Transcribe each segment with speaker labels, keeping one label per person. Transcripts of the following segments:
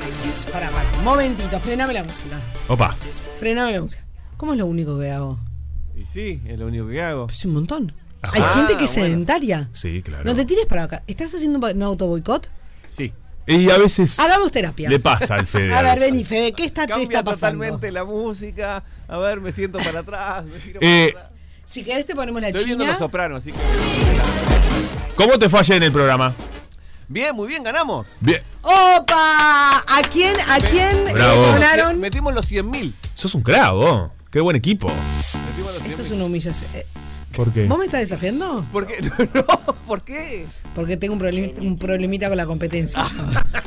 Speaker 1: Pará, pará. Momentito, frename la música.
Speaker 2: Opa.
Speaker 1: Frename la música. ¿Cómo es lo único que hago?
Speaker 3: Y sí, es lo único que hago.
Speaker 1: Pues un montón.
Speaker 2: Ajá.
Speaker 1: Hay gente que es
Speaker 3: Ah, bueno.
Speaker 1: sedentaria.
Speaker 2: Sí, claro.
Speaker 1: No te tires para acá. ¿Estás haciendo un auto boicot?
Speaker 3: Sí.
Speaker 2: Y a veces.
Speaker 1: Hagamos terapia.
Speaker 2: Le pasa al Fede.
Speaker 1: A ver,
Speaker 2: veces.
Speaker 1: vení, Fede, ¿qué está, te
Speaker 3: Cambia
Speaker 1: está pasando?
Speaker 3: totalmente la música. A ver, me siento para atrás. Me giro
Speaker 2: Eh,
Speaker 3: para atrás.
Speaker 1: Si querés te ponemos la
Speaker 3: Estoy viendo
Speaker 1: china.
Speaker 3: los sopranos, así que.
Speaker 2: ¿Cómo te fue ayer en el programa?
Speaker 3: Bien, muy bien, ganamos.
Speaker 2: Bien.
Speaker 1: ¡Opa! ¿A quién, a quién eh,
Speaker 2: Bravo.
Speaker 1: donaron?
Speaker 3: Metimos los 100.000.
Speaker 2: Sos un crack, vos. Qué buen equipo.
Speaker 3: Metimos los 100.000.
Speaker 1: Esto es una humillación. Eh,
Speaker 2: ¿Por qué?
Speaker 1: ¿Vos me estás desafiando?
Speaker 3: ¿Por qué? No, ¿por qué? Ah.
Speaker 1: Porque tengo un, problemi- un problemita con la competencia.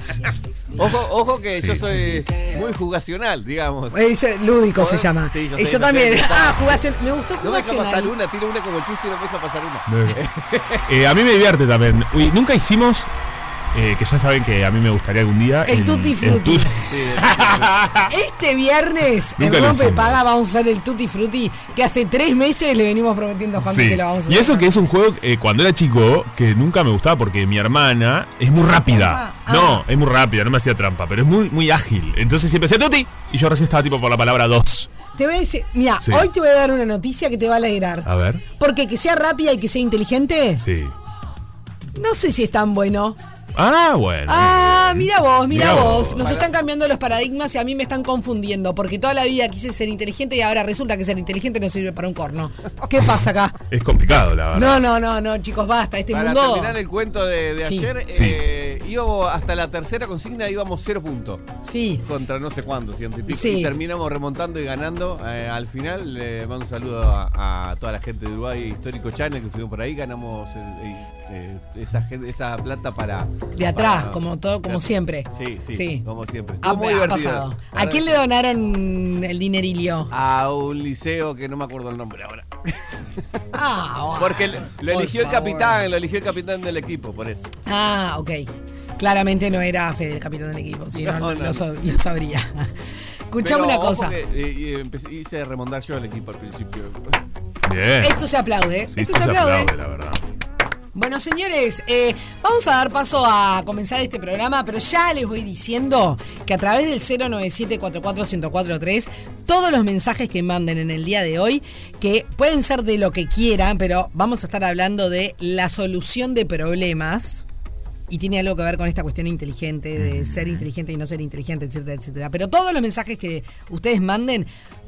Speaker 3: Ojo, ojo que yo soy muy jugacional, digamos.
Speaker 1: Eh, yo- lúdico se
Speaker 3: Joder,
Speaker 1: llama.
Speaker 3: sí, yo
Speaker 1: Eh,
Speaker 3: sé,
Speaker 1: yo
Speaker 3: yo sé,
Speaker 1: también.
Speaker 3: yo sé.
Speaker 1: Ah, jugación. Me gustó
Speaker 3: No me deja pasar
Speaker 1: jugacional.
Speaker 3: una, tiro una como el chiste y no me deja pasar una.
Speaker 2: Eh, a mí me divierte también. Uy, nunca hicimos eh, que ya saben que a mí me gustaría algún día.
Speaker 1: El Tutti Frutti.
Speaker 2: tut-
Speaker 1: Este viernes
Speaker 2: Nunca
Speaker 1: en
Speaker 2: lo
Speaker 1: Rompe
Speaker 2: hicimos.
Speaker 1: Paga vamos a hacer el Tutti Frutti que hace tres meses le venimos prometiendo a Juan
Speaker 2: Sí.
Speaker 1: que lo vamos a
Speaker 2: Y
Speaker 1: hacer.
Speaker 2: eso que es un juego eh, cuando era chico que nunca me gustaba porque mi hermana es muy rápida.
Speaker 1: Ah.
Speaker 2: No, es muy rápida, no me hacía trampa, pero es muy, muy ágil. Entonces siempre decía Tuti y yo recién estaba tipo por la palabra dos.
Speaker 1: Te voy a decir, mira,
Speaker 2: Sí.
Speaker 1: hoy te voy a dar una noticia que te va a alegrar.
Speaker 2: A ver.
Speaker 1: Porque que sea rápida y que sea inteligente,
Speaker 2: Sí.
Speaker 1: no sé si es tan bueno.
Speaker 2: Ah, bueno.
Speaker 1: Ah, mira vos, mira
Speaker 2: Mirá
Speaker 1: vos.
Speaker 2: vos.
Speaker 1: Nos están cambiando los paradigmas y a mí me están confundiendo. Porque toda la vida quise ser inteligente y ahora resulta que ser inteligente no sirve para un corno. ¿Qué pasa acá?
Speaker 2: Es complicado, la verdad.
Speaker 1: No, no, no, no, chicos, basta. Este
Speaker 3: Para
Speaker 1: mundo.
Speaker 3: terminar el cuento de, de
Speaker 1: Sí.
Speaker 3: ayer,
Speaker 2: Sí.
Speaker 3: eh, íbamos hasta la tercera consigna, íbamos cero puntos.
Speaker 1: Sí.
Speaker 3: Contra no sé cuándo, ciento y pico.
Speaker 1: Sí.
Speaker 3: Y terminamos remontando y ganando. eh, al final, le mando un saludo a, a toda la gente de Uruguay Histórico Channel que estuvieron por ahí. Ganamos eh, eh, esa, gente- esa plata para.
Speaker 1: De atrás,
Speaker 3: para-
Speaker 1: como todo, como
Speaker 3: de atrás.
Speaker 1: siempre.
Speaker 3: Sí, sí,
Speaker 1: Sí.
Speaker 3: Como siempre.
Speaker 1: Ha,
Speaker 3: Estuvo muy
Speaker 1: ha
Speaker 3: divertido.
Speaker 1: pasado.
Speaker 3: La
Speaker 1: ¿A
Speaker 3: verdad
Speaker 1: quién
Speaker 3: que
Speaker 1: le
Speaker 3: sí. Ah.
Speaker 1: donaron el dinerilio?
Speaker 3: A un liceo que no me acuerdo el nombre ahora.
Speaker 1: Ah, oh,
Speaker 3: Porque lo, lo
Speaker 1: por
Speaker 3: eligió el
Speaker 1: favor.
Speaker 3: capitán, lo eligió el capitán del equipo, por eso.
Speaker 1: Ah, ok. Claramente no era Fede el capitán del equipo, si no,
Speaker 3: No, no,
Speaker 1: lo,
Speaker 3: no.
Speaker 1: sab- lo sabría. Escuchame
Speaker 3: Pero
Speaker 1: una
Speaker 3: ojo
Speaker 1: cosa.
Speaker 3: que, eh, y empecé- hice remondar yo el equipo al principio. Eh.
Speaker 2: Bien.
Speaker 1: Esto se aplaude.
Speaker 2: Sí,
Speaker 1: esto
Speaker 2: sí,
Speaker 1: se aplaude.
Speaker 2: la verdad.
Speaker 1: Bueno, señores, eh, vamos a dar paso a comenzar este programa, pero ya les voy diciendo que a través del 097-44143, todos los mensajes que manden en el día de hoy, que pueden ser de lo que quieran, pero vamos a estar hablando de la solución de problemas. Y tiene algo que ver con esta cuestión inteligente, de ser inteligente y no ser inteligente, etcétera, etcétera. Pero todos los mensajes que ustedes manden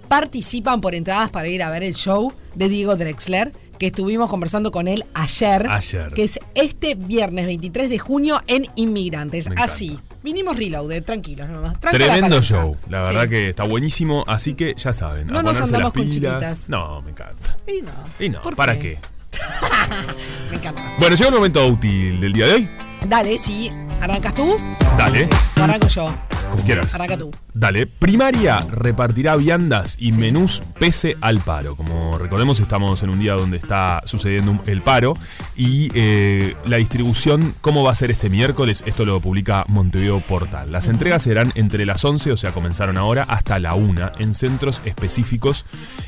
Speaker 1: participan por entradas para ir a ver el show de Diego Drexler, que estuvimos conversando con él ayer.
Speaker 2: Ayer.
Speaker 1: Que es este viernes 23 de junio en Inmigrantes.
Speaker 2: Me encanta.
Speaker 1: Así. Vinimos reloaded, tranquilos nomás. Tranca la
Speaker 2: Tremendo
Speaker 1: palanca.
Speaker 2: show. La verdad
Speaker 1: Sí.
Speaker 2: que está buenísimo, así que ya saben.
Speaker 1: No
Speaker 2: a
Speaker 1: nos
Speaker 2: ponerse
Speaker 1: andamos
Speaker 2: las
Speaker 1: con
Speaker 2: pilas.
Speaker 1: chiquitas.
Speaker 2: No, me encanta.
Speaker 1: Y no.
Speaker 2: Y no,
Speaker 1: ¿Por
Speaker 2: ¿para qué?
Speaker 1: Me encanta.
Speaker 2: Bueno, llega el momento útil del día de hoy.
Speaker 1: Dale, sí. ¿Arrancas tú
Speaker 2: Dale,
Speaker 1: o arranco yo?
Speaker 2: como quieras.
Speaker 1: Arranca tú.
Speaker 2: Dale, primaria repartirá viandas y menús pese al paro. Como recordemos, estamos en un día donde está sucediendo un- el paro y eh, la distribución, ¿cómo va a ser este miércoles? Esto lo publica Montevideo Portal. Las entregas serán entre las 11, o sea, comenzaron ahora, hasta la 1, en centros específicos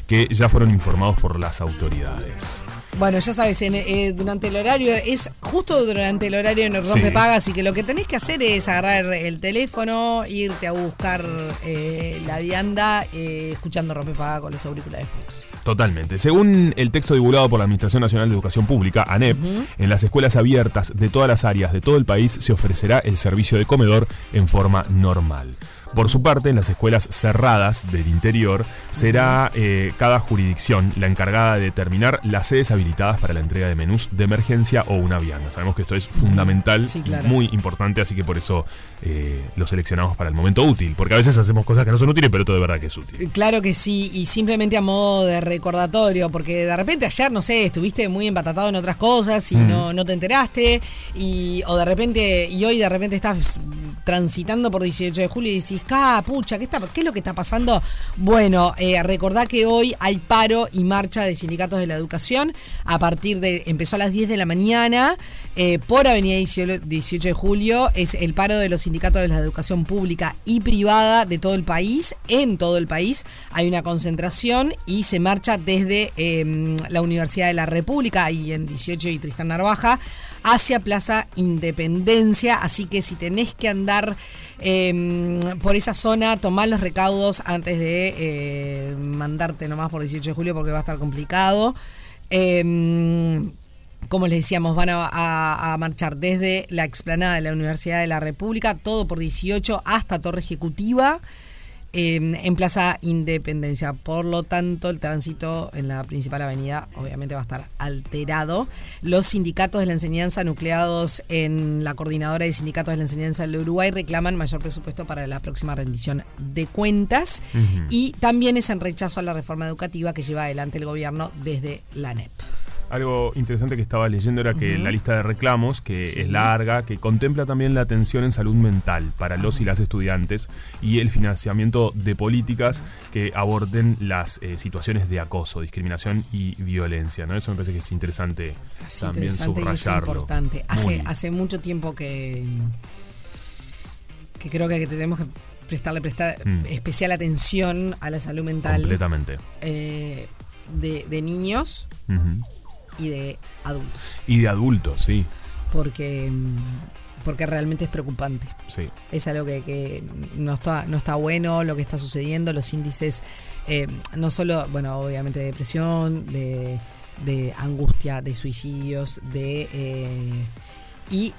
Speaker 2: que ya fueron informados por las autoridades.
Speaker 1: Bueno, ya sabes, en, eh, durante el horario, es justo durante el horario en el
Speaker 2: Sí.
Speaker 1: rompe paga, así que lo que tenés que hacer es agarrar el teléfono, irte a buscar eh, la vianda, eh, escuchando rompe paga con los auriculares puestos.
Speaker 2: Totalmente. Según el texto divulgado por la Administración Nacional de Educación Pública, ANEP, en las escuelas abiertas de todas las áreas de todo el país se ofrecerá el servicio de comedor en forma normal. Por su parte, en las escuelas cerradas del interior será eh, cada jurisdicción la encargada de determinar las sedes habilitadas para la entrega de menús de emergencia o una vianda. Sabemos que esto es fundamental
Speaker 1: Sí,
Speaker 2: y
Speaker 1: claro.
Speaker 2: muy importante, así que por eso eh, lo seleccionamos para el momento útil, porque a veces hacemos cosas que no son útiles, pero esto de verdad que es útil.
Speaker 1: Claro que sí, y simplemente a modo de recordatorio, porque de repente ayer, no sé, estuviste muy empatatado en otras cosas y no, no te enteraste, y, o de repente, y hoy de repente estás transitando por 18 de julio y decís, ¡ca, pucha! ¿Qué, está, qué es lo que está pasando? Bueno, eh, recordá que hoy hay paro y marcha de sindicatos de la educación a partir de, empezó a las 10 de la mañana eh, por Avenida 18 18 de Julio, es el paro de los sindicatos de la educación pública y privada de todo el país, en todo el país. Hay una concentración y se marcha desde eh, la Universidad de la República y en 18 y Tristán Narvaja hacia Plaza Independencia. Así que si tenés que andar eh, por esa zona, tomá los recaudos antes de eh, mandarte nomás por 18 de julio porque va a estar complicado. Eh, como les decíamos, van a, a- a marchar desde la explanada de la Universidad de la República, todo por 18 hasta Torre Ejecutiva, eh, en Plaza Independencia. Por lo tanto, el tránsito en la principal avenida obviamente va a estar alterado. Los sindicatos de la enseñanza nucleados en la Coordinadora de Sindicatos de la Enseñanza del Uruguay reclaman mayor presupuesto para la próxima rendición de cuentas y también es en rechazo a la E reforma educativa que lleva adelante el gobierno desde la NEP.
Speaker 2: Algo interesante que estaba leyendo era que la lista de reclamos, que es larga, que contempla también la atención en salud mental para los y las estudiantes y el financiamiento de políticas que aborden las eh, situaciones de acoso, discriminación y violencia. ¿no? Eso me parece que es interesante
Speaker 1: Es
Speaker 2: también
Speaker 1: interesante y es
Speaker 2: subrayarlo.
Speaker 1: importante.
Speaker 2: Muy.
Speaker 1: Hace, hace mucho tiempo que, que creo que tenemos que prestarle prestar
Speaker 2: Mm.
Speaker 1: especial atención a la salud mental
Speaker 2: Completamente.
Speaker 1: eh, de, de niños
Speaker 2: Ujú.
Speaker 1: y de adultos.
Speaker 2: Y de adultos, sí.
Speaker 1: Porque, mm, porque realmente es preocupante.
Speaker 2: Sí.
Speaker 1: Es algo que, que no, está, no está bueno lo que está sucediendo, los índices, eh, no solo, bueno, obviamente de depresión, de, de angustia, de suicidios, de... eh, y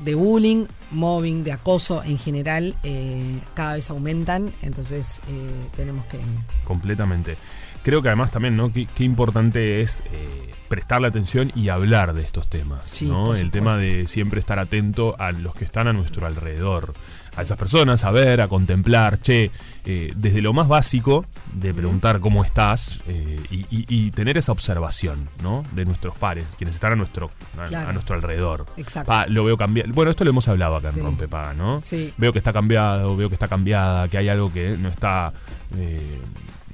Speaker 1: de bullying, mobbing, de acoso en general, eh, cada vez aumentan, entonces eh, tenemos que...
Speaker 2: completamente. Creo que además también, ¿no? Qué, qué importante es eh, prestarle atención y hablar de estos temas,
Speaker 1: Sí,
Speaker 2: ¿no?
Speaker 1: por
Speaker 2: El tema de siempre estar atento a los que están a nuestro alrededor, a esas personas, a ver, a contemplar, che, eh, desde lo más básico de preguntar cómo estás eh, y, y- y tener esa observación, ¿no? De nuestros pares, quienes están a nuestro, a,
Speaker 1: Claro.
Speaker 2: a nuestro alrededor.
Speaker 1: Exacto.
Speaker 2: Pa, lo veo cambiado. Bueno, esto lo hemos hablado acá
Speaker 1: Sí.
Speaker 2: en Rompepaga, ¿no?
Speaker 1: Sí.
Speaker 2: Veo que está cambiado, veo que está cambiada, que hay algo que no está eh,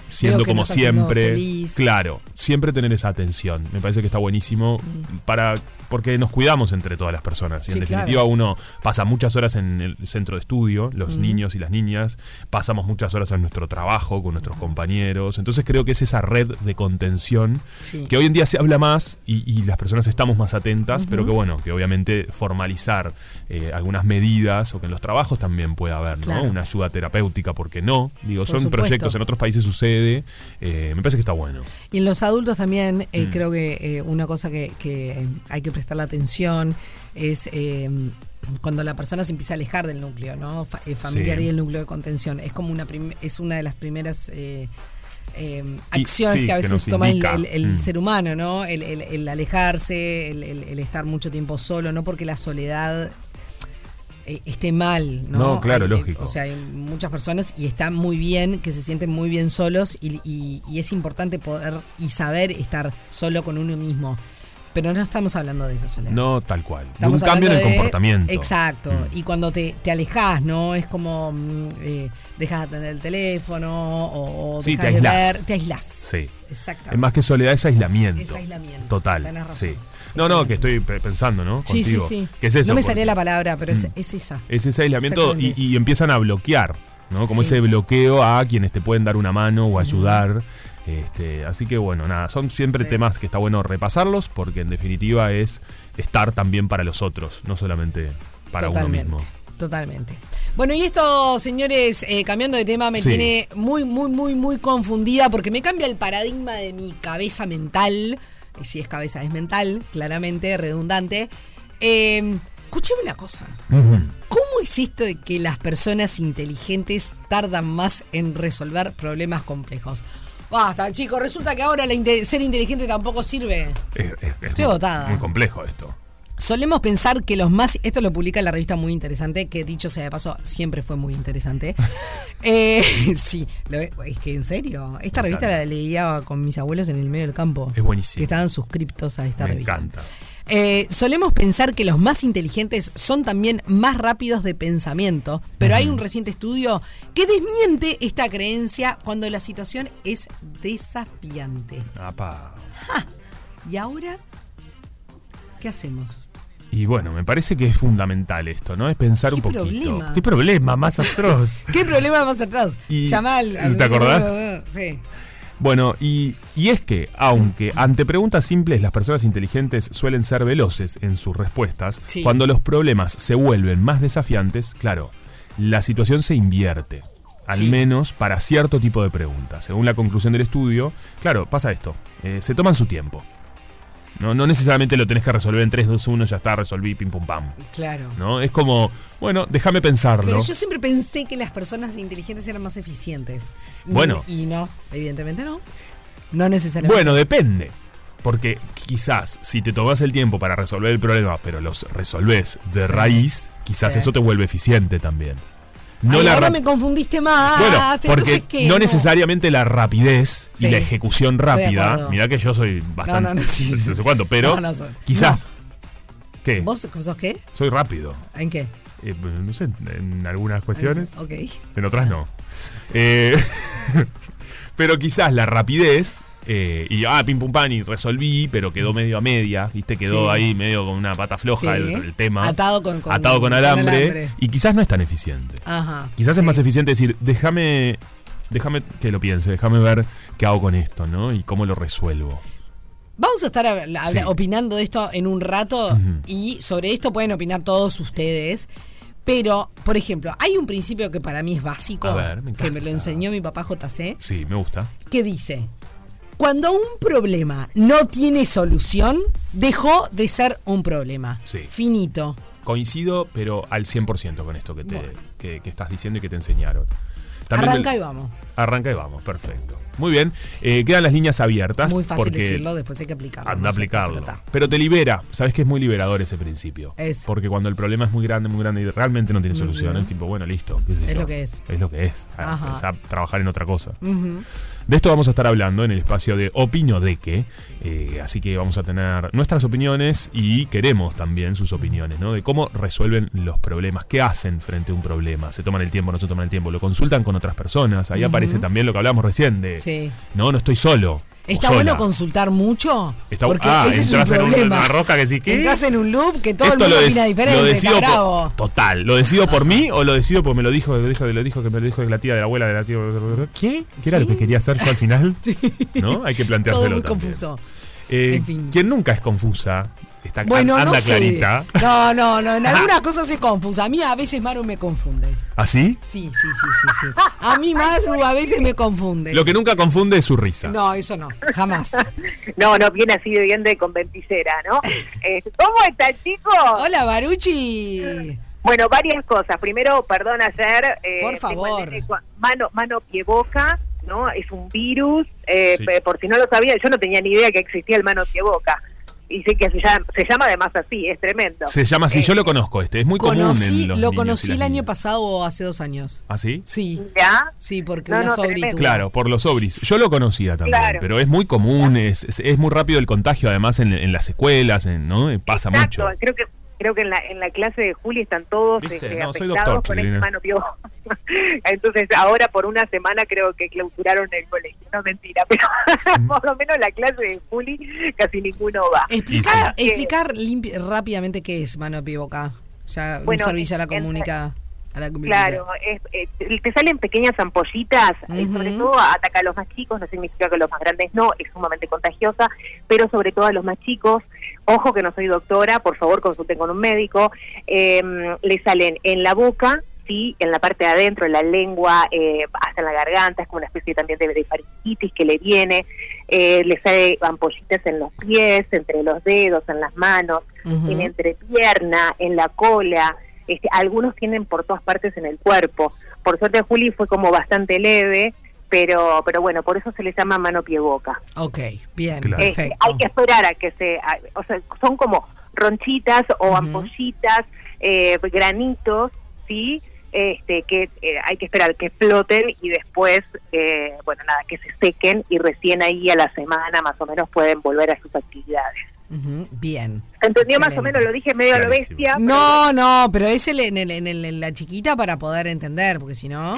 Speaker 2: siendo
Speaker 1: Veo que no
Speaker 2: como
Speaker 1: está siendo
Speaker 2: siempre.
Speaker 1: feliz.
Speaker 2: Claro, siempre tener esa atención. Me parece que está buenísimo para porque nos cuidamos entre todas las personas. Y
Speaker 1: Mm. Sí,
Speaker 2: en definitiva, uno pasa muchas horas en el centro de estudio,
Speaker 1: Mm.
Speaker 2: los niños y las niñas, pasamos muchas horas en nuestro trabajo con nuestros compañeros. Entonces creo que es esa red de contención
Speaker 1: Sí.
Speaker 2: que hoy en día se habla más y, y las personas estamos más atentas, pero que bueno, que obviamente formalizar eh, algunas medidas o que en los trabajos también pueda haber, ¿no?
Speaker 1: Claro.
Speaker 2: Una ayuda terapéutica, porque no. Digo, son
Speaker 1: supuesto.
Speaker 2: proyectos, en otros países sucede. eh, me parece que está bueno.
Speaker 1: Y en los adultos también
Speaker 2: Mm.
Speaker 1: eh, creo que eh, una cosa que, que, eh, hay que prestarle atención es eh, cuando la persona se empieza a alejar del núcleo, ¿no? Fa- eh, familiar
Speaker 2: Sí.
Speaker 1: y el núcleo de contención. Es como una prim- es una de las primeras eh, eh,
Speaker 2: Y-
Speaker 1: acciones
Speaker 2: sí,
Speaker 1: que a
Speaker 2: que
Speaker 1: veces
Speaker 2: nos
Speaker 1: toma el,
Speaker 2: indica.
Speaker 1: el- el
Speaker 2: Mm.
Speaker 1: ser humano, ¿no? El, el- el alejarse, el, el- el estar mucho tiempo solo, no porque la soledad eh, esté mal, ¿no?
Speaker 2: No, claro,
Speaker 1: Hay-
Speaker 2: lógico.
Speaker 1: O sea, hay muchas personas y está muy bien, que se sienten muy bien solos y, y- y es importante poder y saber estar solo con uno mismo. Pero no estamos hablando de esa soledad.
Speaker 2: No, tal cual. De un
Speaker 1: Estamos
Speaker 2: cambio en el
Speaker 1: hablando de-
Speaker 2: comportamiento.
Speaker 1: Exacto.
Speaker 2: Mm.
Speaker 1: Y cuando te, te alejas, ¿no? Es como mm, eh, dejas de atender el teléfono o, o
Speaker 2: Sí,
Speaker 1: dejas
Speaker 2: te
Speaker 1: de
Speaker 2: aislás.
Speaker 1: ver. Te aislás.
Speaker 2: Sí.
Speaker 1: Exactamente.
Speaker 2: Es más que soledad, es aislamiento.
Speaker 1: Es aislamiento.
Speaker 2: Total.
Speaker 1: Tenés
Speaker 2: Sí.
Speaker 1: razón. Es
Speaker 2: No, no, que
Speaker 1: aislamiento.
Speaker 2: estoy pe- pensando, ¿no?
Speaker 1: sí, sí,
Speaker 2: Contigo.
Speaker 1: sí.
Speaker 2: Que es eso?
Speaker 1: no me
Speaker 2: porque- Mm.
Speaker 1: salía la palabra, pero es, es esa.
Speaker 2: Es ese aislamiento y,
Speaker 1: Exactamente.
Speaker 2: y empiezan a bloquear, ¿no? Como
Speaker 1: Sí.
Speaker 2: ese bloqueo a quienes te pueden dar una mano o ayudar. Este, así que bueno, nada, son siempre
Speaker 1: Sí.
Speaker 2: temas que está bueno repasarlos porque en definitiva es estar también para los otros, no solamente para
Speaker 1: totalmente,
Speaker 2: uno mismo.
Speaker 1: Totalmente. Bueno, y esto, señores, eh, cambiando de tema, me
Speaker 2: Sí.
Speaker 1: tiene muy, muy, muy, muy confundida porque me cambia el paradigma de mi cabeza mental. Y si es cabeza, es mental, claramente, redundante. Eh, escúcheme una cosa. ¿Cómo es esto de que las personas inteligentes tardan más en resolver problemas complejos? Basta, chicos, resulta que ahora la inte- ser inteligente tampoco sirve.
Speaker 2: Es, es- es
Speaker 1: Estoy
Speaker 2: muy-
Speaker 1: agotada.
Speaker 2: muy complejo esto.
Speaker 1: Solemos pensar que los más. Esto lo publica la revista Muy Interesante, que dicho sea de paso, siempre fue muy interesante. Eh, sí, lo- es que en serio. Esta revista la leía con mis abuelos en el medio del campo.
Speaker 2: Es buenísimo.
Speaker 1: Que estaban suscriptos a esta
Speaker 2: Me
Speaker 1: revista.
Speaker 2: encanta.
Speaker 1: Eh, solemos pensar que los más inteligentes son también más rápidos de pensamiento, pero hay un reciente estudio que desmiente esta creencia cuando la situación es desafiante.
Speaker 2: Apa.
Speaker 1: ¿Y ahora? ¿Qué hacemos?
Speaker 2: Y bueno, me parece que es fundamental esto, ¿no? Es pensar
Speaker 1: ¿Qué
Speaker 2: un poquito.
Speaker 1: problema?
Speaker 2: ¿Qué problema más atroz?
Speaker 1: ¿Qué problema más atrás?
Speaker 2: Y-
Speaker 1: Yamal.
Speaker 2: ¿y te acordás?
Speaker 1: Sí.
Speaker 2: Bueno, y, y es que, aunque
Speaker 1: Mm.
Speaker 2: ante preguntas simples las personas inteligentes suelen ser veloces en sus respuestas,
Speaker 1: Sí.
Speaker 2: cuando los problemas se vuelven más desafiantes, claro, la situación se invierte. Al
Speaker 1: Sí.
Speaker 2: menos para cierto tipo de preguntas. Según la conclusión del estudio, claro, pasa esto. eh, se toman su tiempo. No, no necesariamente lo tenés que resolver en 3, 2, 1, ya está, resolví, pim, pum, pam.
Speaker 1: Claro.
Speaker 2: ¿No? Es como, bueno, déjame pensarlo.
Speaker 1: Pero yo siempre pensé que las personas inteligentes eran más eficientes.
Speaker 2: Bueno.
Speaker 1: Y no, evidentemente no. No necesariamente.
Speaker 2: Bueno, depende. Porque quizás si te tomas el tiempo para resolver el problema, pero los resolvés de
Speaker 1: Sí.
Speaker 2: raíz, quizás
Speaker 1: Sí.
Speaker 2: eso te vuelve eficiente también. No
Speaker 1: Ay,
Speaker 2: la
Speaker 1: ahora
Speaker 2: ra-
Speaker 1: me confundiste más.
Speaker 2: Bueno,
Speaker 1: entonces,
Speaker 2: porque
Speaker 1: ¿qué?
Speaker 2: no, necesariamente la rapidez
Speaker 1: Sí.
Speaker 2: y la ejecución
Speaker 1: Estoy de
Speaker 2: rápida.
Speaker 1: acuerdo.
Speaker 2: Mirá que yo soy bastante.
Speaker 1: no,
Speaker 2: No,
Speaker 1: no, sí.
Speaker 2: sé cuánto, pero
Speaker 1: No, no, so-
Speaker 2: quizás. ¿Qué?
Speaker 1: ¿Vos sos qué?
Speaker 2: Soy rápido.
Speaker 1: ¿En qué?
Speaker 2: Eh, no sé, en algunas cuestiones.
Speaker 1: Ok.
Speaker 2: En otras no. Eh, pero quizás la rapidez. eh, y ah, pim pum pan y resolví, pero quedó medio a media, viste, quedó
Speaker 1: Sí.
Speaker 2: ahí medio con una pata floja
Speaker 1: Sí.
Speaker 2: el, el tema.
Speaker 1: Atado con- con-
Speaker 2: atado con
Speaker 1: con
Speaker 2: alambre,
Speaker 1: alambre.
Speaker 2: Y quizás no es tan eficiente.
Speaker 1: Ajá.
Speaker 2: Quizás es más eficiente decir, déjame, déjame que lo piense, déjame ver qué hago con esto, ¿no? Y cómo lo resuelvo.
Speaker 1: Vamos a estar habla- habla-
Speaker 2: Sí.
Speaker 1: opinando de esto en un rato y sobre esto pueden opinar todos ustedes. Pero, por ejemplo, hay un principio que para mí es básico,
Speaker 2: A ver, me
Speaker 1: que me lo
Speaker 2: encanta.
Speaker 1: enseñó mi papá JC,
Speaker 2: Sí, me gusta.
Speaker 1: que dice, cuando un problema no tiene solución, dejó de ser un problema.
Speaker 2: Sí.
Speaker 1: Finito.
Speaker 2: Coincido, pero al 100% con esto que, te, que, que estás diciendo y que te enseñaron. También
Speaker 1: Arranca
Speaker 2: del-
Speaker 1: y vamos.
Speaker 2: Arranca y vamos, perfecto. Muy bien, eh, quedan las líneas abiertas.
Speaker 1: Muy fácil
Speaker 2: porque
Speaker 1: decirlo, después hay que aplicarlo.
Speaker 2: Anda
Speaker 1: no
Speaker 2: a
Speaker 1: sé,
Speaker 2: aplicarlo.
Speaker 1: pero está.
Speaker 2: Pero te libera. Sabes que es muy liberador ese principio.
Speaker 1: Es.
Speaker 2: Porque cuando el problema es muy grande, muy grande y realmente no tiene solución, es tipo, bueno, listo. qué sé
Speaker 1: Es
Speaker 2: yo.
Speaker 1: lo que es.
Speaker 2: Es lo que es. A
Speaker 1: Ajá.
Speaker 2: pensar, trabajar en otra cosa. De esto vamos a estar hablando en el espacio de Opino de qué. Eh, así que vamos a tener nuestras opiniones y queremos también sus opiniones, ¿no? De cómo resuelven los problemas, qué hacen frente a un problema. Se toman el tiempo, no se toman el tiempo, lo consultan con otras personas. Ahí aparece también lo que hablamos recién de.
Speaker 1: Sí.
Speaker 2: No, no estoy solo. o
Speaker 1: Está bueno
Speaker 2: sola".
Speaker 1: consultar mucho.
Speaker 2: Está-
Speaker 1: porque
Speaker 2: ah,
Speaker 1: ese es un
Speaker 2: entras en un-
Speaker 1: problema.
Speaker 2: en una roca que sí, ¿qué?
Speaker 1: Entras en un loop que todo
Speaker 2: Esto
Speaker 1: el mundo
Speaker 2: dec-
Speaker 1: opina diferente.
Speaker 2: lo
Speaker 1: está
Speaker 2: decido por-
Speaker 1: bravo.
Speaker 2: total, ¿lo decido por mí o lo decido porque me lo dijo, lo dijo, lo dijo que me lo dijo la tía de la abuela de la tía? ¿Qué? ¿Qué era lo que quería hacer yo al final? ¿No? Hay que planteárselo
Speaker 1: Todo muy
Speaker 2: también.
Speaker 1: confuso.
Speaker 2: Eh,
Speaker 1: En fin.
Speaker 2: Quien nunca es confusa, está
Speaker 1: Bueno,
Speaker 2: an-
Speaker 1: no
Speaker 2: anda
Speaker 1: sé.
Speaker 2: clarita.
Speaker 1: No, no, no. En algunas cosas es confusa. A mí a veces Maru me confunde.
Speaker 2: ¿Así?
Speaker 1: Sí, sí, sí, sí, sí. A mí Maru a veces me confunde.
Speaker 2: Lo que nunca confunde es su risa.
Speaker 1: No, eso no. Jamás.
Speaker 4: No, no, viene así de bien de conventicera, ¿no? Eh, ¿Cómo están, chicos?
Speaker 1: Hola, Baruchi.
Speaker 4: Bueno, varias cosas. Primero, perdón ayer. eh,
Speaker 1: Por favor.
Speaker 4: tengo el nene con- Mano, mano, pie, boca, ¿no? Es un virus. eh,
Speaker 2: Sí.
Speaker 4: pe- Por si no lo sabía, yo no tenía ni idea que existía el mano, pie, boca. Y sé que se llama, se llama además así, es tremendo.
Speaker 2: Se llama así,
Speaker 4: Eh,
Speaker 2: yo lo conozco este, es muy común
Speaker 1: Conocí,
Speaker 2: en los
Speaker 1: lo
Speaker 2: niños y
Speaker 1: conocí
Speaker 2: las
Speaker 1: el año
Speaker 2: niñas.
Speaker 1: pasado o hace dos años.
Speaker 2: ¿Ah, sí?
Speaker 1: Sí,
Speaker 4: ¿Ya?
Speaker 1: sí, porque
Speaker 4: No,
Speaker 1: una
Speaker 4: no,
Speaker 1: sobritud.
Speaker 4: tremendo.
Speaker 2: Claro, por los sobris. Yo lo conocía también,
Speaker 4: Claro.
Speaker 2: pero es muy común, es, es- es muy rápido el contagio, además en, en las escuelas, en- ¿no? Y Pasa
Speaker 4: Exacto,
Speaker 2: mucho.
Speaker 4: creo que creo que en la, en la clase de Juli están todos
Speaker 2: ¿Viste?
Speaker 4: este,
Speaker 2: No, soy
Speaker 4: afectados
Speaker 2: doctor,
Speaker 4: con
Speaker 2: Chiquilina.
Speaker 4: el mano piojo. Entonces, ahora por una semana creo que clausuraron el colegio. No, mentira, pero por lo menos la clase de Juli casi ninguno va. Y
Speaker 1: Explicar,
Speaker 4: sí.
Speaker 1: Ah, explicar limpi- rápidamente qué es mano pie boca. Ya un
Speaker 4: Bueno,
Speaker 1: servicio a la
Speaker 4: en- en-
Speaker 1: comunica. A la comunidad.
Speaker 4: Claro, es, eh, te salen pequeñas ampollitas, eh, sobre todo ataca a los más chicos, no significa que los más grandes no, es sumamente contagiosa, pero sobre todo a los más chicos. Ojo que no soy doctora, por favor consulten con un médico. Eh, le salen en la boca, sí, en la parte de adentro, en la lengua, eh, hasta en la garganta, es como una especie también de, de faringitis que le viene. Eh, le salen ampollitas en los pies, entre los dedos, en las manos, en la entrepierna, en la cola. Este, algunos tienen por todas partes en el cuerpo. Por suerte Juli fue como bastante leve, pero pero bueno, por eso se le llama mano pie boca.
Speaker 1: Ok, bien,
Speaker 2: Claro.
Speaker 4: Este,
Speaker 1: perfecto.
Speaker 4: hay que esperar a que se, a- o sea, son como ronchitas o ampollitas, eh, granitos, sí, este que eh, hay que esperar que exploten y después, eh, bueno nada, que se sequen y recién ahí a la semana más o menos pueden volver a sus actividades.
Speaker 1: Ujú, Bien.
Speaker 4: ¿Entendió más o
Speaker 1: Excelente.
Speaker 4: menos? Lo dije medio a lo
Speaker 2: Clarísimo.
Speaker 4: bestia. pero
Speaker 1: No, no, pero es el, en, el- en el- en la chiquita para poder entender, porque si no.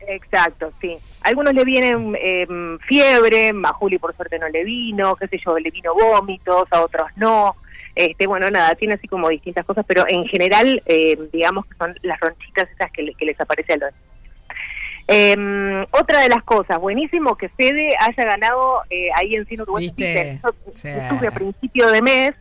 Speaker 4: Exacto, sí. A algunos le vienen em, fiebre, a Juli por suerte no le vino, qué sé yo, le vino vómitos, a otros no. Este, bueno, nada, tiene así como distintas cosas, pero en general, em, digamos que son las ronchitas esas que, le- que les aparece a los Em, otra de las cosas, buenísimo que Fede haya ganado eh, ahí en Cine Uruguay.
Speaker 1: Viste,
Speaker 4: City. Yo
Speaker 1: sí.
Speaker 4: estuve a principio de mes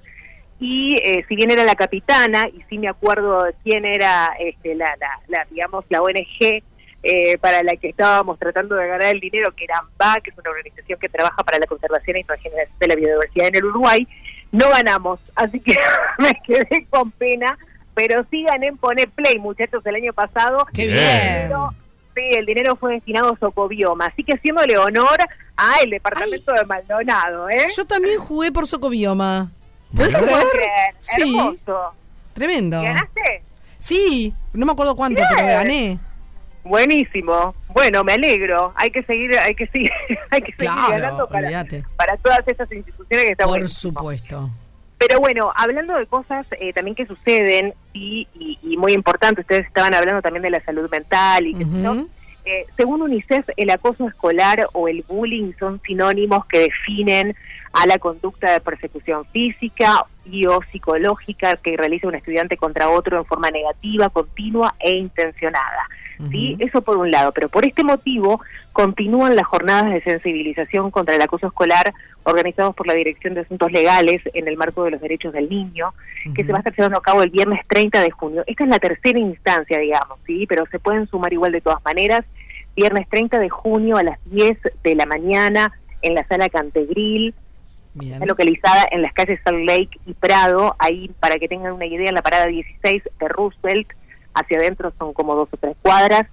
Speaker 4: y eh, si bien era la capitana, y sí me acuerdo de quién era este, la, la, la, digamos, la ONG eh, para la que estábamos tratando de ganar el dinero, que era AMBA, que es una organización que trabaja para la conservación y regeneración de la biodiversidad en el Uruguay, no ganamos, así que me quedé con pena, pero sí gané en Poné Play, muchachos, el año pasado.
Speaker 1: ¡Qué
Speaker 2: Bien.
Speaker 1: bien!
Speaker 4: Pero, sí, el dinero fue destinado a Socobioma, así que haciéndole honor al departamento de Maldonado, ¿eh?
Speaker 1: Yo también jugué por Socobioma. ¿Puedes
Speaker 4: No puedo
Speaker 1: creer?
Speaker 4: creer,
Speaker 1: Sí,
Speaker 4: hermoso.
Speaker 1: tremendo.
Speaker 4: ¿Ganaste?
Speaker 1: Sí, no me acuerdo cuánto, pero gané.
Speaker 4: Buenísimo. Bueno, me alegro. Hay que seguir, hay que seguir, hay que seguir
Speaker 1: Claro,
Speaker 4: ganando para,
Speaker 1: olvídate.
Speaker 4: para todas estas instituciones que están
Speaker 1: Por
Speaker 4: buenísimo.
Speaker 1: supuesto.
Speaker 4: Pero bueno, hablando de cosas eh, también que suceden y, y- y muy importante, ustedes estaban hablando también de la salud mental y que
Speaker 1: Ujú.
Speaker 4: eh, según UNICEF, el acoso escolar o el bullying son sinónimos que definen a la conducta de persecución física y o psicológica que realiza un estudiante contra otro en forma negativa, continua e intencionada. ¿sí? Eso por un lado, pero por este motivo continúan las jornadas de sensibilización contra el acoso escolar organizados por la Dirección de Asuntos Legales en el marco de los derechos del niño, que se va a estar llevando a cabo el viernes 30 de junio. Esta es la tercera instancia, digamos, ¿sí? pero se pueden sumar igual de todas maneras. Viernes 30 de junio a las 10 de la mañana en la sala Cantegril,
Speaker 1: Bien.
Speaker 4: Está localizada en las calles Salt Lake y Prado, ahí para que tengan una idea, en la parada 16 de Roosevelt, hacia adentro son como dos o tres cuadras.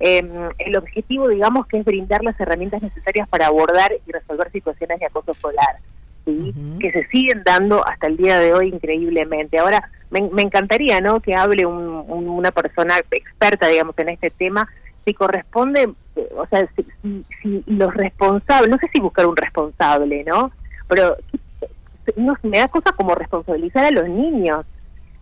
Speaker 4: Eh, el objetivo, digamos, que es brindar las herramientas necesarias para abordar y resolver situaciones de acoso escolar, ¿sí? que se siguen dando hasta el día de hoy increíblemente. Ahora, me, me encantaría ¿no? que hable un- un- una persona experta, digamos, en este tema, si corresponde, eh, o sea, si, si- si los responsables, no sé si buscar un responsable, ¿no? pero eh, no, sé, me da cosa como responsabilizar a los niños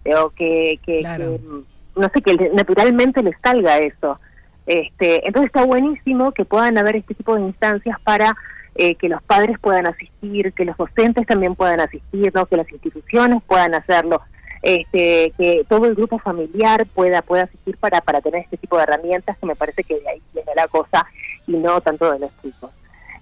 Speaker 4: eh, o que, que,
Speaker 1: Claro.
Speaker 4: que, mm, no sé que naturalmente les salga eso este entonces está buenísimo que puedan haber este tipo de instancias para eh, que los padres puedan asistir que los docentes también puedan asistir ¿no? que las instituciones puedan hacerlo este que todo el grupo familiar pueda pueda asistir para para tener este tipo de herramientas que me parece que de ahí viene la cosa y no tanto de los chicos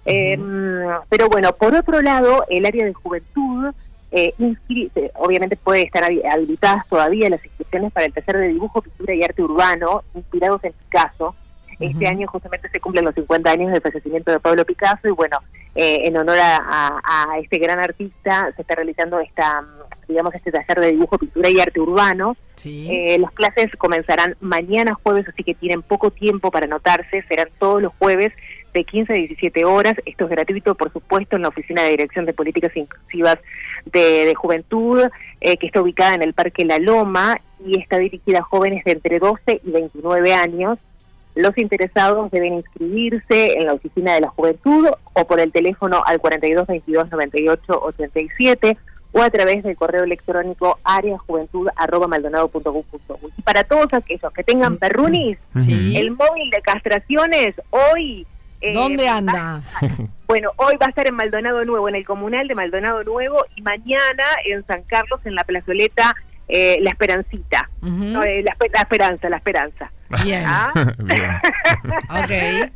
Speaker 4: eh,
Speaker 5: Em,
Speaker 4: pero bueno, por otro lado, el área de juventud, eh, inscri- eh, obviamente puede estar habi- habilitadas todavía las inscripciones para el taller de dibujo, pintura y arte urbano, inspirados en Picasso. Este año justamente se cumplen los 50 años del fallecimiento de Pablo Picasso y bueno, eh, en honor a, a- a este gran artista se está realizando esta, mm, digamos, este taller de dibujo, pintura y arte urbano.
Speaker 1: Sí.
Speaker 4: Eh, las clases comenzarán mañana jueves, así que tienen poco tiempo para anotarse. Serán todos los jueves de 15 a 17 horas. Esto es gratuito, por supuesto, en la Oficina de Dirección de Políticas Inclusivas de, de Juventud, eh, que está ubicada en el Parque La Loma y está dirigida a jóvenes de entre 12 y 29 años. Los interesados deben inscribirse en la Oficina de la Juventud o por el teléfono al 42 22 98 87 o a través del correo electrónico areajuventud.maldonado.gov.uy. Y para todos aquellos que tengan perrunis,
Speaker 1: Sí.
Speaker 4: el móvil de castraciones hoy... eh,
Speaker 1: ¿Dónde
Speaker 4: va-
Speaker 1: anda?
Speaker 4: bueno, hoy va a estar en Maldonado Nuevo, en el comunal de Maldonado Nuevo, y mañana en San Carlos, en la plazoleta eh, La Esperancita.
Speaker 1: Ujú.
Speaker 4: No, eh, la, espe- la Esperanza, La Esperanza.
Speaker 1: Bien.
Speaker 4: ¿Ah?
Speaker 2: Bien.
Speaker 1: Ok.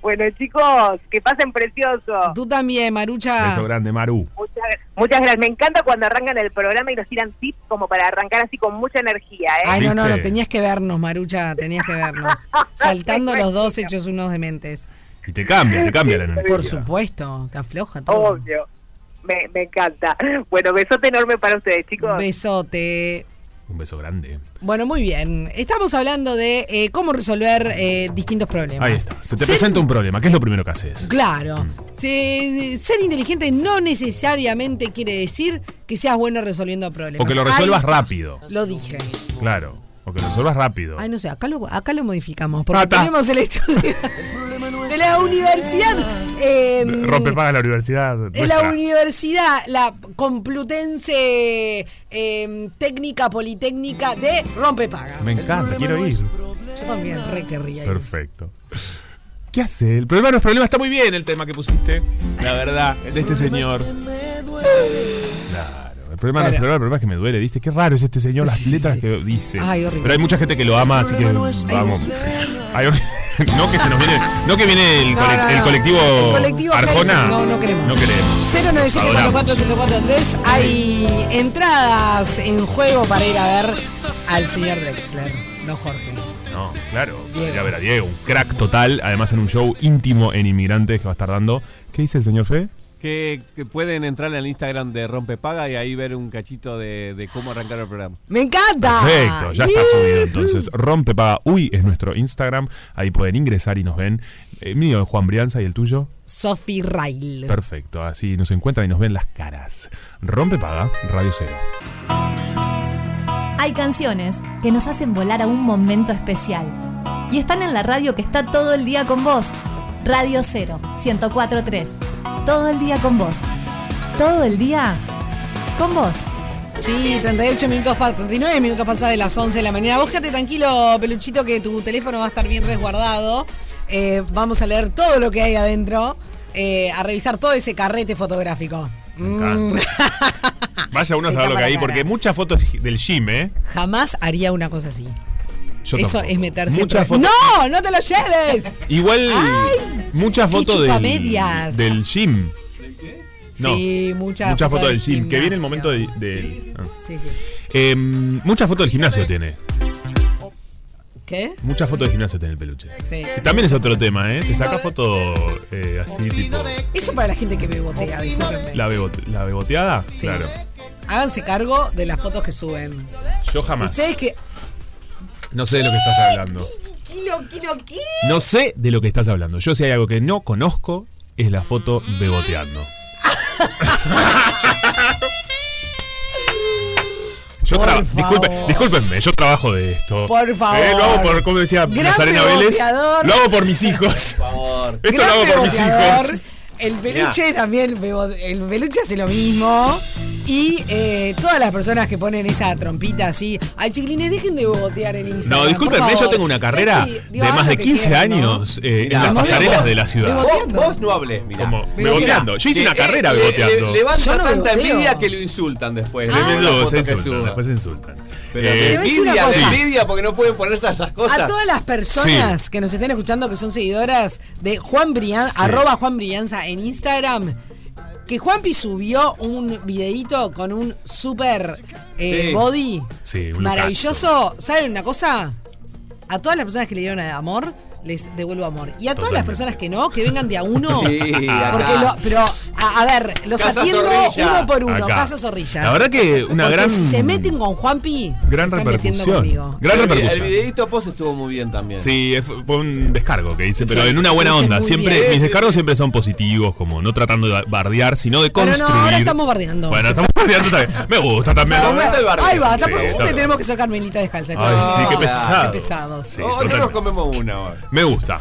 Speaker 4: Bueno, chicos, que pasen precioso.
Speaker 1: Tú también, Marucha.
Speaker 2: Beso grande, Maru.
Speaker 4: Muchas, muchas gracias. Me encanta cuando arrancan el programa y nos tiran tips como para arrancar así con mucha energía. ¿eh?
Speaker 1: Ay, no, no, no,
Speaker 2: ¿Viste?
Speaker 1: tenías que vernos, Marucha, tenías que vernos. Saltando los dos hechos unos dementes.
Speaker 2: Y te cambia, te cambia la energía.
Speaker 1: Por supuesto, te afloja todo.
Speaker 4: Obvio. Me, me encanta. Bueno, besote enorme para ustedes, chicos.
Speaker 1: Besote.
Speaker 2: Un beso grande.
Speaker 1: Bueno, muy bien. Estamos hablando de eh, cómo resolver eh, distintos problemas.
Speaker 2: Ahí está. Se te
Speaker 1: Ser-
Speaker 2: presenta un problema. ¿Qué es lo primero que haces?
Speaker 1: Claro. Se- ser inteligente no necesariamente quiere decir que seas bueno resolviendo
Speaker 2: O
Speaker 1: problemas.
Speaker 2: que lo
Speaker 1: Ay,
Speaker 2: resuelvas rápido.
Speaker 1: Lo dije.
Speaker 2: Claro. O que lo resuelvas rápido.
Speaker 1: Ay, no sé, acá lo, acá lo modificamos. Porque
Speaker 2: Ah, está.
Speaker 1: tenemos el estudio de la universidad. eh,
Speaker 2: Rompe paga la universidad.
Speaker 1: En la
Speaker 2: nuestra.
Speaker 1: universidad, la Complutense eh, Técnica Politécnica de Rompepaga.
Speaker 2: Me encanta, quiero ir.
Speaker 1: Yo también re querría ir.
Speaker 2: Perfecto. ¿Qué hace? El problema no es problema, está muy bien el tema que pusiste. La verdad, de este señor. Claro, el problema no es
Speaker 1: Claro.
Speaker 2: problema, el problema es que me duele. Dice, qué raro es este señor, las letras que dice.
Speaker 1: Ay, horrible.
Speaker 2: Pero hay mucha gente que lo ama, así que vamos. Ay, horrible. no que se nos viene, no que viene el,
Speaker 1: No,
Speaker 2: cole-
Speaker 1: no, no.
Speaker 2: el colectivo,
Speaker 1: El colectivo
Speaker 2: Arjona.
Speaker 1: Heinz, No, no queremos.
Speaker 2: No queremos.
Speaker 1: 097
Speaker 2: Adoramos.
Speaker 1: 443 Hay entradas en juego para ir a ver al señor Drexler, no Jorge.
Speaker 2: No, claro.
Speaker 1: Diego.
Speaker 2: Podría ver a Diego, un crack total, además en un show íntimo en Inmigrantes que va a estar dando. ¿Qué dice el señor Fe?
Speaker 3: Que, que pueden entrar al Instagram de Rompepaga y ahí ver un cachito de, de cómo arrancar el programa.
Speaker 1: ¡Me encanta!
Speaker 2: Perfecto, ya está
Speaker 1: Yeah.
Speaker 2: subido entonces. Rompe paga uy es nuestro Instagram. Ahí pueden ingresar y nos ven. El mío, Juan Brianza, y el tuyo.
Speaker 1: Sophie Rail.
Speaker 2: Perfecto, así nos encuentran y nos ven las caras. Rompe paga, Radio Cero.
Speaker 6: Hay canciones que nos hacen volar a un momento especial. y están en la radio que está todo el día con vos. Radio 0, 104.3. Todo el día con vos. Todo el día con vos.
Speaker 1: Sí, 38 minutos para 39 minutos pasadas de las 11 de la mañana. Vos quédate tranquilo, peluchito, que tu teléfono va a estar bien resguardado. Eh, vamos a leer todo lo que hay adentro, eh, a revisar todo ese carrete fotográfico.
Speaker 2: Me encanta. Vaya uno a
Speaker 1: Mm. Se
Speaker 2: saber lo que
Speaker 1: tapa la
Speaker 2: hay,
Speaker 1: cara.
Speaker 2: porque muchas fotos del gym, ¿eh?
Speaker 1: Jamás haría una cosa así.
Speaker 2: Yo
Speaker 1: Eso
Speaker 2: tampoco.
Speaker 1: es meterse.
Speaker 2: Muchas
Speaker 1: pro-
Speaker 2: fotos.
Speaker 1: ¡No! ¡No te lo lleves!
Speaker 2: Igual, muchas
Speaker 1: qué
Speaker 2: fotos del,
Speaker 1: chupamedias.
Speaker 2: del gym. No,
Speaker 1: sí, muchas
Speaker 2: muchas fotos
Speaker 1: fotos
Speaker 2: del gym. Que viene el momento
Speaker 1: gimnasio.
Speaker 2: de- del. ah.
Speaker 1: Sí, sí.
Speaker 2: Em, muchas fotos del gimnasio tiene.
Speaker 1: ¿Qué?
Speaker 2: Muchas fotos del gimnasio tiene el peluche.
Speaker 1: Sí.
Speaker 2: Que También es otro tema, ¿eh? Te saca foto eh, así, tipo.
Speaker 1: Eso para la gente que bebotea, discúlpenme.
Speaker 2: La, bebote- la beboteada.
Speaker 1: Sí.
Speaker 2: Claro.
Speaker 1: Háganse cargo de las fotos que suben.
Speaker 2: Yo jamás.
Speaker 1: Ustedes que.
Speaker 2: No sé de lo que estás hablando.
Speaker 1: ¡Kilo, kilo, kilo!
Speaker 2: No sé de lo que estás hablando. Yo si hay algo que no conozco es la foto beboteando. Yo
Speaker 1: Por
Speaker 2: traba- disculpe-
Speaker 1: favor.
Speaker 2: discúlpenme, yo trabajo de esto.
Speaker 1: Por
Speaker 2: Eh, lo hago
Speaker 1: favor.
Speaker 2: por, como decía
Speaker 1: Gran
Speaker 2: Nazarena Vélez,
Speaker 1: beboteador.
Speaker 2: lo hago por mis hijos.
Speaker 3: favor.
Speaker 2: Esto
Speaker 1: Gran
Speaker 2: lo hago por mis
Speaker 1: negociador.
Speaker 2: hijos.
Speaker 1: El peluche también, bebo- el peluche hace lo mismo. Y eh, todas las personas que ponen esa trompita así, ay chiquilines, dejen de botear en Instagram.
Speaker 2: No,
Speaker 1: por
Speaker 2: discúlpenme, yo
Speaker 1: favor".
Speaker 2: tengo una carrera
Speaker 1: Sí,
Speaker 2: de
Speaker 1: digo,
Speaker 2: más
Speaker 1: hagan
Speaker 2: de
Speaker 1: lo que
Speaker 2: 15
Speaker 1: quieran, ¿no?
Speaker 2: años eh, en
Speaker 3: Mirá,
Speaker 2: las
Speaker 1: vos-
Speaker 2: pasarelas
Speaker 3: vos-
Speaker 2: de la ciudad.
Speaker 1: vos-
Speaker 3: Vos, vos no hables, mirá.
Speaker 2: Como
Speaker 3: Mirá.
Speaker 2: beboteando. Yo hice
Speaker 3: Te-
Speaker 2: una carrera
Speaker 3: eh, le-
Speaker 2: beboteando.
Speaker 3: le- Levanta
Speaker 1: Yo no
Speaker 3: tanta
Speaker 1: beboteo.
Speaker 3: envidia que lo insultan después. de
Speaker 2: Tremendo,
Speaker 3: la foto
Speaker 2: se
Speaker 3: que
Speaker 2: insultan,
Speaker 3: suba.
Speaker 2: después se insultan.
Speaker 3: Pero
Speaker 2: Eh,
Speaker 3: de
Speaker 1: Te voy a decir
Speaker 3: envidia, de
Speaker 1: una cosa.
Speaker 3: envidia porque no pueden ponerse esas cosas.
Speaker 1: A todas las personas que nos estén escuchando que son seguidoras de Juan Brian, arroba Juan Brianza en Instagram, que Juanpi subió un videito con un super eh,
Speaker 3: Sí.
Speaker 1: body
Speaker 2: Sí, un
Speaker 1: maravilloso. ¿Saben una cosa? A todas las personas que le dieron amor, les devuelvo amor. Y a todas las
Speaker 2: Totalmente.
Speaker 1: personas que no, que vengan de a uno.
Speaker 3: Sí, acá.
Speaker 1: porque lo- pero, a, a ver, los
Speaker 3: Casa
Speaker 1: atiendo
Speaker 3: Zorrilla.
Speaker 1: uno por uno,
Speaker 2: acá.
Speaker 1: casa zorrilla.
Speaker 2: La verdad que una
Speaker 1: Porque
Speaker 2: gran.
Speaker 1: si se meten con Juanpi,
Speaker 2: gran
Speaker 1: se están metiendo
Speaker 2: repercusión.
Speaker 1: conmigo.
Speaker 2: Gran
Speaker 3: el,
Speaker 2: repercusión.
Speaker 3: el videíto post estuvo muy bien también.
Speaker 2: Sí, es- fue un descargo que hice, pero
Speaker 1: Sí,
Speaker 2: en una buena
Speaker 1: lo hice
Speaker 2: onda.
Speaker 1: muy
Speaker 2: Siempre,
Speaker 1: bien.
Speaker 2: mis descargos siempre son positivos, como no tratando de bardear, sino de
Speaker 1: Pero no,
Speaker 2: construir.
Speaker 1: ahora estamos bardeando.
Speaker 2: Bueno, estamos bardeando también. Me gusta también.
Speaker 3: No,
Speaker 1: Ahí va,
Speaker 3: Aumenta el barrio.
Speaker 1: Ahí va,
Speaker 2: Sí,
Speaker 1: tampoco siempre
Speaker 2: claro.
Speaker 1: tenemos que ser Carmelita descalza.
Speaker 2: Ay,
Speaker 1: chicos.
Speaker 2: sí, qué
Speaker 3: No,
Speaker 2: pesado.
Speaker 1: Qué pesados.
Speaker 2: Sí,
Speaker 3: Hoy no nos
Speaker 2: totalmente.
Speaker 3: comemos una ahora.
Speaker 2: Me gusta.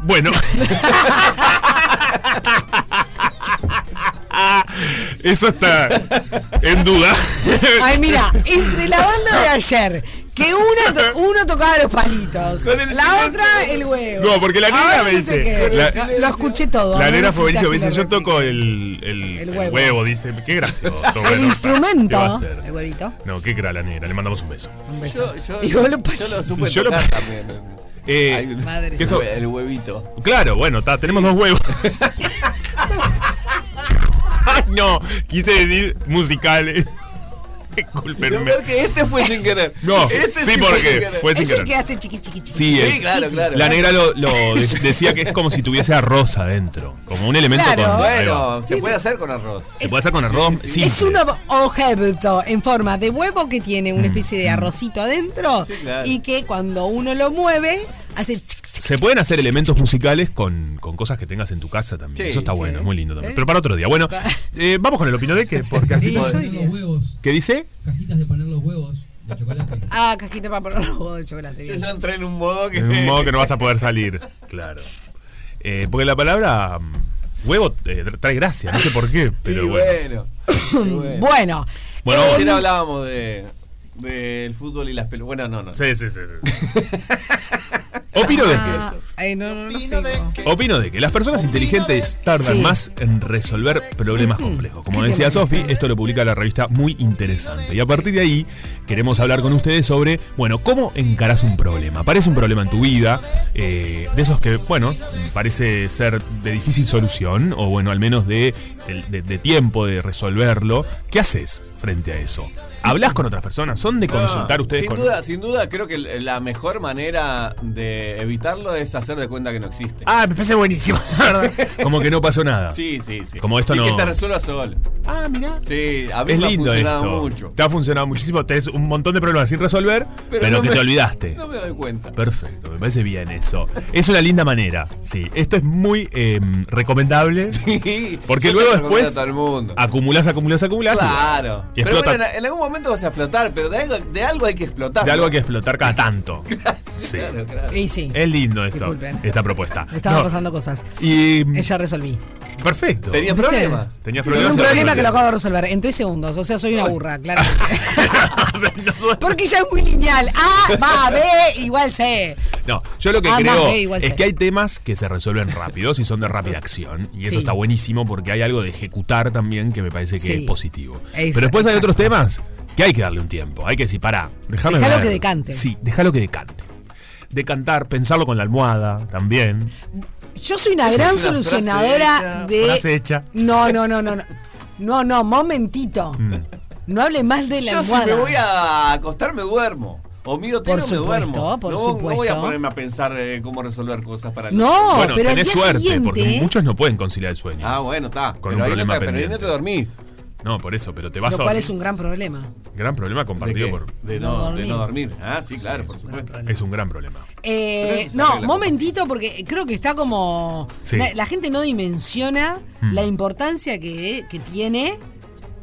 Speaker 2: Bueno. Eso está en duda.
Speaker 1: Ay, mira, entre la banda de ayer, que una to- uno tocaba los palitos,
Speaker 3: Con el
Speaker 1: la
Speaker 3: silencio.
Speaker 1: otra el huevo.
Speaker 2: No, porque la nena
Speaker 1: Ahora
Speaker 2: me
Speaker 1: no sé
Speaker 2: dice-
Speaker 1: qué.
Speaker 2: la-
Speaker 1: Lo- lo escuché todo.
Speaker 2: La nena
Speaker 1: no necesitas
Speaker 2: fue buenísima.
Speaker 1: que
Speaker 2: Me dice,
Speaker 1: lo
Speaker 2: yo toco
Speaker 1: repita.
Speaker 2: el, el,
Speaker 1: El
Speaker 2: el
Speaker 1: huevo.
Speaker 2: huevo. Dice, qué gracioso.
Speaker 1: El
Speaker 2: bueno, ¿qué va a
Speaker 1: instrumento.
Speaker 2: hacer?
Speaker 1: El huevito.
Speaker 2: No, qué cra la nena. Le mandamos un beso.
Speaker 1: Un beso.
Speaker 3: Yo, yo,
Speaker 1: Y vos lo pas-
Speaker 3: yo lo supe
Speaker 2: Yo lo
Speaker 3: tocar
Speaker 2: pas-
Speaker 3: también.
Speaker 2: Eh,
Speaker 3: Ay,
Speaker 1: Madre
Speaker 3: que
Speaker 2: santa.
Speaker 3: eso- el huevito.
Speaker 2: Claro, bueno, ta, tenemos dos huevos. Ay, no. Quise decir musicales.
Speaker 3: Lo
Speaker 2: Disculpenme.
Speaker 3: peor que este fue sin querer.
Speaker 2: No,
Speaker 3: este
Speaker 2: sí,
Speaker 3: fue
Speaker 2: porque
Speaker 3: sin querer.
Speaker 2: fue sin
Speaker 1: Es el que
Speaker 2: querer.
Speaker 1: hace chiqui chiqui chiqui.
Speaker 2: Sí,
Speaker 3: Sí,
Speaker 2: eh,
Speaker 3: claro, claro.
Speaker 2: La negra lo, lo de- decía que es como si tuviese arroz adentro, como un elemento
Speaker 1: Claro.
Speaker 2: con. ahí va.
Speaker 3: Bueno, se puede hacer con arroz.
Speaker 2: Se puede hacer con arroz.
Speaker 3: sí,
Speaker 2: Sí,
Speaker 1: Es un ob- objeto en forma de huevo que tiene
Speaker 2: Mm.
Speaker 1: una especie de arrocito adentro
Speaker 3: claro.
Speaker 1: y que cuando uno lo mueve hace
Speaker 2: Se pueden hacer elementos musicales con, con cosas que tengas en tu casa también.
Speaker 3: Sí,
Speaker 2: Eso está
Speaker 1: sí.
Speaker 2: bueno, es muy lindo también.
Speaker 1: Sí.
Speaker 2: Pero para otro día. Bueno, eh, vamos con el opinión de que porque así
Speaker 1: Sí,
Speaker 2: podemos-
Speaker 1: soy- Los
Speaker 7: huevos,
Speaker 2: ¿Qué dice?
Speaker 7: cajitas de poner los huevos de chocolate.
Speaker 1: Ah, cajita para poner los huevos de chocolate.
Speaker 3: Yo
Speaker 1: bien.
Speaker 3: ya entré en un modo que.
Speaker 2: En un modo que no vas a poder salir. Claro. Eh, porque la palabra mm, huevo eh, trae gracia, no sé por qué, pero
Speaker 3: Y
Speaker 2: bueno.
Speaker 3: bueno. y bueno.
Speaker 1: Bueno, eh,
Speaker 2: Bueno,
Speaker 3: Ayer
Speaker 2: vamos-
Speaker 3: hablábamos de del fútbol y las pelotas. Bueno, no, no.
Speaker 2: Sí, sí, sí. sí. Opino de
Speaker 1: ah, eh, no, no, no, sigo.
Speaker 2: Opino de que las personas inteligentes tardan
Speaker 1: Sí.
Speaker 2: más en resolver problemas complejos. Como
Speaker 1: ¿Qué
Speaker 2: decía
Speaker 1: tema?
Speaker 2: Sofi, esto lo publica la revista Muy Interesante. Y a partir de ahí queremos hablar con ustedes sobre, bueno, cómo encarás un problema. Parece un problema en tu vida, eh, de esos que, bueno, parece ser de difícil solución, o bueno, al menos de, de- de tiempo de resolverlo. ¿Qué haces frente a eso? ¿Hablas con otras personas? ¿Son de consultar ustedes
Speaker 3: Ah, sin
Speaker 2: con
Speaker 3: duda, sin duda, creo que la mejor manera de evitarlo es hacer de cuenta que no existe.
Speaker 2: Ah, me parece buenísimo. la verdad. Como que no pasó nada.
Speaker 3: Sí, sí, sí.
Speaker 2: Como esto
Speaker 3: y que
Speaker 2: no-
Speaker 3: se resuelva solo.
Speaker 2: Ah, mirá.
Speaker 3: Sí, a mí
Speaker 2: Es
Speaker 3: me
Speaker 2: lindo
Speaker 3: ha funcionado
Speaker 2: esto.
Speaker 3: mucho.
Speaker 2: Te ha funcionado muchísimo. Tenés un montón de problemas sin resolver, pero,
Speaker 3: no
Speaker 2: que
Speaker 3: me-
Speaker 2: te olvidaste.
Speaker 3: No me doy cuenta.
Speaker 2: Perfecto, me parece bien eso. Es una linda manera. Sí, esto es muy eh, recomendable.
Speaker 3: Sí,
Speaker 2: Porque
Speaker 3: yo
Speaker 2: luego
Speaker 3: se lo recomiendo
Speaker 2: después
Speaker 3: a todo el mundo.
Speaker 2: acumulás, acumulás, acumulás. y
Speaker 3: Claro.
Speaker 2: Y
Speaker 3: pero
Speaker 2: explota-
Speaker 3: bueno, en, en algún momento vas a explotar, pero de algo, de algo hay que explotar.
Speaker 2: de
Speaker 3: ¿no?
Speaker 2: algo hay que explotar cada tanto. Sí.
Speaker 1: Y sí,
Speaker 2: Es lindo esto,
Speaker 1: Disculpen.
Speaker 2: esta propuesta.
Speaker 1: me estaban
Speaker 2: No,
Speaker 1: pasando cosas.
Speaker 2: Y
Speaker 1: Ella resolví.
Speaker 2: perfecto.
Speaker 3: ¿Tenías
Speaker 1: ¿Viste?
Speaker 3: problemas?
Speaker 2: Tenías
Speaker 1: Tengo
Speaker 2: problemas.
Speaker 1: un
Speaker 2: en la
Speaker 1: problema que lo
Speaker 2: realidad.
Speaker 1: acabo de resolver en tres segundos. O sea, soy una burra, claro.
Speaker 2: O sea, no soy-
Speaker 1: Porque ya es muy lineal. A, va, B, igual C.
Speaker 2: No, yo lo que
Speaker 1: Ah, más
Speaker 2: creo
Speaker 1: B igual
Speaker 2: es
Speaker 1: C.
Speaker 2: que hay temas que se resuelven rápidos y son de rápida acción. Y eso
Speaker 1: Sí.
Speaker 2: está buenísimo porque hay algo de ejecutar también que me parece que
Speaker 1: Sí.
Speaker 2: es positivo.
Speaker 1: Es-
Speaker 2: Pero después hay
Speaker 1: exacto.
Speaker 2: otros temas que hay que darle un tiempo. Hay que decir, pará, déjame
Speaker 1: Dejalo
Speaker 2: ver.
Speaker 1: que decante.
Speaker 2: Sí, déjalo que decante. Decantar, pensarlo con la almohada también.
Speaker 1: Yo soy una gran
Speaker 3: es una
Speaker 1: solucionadora
Speaker 3: frase
Speaker 1: de.
Speaker 2: Frase hecha.
Speaker 1: No, no, no, no, no. No, no, momentito. No hable más de la
Speaker 3: Yo si
Speaker 1: almohada.
Speaker 3: me voy a acostar me duermo. O miro tele
Speaker 1: Por
Speaker 3: o me
Speaker 1: supuesto,
Speaker 3: duermo.
Speaker 1: por
Speaker 3: no, no voy
Speaker 1: supuesto.
Speaker 3: a ponerme a pensar eh, cómo resolver cosas para
Speaker 1: No,
Speaker 2: bueno,
Speaker 1: pero al
Speaker 2: tenés
Speaker 1: día
Speaker 2: suerte
Speaker 1: siguiente- ¿eh?
Speaker 2: porque muchos no pueden conciliar el sueño.
Speaker 3: Ah, bueno, está.
Speaker 2: Con
Speaker 3: pero,
Speaker 2: un
Speaker 3: ahí no
Speaker 2: problema
Speaker 3: te, pero ahí no
Speaker 2: pendiente.
Speaker 3: te dormís.
Speaker 2: No, por eso, pero te vas
Speaker 1: Lo
Speaker 2: a
Speaker 1: cual
Speaker 2: dormir.
Speaker 1: es un gran problema.
Speaker 2: gran problema compartido
Speaker 3: qué?
Speaker 2: por
Speaker 3: De
Speaker 1: No
Speaker 3: no, de
Speaker 1: dormir.
Speaker 3: no dormir. Ah, sí, claro, por supuesto.
Speaker 2: es un gran problema.
Speaker 1: Eh,
Speaker 3: Pero eso se
Speaker 1: no,
Speaker 3: arregla.
Speaker 1: momentito, porque creo que está como.
Speaker 2: Sí.
Speaker 1: La, la gente no dimensiona
Speaker 3: Mm.
Speaker 1: la importancia que, que tiene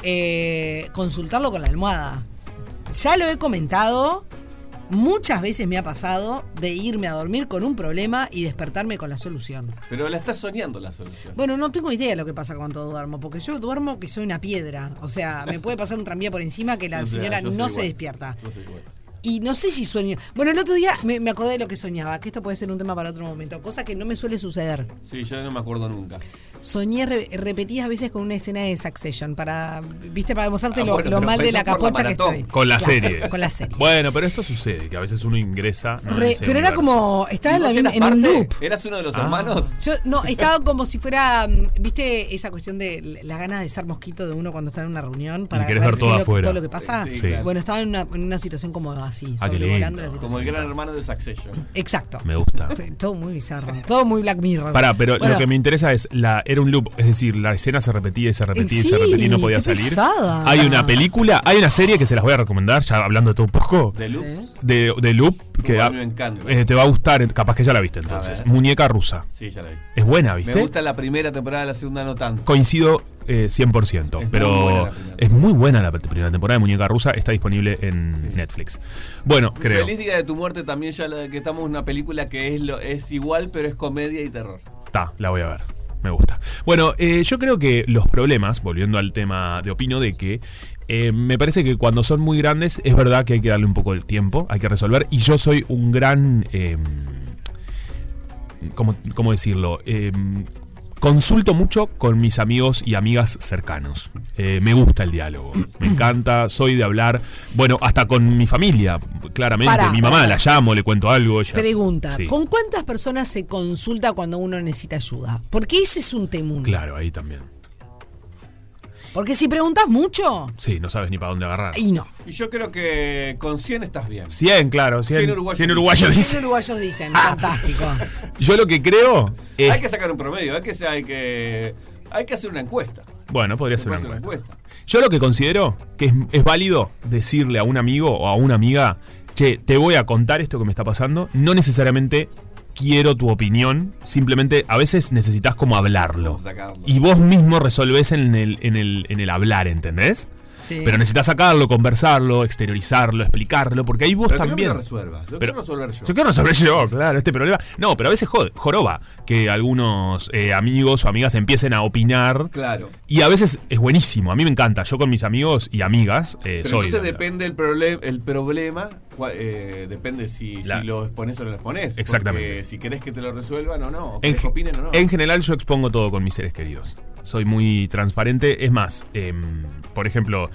Speaker 1: eh, consultarlo con la almohada. Ya lo he comentado. Muchas veces me ha pasado de irme a dormir con un problema y despertarme con la solución.
Speaker 3: Pero la estás soñando la solución.
Speaker 1: Bueno, no tengo idea de lo que pasa cuando duermo, porque yo duermo que soy una piedra. O sea, me puede pasar un tranvía por encima que la
Speaker 3: O sea,
Speaker 1: señora
Speaker 3: yo soy
Speaker 1: no se
Speaker 3: igual.
Speaker 1: despierta.
Speaker 3: Yo soy igual.
Speaker 1: Y no sé si sueño. Bueno, el otro día me, me acordé de lo que soñaba, que esto puede ser un tema para otro momento, cosa que no me suele suceder.
Speaker 3: Sí, yo no me acuerdo nunca.
Speaker 1: Soñé re- repetidas veces con una escena de Succession para, viste, para demostrarte
Speaker 3: Ah,
Speaker 1: lo,
Speaker 3: bueno,
Speaker 1: lo
Speaker 3: pero
Speaker 1: mal de
Speaker 3: pensá
Speaker 1: la
Speaker 3: por la
Speaker 1: capocha que
Speaker 3: maratón.
Speaker 1: estoy.
Speaker 2: Con la
Speaker 1: Claro,
Speaker 2: serie.
Speaker 1: Con la serie.
Speaker 2: Bueno, pero esto sucede, que a veces uno ingresa. no en
Speaker 1: Re-
Speaker 2: ese
Speaker 1: pero era
Speaker 2: universo.
Speaker 1: como, estaba
Speaker 3: ¿Y
Speaker 1: en, la
Speaker 3: vos
Speaker 1: misma-
Speaker 3: eras
Speaker 1: en un
Speaker 3: parte?
Speaker 1: loop.
Speaker 3: ¿Eras uno de los
Speaker 2: Ah.
Speaker 3: hermanos?
Speaker 1: Yo, no, estaba como si fuera, mm, viste, esa cuestión de l- la gana de ser mosquito de uno cuando está en una reunión para
Speaker 2: querés ver
Speaker 1: qué
Speaker 2: todo
Speaker 1: es lo-
Speaker 2: afuera.
Speaker 1: todo lo que pasa.
Speaker 3: Sí,
Speaker 2: Sí.
Speaker 3: claro.
Speaker 1: Bueno, estaba en una, en una situación como así,
Speaker 2: Ah, qué lindo.
Speaker 1: sobrevolando la
Speaker 3: Como
Speaker 1: situación.
Speaker 3: el gran hermano de Succession.
Speaker 1: Exacto.
Speaker 2: Me gusta.
Speaker 1: Todo muy bizarro. Todo muy Black Mirror.
Speaker 2: Pará, pero
Speaker 1: Bueno,
Speaker 2: lo que me interesa es, la, era un loop, es decir, la escena se repetía y se repetía y
Speaker 1: Sí,
Speaker 2: se repetía y no podía
Speaker 1: qué
Speaker 2: salir.
Speaker 1: pesada.
Speaker 2: Hay una película, hay una serie que se las voy a recomendar, ya hablando de todo un poco,
Speaker 3: De
Speaker 2: de,
Speaker 3: Loop.
Speaker 2: de, loop, que
Speaker 3: a
Speaker 2: ah,
Speaker 3: mí me encanta.
Speaker 2: eh, te va a gustar, capaz que ya la viste entonces.
Speaker 3: ver.
Speaker 2: Muñeca rusa.
Speaker 3: Sí, ya la vi.
Speaker 2: Es buena,
Speaker 3: Me
Speaker 2: ¿viste?
Speaker 3: gusta la primera temporada, la segunda no tanto.
Speaker 2: Coincido eh, 100%,
Speaker 3: Es
Speaker 2: pero
Speaker 3: muy buena la primera
Speaker 2: es muy buena la primera temporada de Muñeca Rusa, está disponible en Netflix. Bueno, creo.
Speaker 3: Feliz Día de tu Muerte también ya la que estamos en una película que es lo es igual pero es comedia y terror.
Speaker 2: Está, la voy a ver. Me gusta. Bueno, eh, yo creo que los problemas, volviendo al tema de opino, de que eh, me parece que cuando son muy grandes es verdad que hay que darle un poco de tiempo, hay que resolver. Y yo soy un gran... eh, ¿cómo, cómo decirlo? Eh, consulto mucho con mis amigos y amigas cercanos. Eh, me gusta el diálogo, me encanta, soy de hablar, bueno, hasta con mi familia, claramente.
Speaker 1: Pará,
Speaker 2: mi mamá
Speaker 1: pará.
Speaker 2: la llamo, le cuento algo. ella-
Speaker 1: Pregunta,
Speaker 2: Sí,
Speaker 1: ¿con cuántas personas se consulta cuando uno necesita ayuda? Porque ese es un temún.
Speaker 2: Claro, ahí también.
Speaker 1: Porque si preguntas mucho,
Speaker 2: Sí, no sabes ni para dónde agarrar.
Speaker 1: y no.
Speaker 3: Y yo creo que con 100 estás bien.
Speaker 2: 100, claro, 100, 100
Speaker 3: 100
Speaker 2: uruguayos.
Speaker 3: uruguayos.
Speaker 1: Los
Speaker 2: dice.
Speaker 1: uruguayos dicen, fantástico.
Speaker 2: Yo lo que creo es.
Speaker 3: Hay que sacar un promedio, hay que sa- hay que hay que hacer una encuesta.
Speaker 2: bueno, podría
Speaker 3: Se
Speaker 2: ser
Speaker 3: puede
Speaker 2: una
Speaker 3: hacer una
Speaker 2: encuesta.
Speaker 3: encuesta.
Speaker 2: Yo lo que considero que es, es válido decirle a un amigo o a una amiga, che, te voy a contar esto que me está pasando. No necesariamente quiero tu opinión, simplemente a veces necesitas como hablarlo.
Speaker 3: Como sacarlo.
Speaker 2: Y vos mismo resolvés en el, en el, en el hablar, ¿entendés?
Speaker 1: Sí.
Speaker 2: Pero necesitas sacarlo, conversarlo, exteriorizarlo, explicarlo, porque ahí vos
Speaker 3: Pero que no me
Speaker 2: también.
Speaker 3: lo resuelva, lo quiero resolver yo.
Speaker 2: quiero resolver yo, claro, este problema. No, pero a veces jode- joroba que algunos eh, amigos o amigas empiecen a opinar.
Speaker 3: Claro.
Speaker 2: Y a veces es buenísimo, a mí me encanta. Yo con mis amigos y amigas eh,
Speaker 3: Pero
Speaker 2: soy.
Speaker 3: entonces depende el, problema el problema, cua- eh, depende si,
Speaker 2: La-
Speaker 3: si lo expones o no lo expones.
Speaker 2: Exactamente.
Speaker 3: Porque si querés que te lo resuelvan o no, o
Speaker 2: en,
Speaker 3: querés que opinen o no.
Speaker 2: en general yo expongo todo con mis seres queridos. Soy muy transparente. Es más, em, por ejemplo,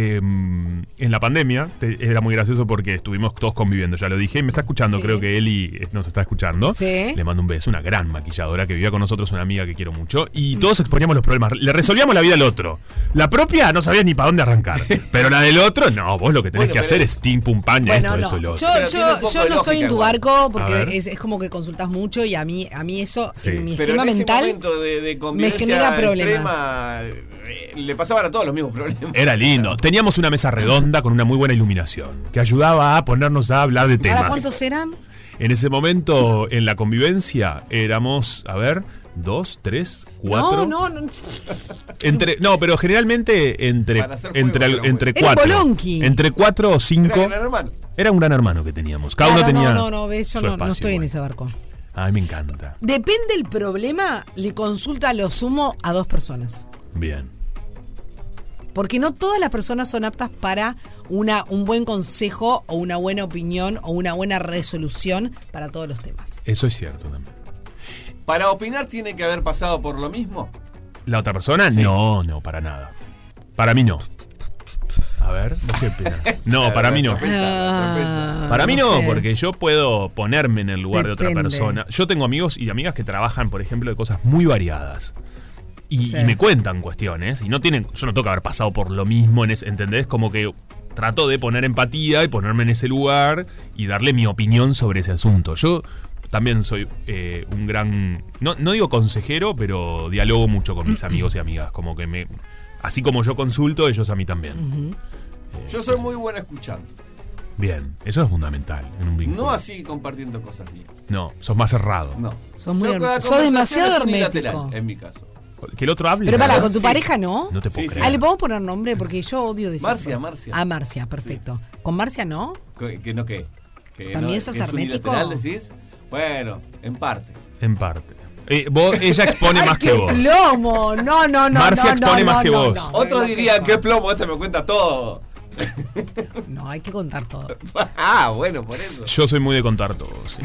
Speaker 2: em, en la pandemia te- era muy gracioso porque estuvimos todos conviviendo, ya lo dije, y me está escuchando,
Speaker 1: Sí.
Speaker 2: creo que Eli eh, nos está escuchando.
Speaker 1: Sí.
Speaker 2: Le mando un beso, una gran maquilladora que vivía con nosotros, una amiga que quiero mucho, y todos exponíamos los problemas. Le resolvíamos la vida al otro. La propia no sabía ni para dónde arrancar, pero la del otro, no, vos lo que tenés
Speaker 3: Bueno,
Speaker 2: que
Speaker 3: pero-
Speaker 2: hacer es tim pum pan,
Speaker 1: Bueno,
Speaker 2: esto,
Speaker 1: no.
Speaker 2: esto, lo otro.
Speaker 1: Yo,
Speaker 3: Pero tiene un
Speaker 1: yo,
Speaker 3: poco
Speaker 1: yo
Speaker 3: de
Speaker 1: no estoy en
Speaker 3: lógica
Speaker 1: tu
Speaker 3: igual.
Speaker 1: barco
Speaker 2: A
Speaker 1: porque
Speaker 2: ver.
Speaker 1: es, es como que consultas mucho y a mí, a mí eso,
Speaker 2: Sí.
Speaker 1: en mi
Speaker 3: Pero
Speaker 1: esquema
Speaker 3: en ese
Speaker 1: mental.
Speaker 3: momento de, de convivencia
Speaker 1: genera problemas.
Speaker 3: extrema, eh, le pasaban a todos los mismos problemas.
Speaker 2: Era lindo. Teníamos una mesa redonda con una muy buena iluminación que ayudaba a ponernos a hablar de
Speaker 1: ¿Ahora
Speaker 2: temas.
Speaker 1: cuántos eran?
Speaker 2: En ese momento, en la convivencia, éramos, a ver, dos, tres,
Speaker 1: No,
Speaker 2: cuatro. Pues
Speaker 1: no, no.
Speaker 2: Entre, no, pero generalmente entre,
Speaker 3: Para hacer
Speaker 2: entre,
Speaker 3: juego,
Speaker 2: entre
Speaker 1: Era
Speaker 2: cuatro.
Speaker 1: Bolonqui.
Speaker 2: Entre cuatro o cinco.
Speaker 3: Era Gran Hermano.
Speaker 2: Era un gran hermano que teníamos. Cada
Speaker 1: Claro,
Speaker 2: uno tenía.
Speaker 1: no, no, no, ves, yo
Speaker 2: su
Speaker 1: no, no
Speaker 2: espacio,
Speaker 1: estoy en
Speaker 2: bueno.
Speaker 1: ese barco.
Speaker 2: Ay, me encanta.
Speaker 1: Depende el problema, le consulta a lo sumo a dos personas.
Speaker 2: Bien.
Speaker 1: Porque no todas las personas son aptas para una, un buen consejo o una buena opinión o una buena resolución para todos los temas.
Speaker 2: Eso es cierto también.
Speaker 3: Para opinar tiene que haber pasado por lo mismo.
Speaker 2: ¿La otra persona? No, no, para nada. Para mí no. A ver, ¿vos qué opinás? No, para mí no.
Speaker 3: Pensá,
Speaker 2: Para mí no,
Speaker 1: Ah, sé.
Speaker 2: porque yo puedo ponerme en el lugar de otra
Speaker 1: Depende.
Speaker 2: persona. Yo tengo amigos y amigas que trabajan, por ejemplo, de cosas muy variadas. Y,
Speaker 1: Sí.
Speaker 2: y me cuentan cuestiones. Y no tienen. Yo no tengo que haber pasado por lo mismo, en ese- ¿entendés? Como que trato de poner empatía y ponerme en ese lugar y darle mi opinión sobre ese asunto. Yo también soy eh, un gran. No, no digo consejero, pero dialogo mucho con mis amigos y amigas. Como que me. Así como yo consulto, ellos a mí también.
Speaker 3: Yo soy muy bueno escuchando.
Speaker 2: Bien, eso es fundamental en un vínculo.
Speaker 3: No así compartiendo cosas mías.
Speaker 2: No, sos más cerrado.
Speaker 3: No.
Speaker 1: Sos muy
Speaker 3: Yo
Speaker 1: herm-
Speaker 3: cada
Speaker 1: sos
Speaker 3: conversación
Speaker 1: demasiado
Speaker 3: es unilateral,
Speaker 1: hermético.
Speaker 3: En mi caso.
Speaker 2: Que el otro hable.
Speaker 1: Pero para,
Speaker 2: ¿verdad?
Speaker 1: con tu
Speaker 3: Sí.
Speaker 1: pareja no.
Speaker 2: No te puedo
Speaker 3: Sí, sí.
Speaker 2: creer.
Speaker 1: Ah, le podemos poner nombre porque yo odio decir.
Speaker 3: Marcia, Marcia.
Speaker 1: Ah, Marcia, perfecto. ¿Con Marcia no?
Speaker 3: Que, que no que. que
Speaker 1: ¿También
Speaker 3: no,
Speaker 1: sos
Speaker 3: es
Speaker 1: hermético?
Speaker 3: unilateral, decís? Bueno, en parte.
Speaker 2: En parte. Eh, vos- ella expone
Speaker 1: Ay,
Speaker 2: más
Speaker 1: qué
Speaker 2: que vos.
Speaker 1: plomo! No, no, no.
Speaker 2: Marcia
Speaker 1: no,
Speaker 2: expone
Speaker 1: no,
Speaker 2: más
Speaker 1: no,
Speaker 2: que
Speaker 1: no,
Speaker 2: vos.
Speaker 1: no,
Speaker 3: Otros
Speaker 1: no,
Speaker 3: dirían,
Speaker 1: no.
Speaker 3: qué plomo, esta me cuenta todo.
Speaker 1: No, hay que contar todo.
Speaker 3: ah, bueno, por eso.
Speaker 2: Yo soy muy de contar todo. sí.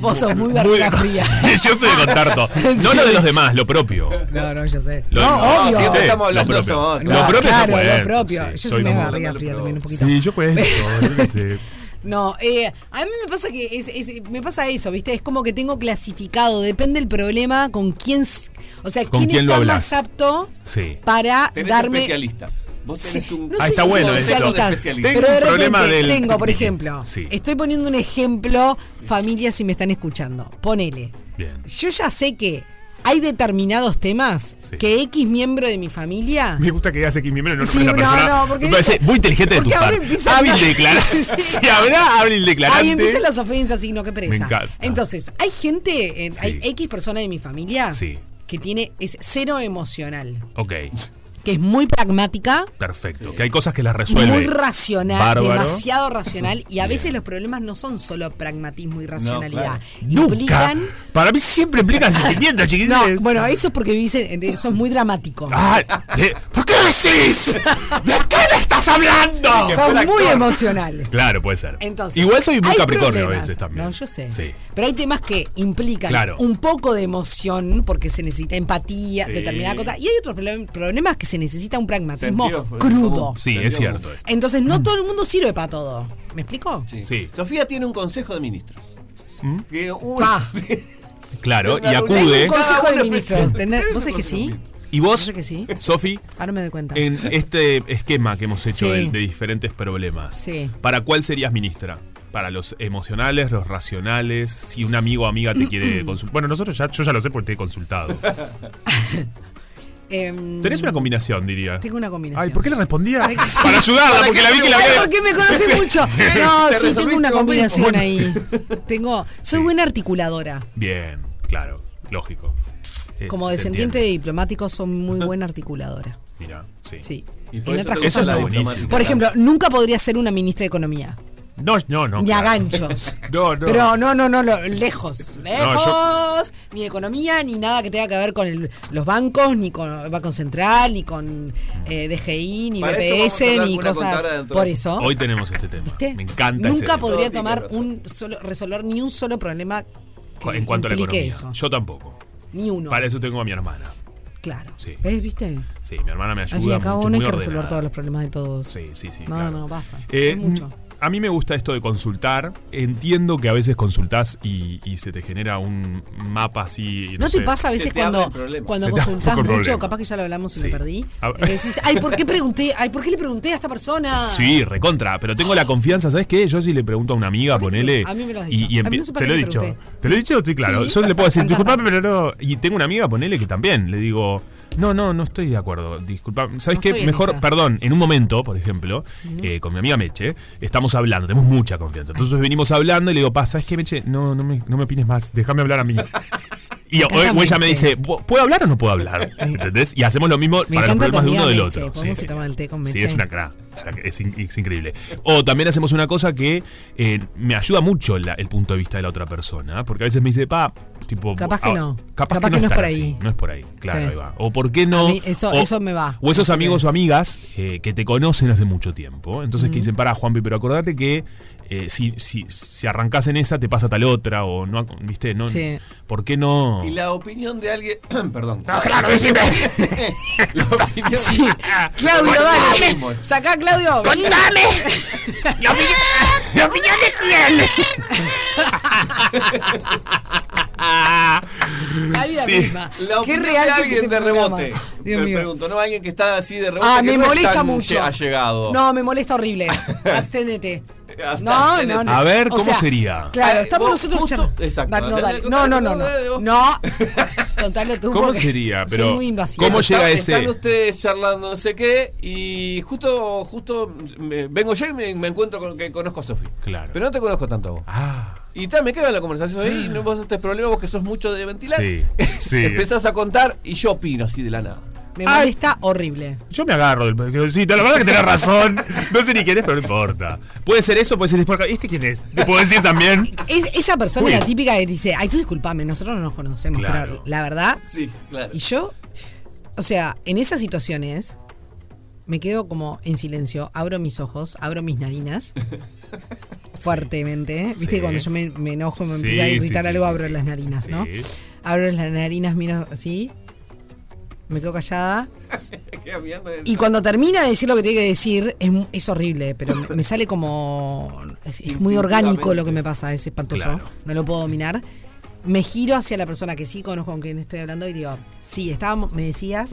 Speaker 1: Vos sos muy
Speaker 2: Muy
Speaker 1: barriga
Speaker 2: de-
Speaker 1: fría.
Speaker 2: Yo soy de contar todo. No lo de los demás, lo propio.
Speaker 1: No, no, yo sé.
Speaker 2: Lo-
Speaker 1: no,
Speaker 3: no,
Speaker 1: obvio.
Speaker 3: si
Speaker 2: Sí,
Speaker 3: estamos hablando
Speaker 2: lo
Speaker 3: de
Speaker 2: propio.
Speaker 3: esto,
Speaker 2: Lo
Speaker 1: No,
Speaker 2: propio no
Speaker 1: claro,
Speaker 2: pueden,
Speaker 1: lo propio.
Speaker 2: sí,
Speaker 1: yo soy una
Speaker 2: muy-
Speaker 1: barriga
Speaker 3: lo
Speaker 1: fría
Speaker 3: propio.
Speaker 1: también un poquito.
Speaker 2: Sí, yo cuento. yo qué sé.
Speaker 1: No, eh, a mí me pasa que es- es- me pasa eso, ¿viste? Es como que tengo clasificado, depende el problema con quién, s- o sea,
Speaker 2: ¿Con
Speaker 1: quién,
Speaker 2: quién lo
Speaker 1: está
Speaker 2: hablas?
Speaker 1: más apto
Speaker 2: Sí.
Speaker 1: para
Speaker 3: Tenés
Speaker 1: darme
Speaker 3: especialistas. Vos
Speaker 1: Sí.
Speaker 3: tenés un.
Speaker 1: No
Speaker 2: Ah,
Speaker 1: sé
Speaker 2: está
Speaker 1: si
Speaker 2: bueno
Speaker 1: son
Speaker 2: eso.
Speaker 1: especialistas,
Speaker 3: Tengo
Speaker 1: pero
Speaker 2: un
Speaker 1: de repente
Speaker 2: problema del-
Speaker 1: tengo, por ejemplo,
Speaker 2: Sí.
Speaker 1: estoy poniendo un ejemplo, familia si me están escuchando, ponele.
Speaker 2: Bien.
Speaker 1: Yo ya sé que hay determinados temas
Speaker 2: Sí.
Speaker 1: que X miembro de mi familia
Speaker 2: Me gusta que digas aquí mi no
Speaker 1: Sí,
Speaker 2: una
Speaker 1: no,
Speaker 2: persona.
Speaker 1: no, porque-
Speaker 2: me parece muy inteligente de tu
Speaker 1: porque ahora
Speaker 2: parte.
Speaker 1: empiezan
Speaker 2: Hábil
Speaker 1: las-
Speaker 2: de declarar.
Speaker 1: Sí.
Speaker 2: Si habrá hábil declarante.
Speaker 1: Ahí empiezan las ofensas, signo que presa.
Speaker 2: Me encanta.
Speaker 1: Entonces, hay gente, en-
Speaker 2: Sí.
Speaker 1: hay X persona de mi familia
Speaker 2: Sí.
Speaker 1: que tiene, es cero emocional,
Speaker 2: Ok,
Speaker 1: que es muy pragmática,
Speaker 2: perfecto. Que hay cosas que las resuelve.
Speaker 1: muy racional,
Speaker 2: Bárbaro.
Speaker 1: demasiado racional, y a veces
Speaker 2: Bien.
Speaker 1: los problemas no son solo pragmatismo y racionalidad.
Speaker 3: claro.
Speaker 2: Nunca.
Speaker 1: Implican.
Speaker 2: Para mí siempre implican sentimientos,
Speaker 1: No,
Speaker 2: chiquitines.
Speaker 1: bueno, eso es porque vivís en, en- eh, sos muy dramático.
Speaker 2: Ah, de- ¿Por qué decís? ¿De qué me estás hablando?
Speaker 1: sos muy emocional.
Speaker 2: Claro, puede ser.
Speaker 1: Entonces,
Speaker 2: Igual soy muy
Speaker 1: hay
Speaker 2: capricornio a
Speaker 1: problemas.
Speaker 2: veces también.
Speaker 1: No, yo sé.
Speaker 2: Sí.
Speaker 1: Pero hay temas que implican
Speaker 2: Claro.
Speaker 1: un poco de emoción porque se necesita empatía,
Speaker 3: Sí.
Speaker 1: determinada cosa. Y hay otros problem- problemas que se necesita un pragmatismo
Speaker 3: Sentido pues, común.
Speaker 1: crudo.
Speaker 2: Sí, es cierto.
Speaker 1: Entonces,
Speaker 2: Mm.
Speaker 1: no todo el mundo sirve para todo. ¿Me explico?
Speaker 2: Sí. ¿Mm?
Speaker 3: Sofía tiene un consejo de ministros. Que un-
Speaker 1: Pa.
Speaker 2: Claro, y
Speaker 3: Tengo
Speaker 2: acude.
Speaker 1: Un consejo
Speaker 3: Cada uno
Speaker 1: de ministros.
Speaker 3: presenta.
Speaker 1: Tener-
Speaker 3: Tenés
Speaker 1: ¿Vos
Speaker 3: un
Speaker 1: sabés que sí?
Speaker 3: consejo.
Speaker 2: Y
Speaker 1: ¿Vos
Speaker 2: vos,
Speaker 1: sabés que sí?
Speaker 2: Sofi,
Speaker 1: Ahora me doy cuenta.
Speaker 2: en este esquema que hemos hecho
Speaker 1: Sí.
Speaker 2: del- de, diferentes problemas,
Speaker 1: Sí.
Speaker 2: ¿para cuál serías ministra? Para los emocionales, los racionales, si un amigo o amiga te quiere consultar. Bueno, nosotros ya, yo ya lo sé porque te he consultado.
Speaker 1: Em,
Speaker 2: Tenés una combinación, diría.
Speaker 1: Tengo una combinación.
Speaker 2: Ay, ¿por qué le respondía?
Speaker 1: Ay, sí.
Speaker 2: Para ayudarla,
Speaker 3: Para
Speaker 2: porque
Speaker 3: que
Speaker 2: la vi
Speaker 3: me
Speaker 2: que la
Speaker 1: Ay,
Speaker 2: había.
Speaker 1: porque me conoce mucho. No,
Speaker 3: Te
Speaker 1: sí, tengo
Speaker 3: resolviste
Speaker 1: una
Speaker 3: vos mismo.
Speaker 1: combinación
Speaker 3: Bueno.
Speaker 1: ahí. Tengo, soy
Speaker 2: Sí.
Speaker 1: buena articuladora.
Speaker 2: Bien, claro, lógico. Eh,
Speaker 1: Como
Speaker 2: se
Speaker 1: descendiente de
Speaker 2: entiende.
Speaker 1: diplomáticos, soy muy buena articuladora.
Speaker 2: Mira, sí.
Speaker 1: Sí.
Speaker 3: Y
Speaker 1: En
Speaker 3: por eso
Speaker 1: otras
Speaker 3: te gusta
Speaker 1: cosas
Speaker 3: la
Speaker 1: no.
Speaker 2: diplomática.
Speaker 1: Por ejemplo, nunca podría ser una ministra de Economía.
Speaker 2: No, no, no.
Speaker 1: ni a
Speaker 2: claro.
Speaker 1: ganchos.
Speaker 2: No, no.
Speaker 1: Pero no, no, no, lo- lejos. Lejos.
Speaker 2: yo-
Speaker 1: Ni economía, ni nada que tenga que ver con el- los bancos, ni con el Banco Central, ni con eh, DGI, ni
Speaker 3: Para eso vamos a
Speaker 1: BPS,
Speaker 3: hablar
Speaker 1: ni
Speaker 3: con una contadora
Speaker 1: cosas.
Speaker 3: dentro
Speaker 1: Por
Speaker 3: de-
Speaker 1: eso.
Speaker 2: Hoy tenemos este tema.
Speaker 1: ¿viste?
Speaker 2: Me encanta ese
Speaker 1: Nunca
Speaker 2: tema.
Speaker 1: podría
Speaker 3: Todo
Speaker 1: tomar
Speaker 3: tico,
Speaker 1: un solo, resolver ni un solo problema que
Speaker 2: En cuanto a la
Speaker 1: implique
Speaker 2: economía.
Speaker 1: eso.
Speaker 2: Yo tampoco.
Speaker 1: Ni uno.
Speaker 2: Para eso tengo a mi hermana.
Speaker 1: Claro.
Speaker 2: Sí.
Speaker 1: ¿Ves, viste?
Speaker 2: Sí, mi hermana me
Speaker 1: Al fin y
Speaker 2: ayuda.
Speaker 1: al cabo,
Speaker 2: mucho,
Speaker 1: no hay
Speaker 2: muy
Speaker 1: que resolver
Speaker 2: ordenada.
Speaker 1: todos los problemas de todos.
Speaker 2: Sí, sí, sí.
Speaker 1: No,
Speaker 2: claro.
Speaker 1: no, basta.
Speaker 2: Eh,
Speaker 1: es mucho.
Speaker 2: A mí me gusta esto de consultar. Entiendo que a veces consultás y, y se te genera un mapa así.
Speaker 1: ¿No, te
Speaker 2: sé.
Speaker 1: pasa a veces
Speaker 3: se te abren
Speaker 1: cuando,
Speaker 3: problemas.
Speaker 1: cuando
Speaker 2: Se te
Speaker 1: consultás
Speaker 2: abren
Speaker 1: mucho?
Speaker 2: problemas.
Speaker 1: Capaz que ya lo hablamos y
Speaker 2: Sí.
Speaker 1: me perdí.
Speaker 2: A-
Speaker 1: que decís, ay, ¿por qué pregunté? Ay, ¿por qué le pregunté a esta persona?
Speaker 2: Sí, recontra, pero tengo la confianza, ¿sabes qué? Yo si le pregunto a una amiga,
Speaker 1: ¿Por qué
Speaker 2: ponele.
Speaker 1: te- a mí me lo has
Speaker 2: y-
Speaker 1: dicho?
Speaker 2: y
Speaker 1: A mí
Speaker 2: empie-
Speaker 1: no sé para
Speaker 2: te lo he
Speaker 1: qué
Speaker 2: dicho.
Speaker 1: te pregunté.
Speaker 2: Te lo he dicho, estoy claro.
Speaker 1: Sí.
Speaker 2: Yo le puedo decir,
Speaker 1: Me encanta.
Speaker 2: disculpame, pero no. Y tengo una amiga, ponele, que también le digo, no, no, no estoy de acuerdo. Disculpa, ¿sabes
Speaker 1: No estoy
Speaker 2: qué?
Speaker 1: en
Speaker 2: Mejor,
Speaker 1: esa.
Speaker 2: perdón, en un momento, por ejemplo, eh, con mi amiga Meche, estamos hablando, tenemos mucha confianza. Entonces venimos hablando y le digo, pasa, ¿sabes qué, Meche? No, no me, no me opines más, déjame hablar a mí. Y o- o ella me
Speaker 1: Claramente.
Speaker 2: dice, "¿Pu- ¿puedo hablar o no puedo hablar? ¿Entendés? Y hacemos lo mismo
Speaker 1: Me
Speaker 2: para los
Speaker 1: encanta tu
Speaker 2: problemas de
Speaker 1: amiga
Speaker 2: uno del
Speaker 1: Meche.
Speaker 2: otro.
Speaker 1: Podemos ir a tomar el té con
Speaker 2: Sí,
Speaker 1: Meche.
Speaker 2: es una cra. O sea, que es, in- es increíble. O también hacemos una cosa que eh, me ayuda mucho la- el punto de vista de la otra persona. ¿eh? Porque a veces me dice, pa, tipo. ah,
Speaker 1: Capaz que no.
Speaker 2: Capaz, que no, es por ahí. No es por ahí. Claro,
Speaker 1: Sí.
Speaker 2: ahí va. O por qué no.
Speaker 1: A mí eso-
Speaker 2: o-
Speaker 1: eso me va.
Speaker 2: O esos
Speaker 1: Así que-
Speaker 2: amigos o amigas eh, que te conocen hace mucho tiempo. Entonces que dicen, para Juanpi, pero acordate que eh, si, si, si arrancás en esa, te pasa tal otra. O no, viste, no.
Speaker 1: Sí.
Speaker 2: ¿Por qué no?
Speaker 3: Y la opinión de alguien. Perdón.
Speaker 2: No, claro, decime.
Speaker 3: La opinión.
Speaker 1: Claudio,
Speaker 3: Contame.
Speaker 1: dale. Sacá, Claudio. vení.
Speaker 2: ¿La opinión, de quién?
Speaker 1: La vida
Speaker 2: Sí.
Speaker 1: misma.
Speaker 3: Ah. La
Speaker 1: Qué
Speaker 3: opinión
Speaker 1: real
Speaker 3: de
Speaker 1: que es
Speaker 3: alguien
Speaker 1: este
Speaker 3: de
Speaker 1: programa.
Speaker 3: rebote.
Speaker 1: Dios
Speaker 3: Me
Speaker 1: mío.
Speaker 3: pregunto, ¿no? Alguien que está así de rebote.
Speaker 1: Ah,
Speaker 3: que
Speaker 1: me
Speaker 3: no es
Speaker 1: molesta
Speaker 3: tan
Speaker 1: mucho.
Speaker 3: Ha llegado.
Speaker 1: No, me molesta horrible. Absténete. No, no, no.
Speaker 2: A ver,
Speaker 1: O
Speaker 2: ¿cómo
Speaker 1: sea,
Speaker 2: sería?
Speaker 1: Claro,
Speaker 3: Eh,
Speaker 1: estamos
Speaker 3: vos
Speaker 1: nosotros
Speaker 3: justo-
Speaker 1: charlando.
Speaker 3: Exacto.
Speaker 1: Dale, No,
Speaker 3: Dale,
Speaker 1: dale. no,
Speaker 3: contale,
Speaker 1: no, no,
Speaker 3: contale
Speaker 1: no.
Speaker 3: vos.
Speaker 1: No. Contalo tú.
Speaker 2: ¿Cómo
Speaker 1: porque
Speaker 2: sería? Pero,
Speaker 1: soy muy invasiva.
Speaker 2: ¿cómo
Speaker 3: Está-
Speaker 2: llega
Speaker 3: Están
Speaker 2: ese?
Speaker 3: ustedes charlando no sé qué y justo justo me- vengo yo y me, me encuentro con que conozco a Sofi.
Speaker 2: Claro.
Speaker 3: Pero no te conozco tanto a vos.
Speaker 2: Ah.
Speaker 3: Y tal, me quedo en la conversación ahí, no vos no tenés problema, vos que sos mucho de ventilar.
Speaker 2: Sí, sí.
Speaker 3: Empezás a contar y yo opino así de la nada.
Speaker 1: Me molesta horrible.
Speaker 2: Yo me agarro del que- Sí, la verdad que tenés razón. No sé ni quién es, pero no importa. Puede ser eso, puede ser después. ¿Este quién es? ¿Te puedo decir también?
Speaker 1: Es, esa persona
Speaker 2: Uy.
Speaker 1: es la típica que dice, ay, tú disculpame, nosotros no nos conocemos,
Speaker 2: Claro.
Speaker 1: pero la verdad.
Speaker 3: Sí, claro.
Speaker 1: Y yo, o sea, en esas situaciones me quedo como en silencio, abro mis ojos, abro mis narinas fuertemente. Viste
Speaker 2: Sí.
Speaker 1: cuando yo me, me enojo y me
Speaker 2: Sí,
Speaker 1: empieza a irritar
Speaker 2: sí, sí,
Speaker 1: algo,
Speaker 2: sí,
Speaker 1: abro
Speaker 2: sí.
Speaker 1: las narinas, ¿no?
Speaker 2: Sí.
Speaker 1: Abro las narinas, miro así, me quedo callada.
Speaker 3: Quedás mirando eso.
Speaker 1: Y cuando termina de decir lo que tiene que decir, es, mu- es horrible, pero me, me sale como. Es, es muy orgánico lo que me pasa, es espantoso.
Speaker 2: Claro.
Speaker 1: No lo puedo dominar. Me giro hacia la persona que sí conozco, con quien estoy hablando, y digo, sí, estábamos, me decías.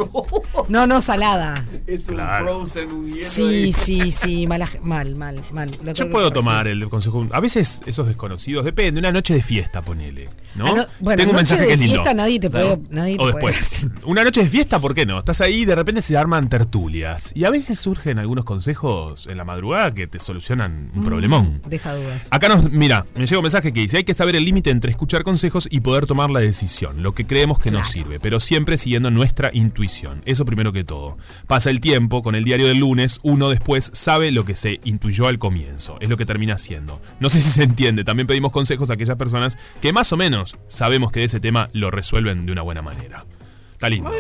Speaker 1: No, no, salada.
Speaker 3: Es un
Speaker 2: Claro.
Speaker 3: frozen, un hielo
Speaker 1: Sí,
Speaker 3: ahí.
Speaker 1: sí, sí, mala- mal, mal, mal. Lo
Speaker 2: Yo
Speaker 1: creo
Speaker 2: puedo
Speaker 1: que-
Speaker 2: tomar el consejo. A veces esos desconocidos, depende, una noche de fiesta, ponele. ¿no?
Speaker 1: Ah, no, bueno,
Speaker 2: Tengo un
Speaker 1: noche
Speaker 2: mensaje
Speaker 1: de
Speaker 2: que es lindo.
Speaker 1: fiesta nadie te puede-
Speaker 2: ¿No?
Speaker 1: nadie
Speaker 2: o
Speaker 1: te puede-
Speaker 2: después. Una noche de fiesta, ¿por qué no? Estás ahí y de repente se arman tertulias. Y a veces surgen algunos consejos en la madrugada que te solucionan
Speaker 1: Mm.
Speaker 2: un problemón.
Speaker 1: Deja dudas.
Speaker 2: Acá nos, mira, me llega un mensaje que dice, hay que saber el límite entre escuchar consejos y poder tomar la decisión, lo que creemos que nos sirve, pero siempre siguiendo nuestra intuición, eso primero que todo. Pasa el tiempo, con el diario del lunes, uno después sabe lo que se intuyó al comienzo, es lo que termina haciendo. No sé si se entiende, también pedimos consejos a aquellas personas que más o menos sabemos que de ese tema lo resuelven de una buena manera. Está lindo.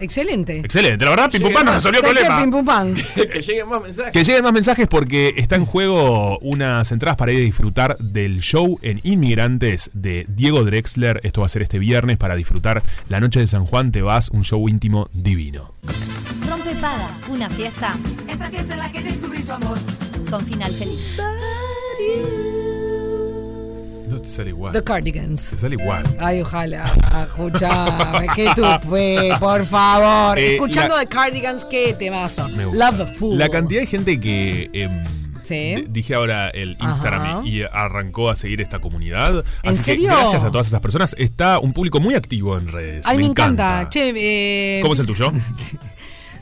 Speaker 1: Excelente.
Speaker 2: Excelente, la verdad, Pim Pum
Speaker 3: Llega
Speaker 2: Pam nos
Speaker 3: más.
Speaker 2: resolvió el
Speaker 1: Saqué
Speaker 2: problema.
Speaker 1: pim pum pam.
Speaker 3: que lleguen más mensajes.
Speaker 2: Que lleguen más mensajes porque está en juego unas entradas para ir a disfrutar del show en Inmigrantes de Diego Drexler. Esto va a ser este viernes para disfrutar la noche de San Juan. Te vas, un show íntimo divino.
Speaker 6: Rompe paga, una fiesta
Speaker 8: Esta fiesta en la que descubrí su amor.
Speaker 6: con final feliz.
Speaker 2: No te sale igual.
Speaker 1: The Cardigans.
Speaker 2: Te sale igual.
Speaker 1: Ay, ojalá. Escuchame, que tupe, por favor.
Speaker 2: Eh,
Speaker 1: Escuchando
Speaker 2: la-
Speaker 1: de Cardigans, qué temazo.
Speaker 2: Me gusta.
Speaker 1: Love a Fool.
Speaker 2: La cantidad de gente que. em,
Speaker 1: Sí.
Speaker 2: d- Dije ahora el
Speaker 1: Ajá.
Speaker 2: Instagram y y arrancó a seguir esta comunidad.
Speaker 1: ¿En
Speaker 2: Así que
Speaker 1: serio?
Speaker 2: gracias a todas esas personas. Está un público muy activo en redes.
Speaker 1: Ay, me, encanta. Che, eh,
Speaker 2: ¿Cómo es el tuyo?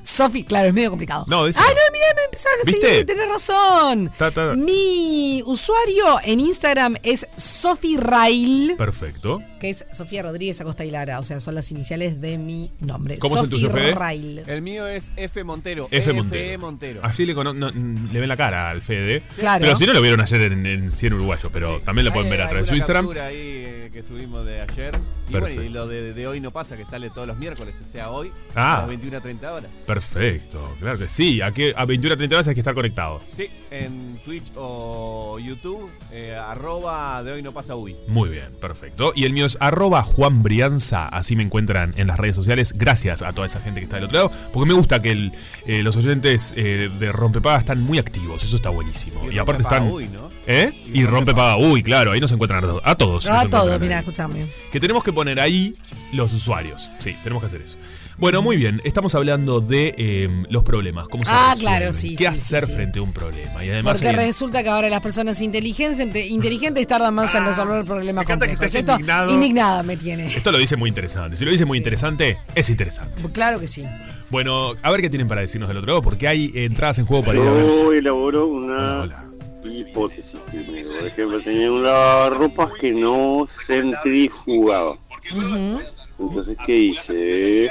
Speaker 1: Sofi, claro, es medio complicado.
Speaker 2: No,
Speaker 1: Ah,
Speaker 2: decilo.
Speaker 1: no, mirá, me empezaron a
Speaker 2: ¿Viste?
Speaker 1: seguir, tenés razón.
Speaker 2: Ta, ta.
Speaker 1: Mi usuario en Instagram es Sofi Rail,
Speaker 2: Perfecto.
Speaker 1: que es Sofía Rodríguez Acosta y Lara, o sea, son las iniciales de mi nombre.
Speaker 2: ¿Cómo es el
Speaker 1: Sofi
Speaker 2: tuyo, Fede?
Speaker 1: Rail.
Speaker 3: El mío es F Montero.
Speaker 2: F. Montero.
Speaker 3: Montero.
Speaker 2: Así le, cono- no, mm, le ven la cara al Fede.
Speaker 1: Claro.
Speaker 2: Pero si no lo vieron ayer en, en 100 Uruguayos, pero también lo pueden ver a
Speaker 3: Hay
Speaker 2: través de su
Speaker 3: una
Speaker 2: Instagram.
Speaker 3: captura ahí eh, que subimos de ayer. Y
Speaker 2: Perfecto.
Speaker 3: bueno, y lo de, de hoy no pasa, que sale todos los miércoles, o sea, hoy
Speaker 2: Ah.
Speaker 3: a las 21.30 horas.
Speaker 2: Perfecto, claro que sí. A, que, a 21 a 30 horas hay que estar conectado.
Speaker 3: Sí, en Twitch o YouTube, eh, arroba de hoy no pasa uy.
Speaker 2: Muy bien, perfecto. Y el mío es arroba Juan Brianza. Así me encuentran en las redes sociales. Gracias a toda esa gente que está del otro lado. Porque me gusta que el- eh, los oyentes eh, de Rompepaga están muy activos. Eso está buenísimo.
Speaker 3: Y
Speaker 2: Y, aparte
Speaker 3: Rompepaga
Speaker 2: están.
Speaker 3: Uy, ¿no?
Speaker 2: ¿Eh?
Speaker 3: Y
Speaker 2: Y, Rompepaga. Uy, claro, ahí nos encuentran a todos. A todos. nos
Speaker 1: Ah, todo,
Speaker 2: encuentran
Speaker 1: mira,
Speaker 2: ahí.
Speaker 1: escúchame.
Speaker 2: que tenemos que poner ahí los usuarios. Sí, tenemos que hacer eso. Bueno, muy bien. Estamos hablando de eh, los problemas. ¿Cómo se
Speaker 1: Ah,
Speaker 2: resuelven,
Speaker 1: claro, sí,
Speaker 2: ¿Qué
Speaker 1: sí,
Speaker 2: hacer
Speaker 1: sí, sí.
Speaker 2: frente a un problema? Y además.
Speaker 1: Porque
Speaker 2: el-
Speaker 1: resulta que ahora las personas inteligentes, inteligentes tardan más en resolver problemas
Speaker 2: Ah, encanta que
Speaker 1: complejos.
Speaker 2: estés
Speaker 1: Esto-
Speaker 2: indignado.
Speaker 1: indignada me tiene.
Speaker 2: Esto lo dice muy interesante. Si lo dice muy interesante, es interesante.
Speaker 1: Claro que sí.
Speaker 2: Bueno, a ver qué tienen para decirnos del otro lado, porque hay eh, entradas en juego para ir a ver.
Speaker 9: Yo elaboro una
Speaker 2: Hola.
Speaker 9: hipótesis. primero. Por ejemplo, tenía un lavarropas que no centrifugaba.
Speaker 1: Ujú.
Speaker 9: Entonces, ¿qué hice?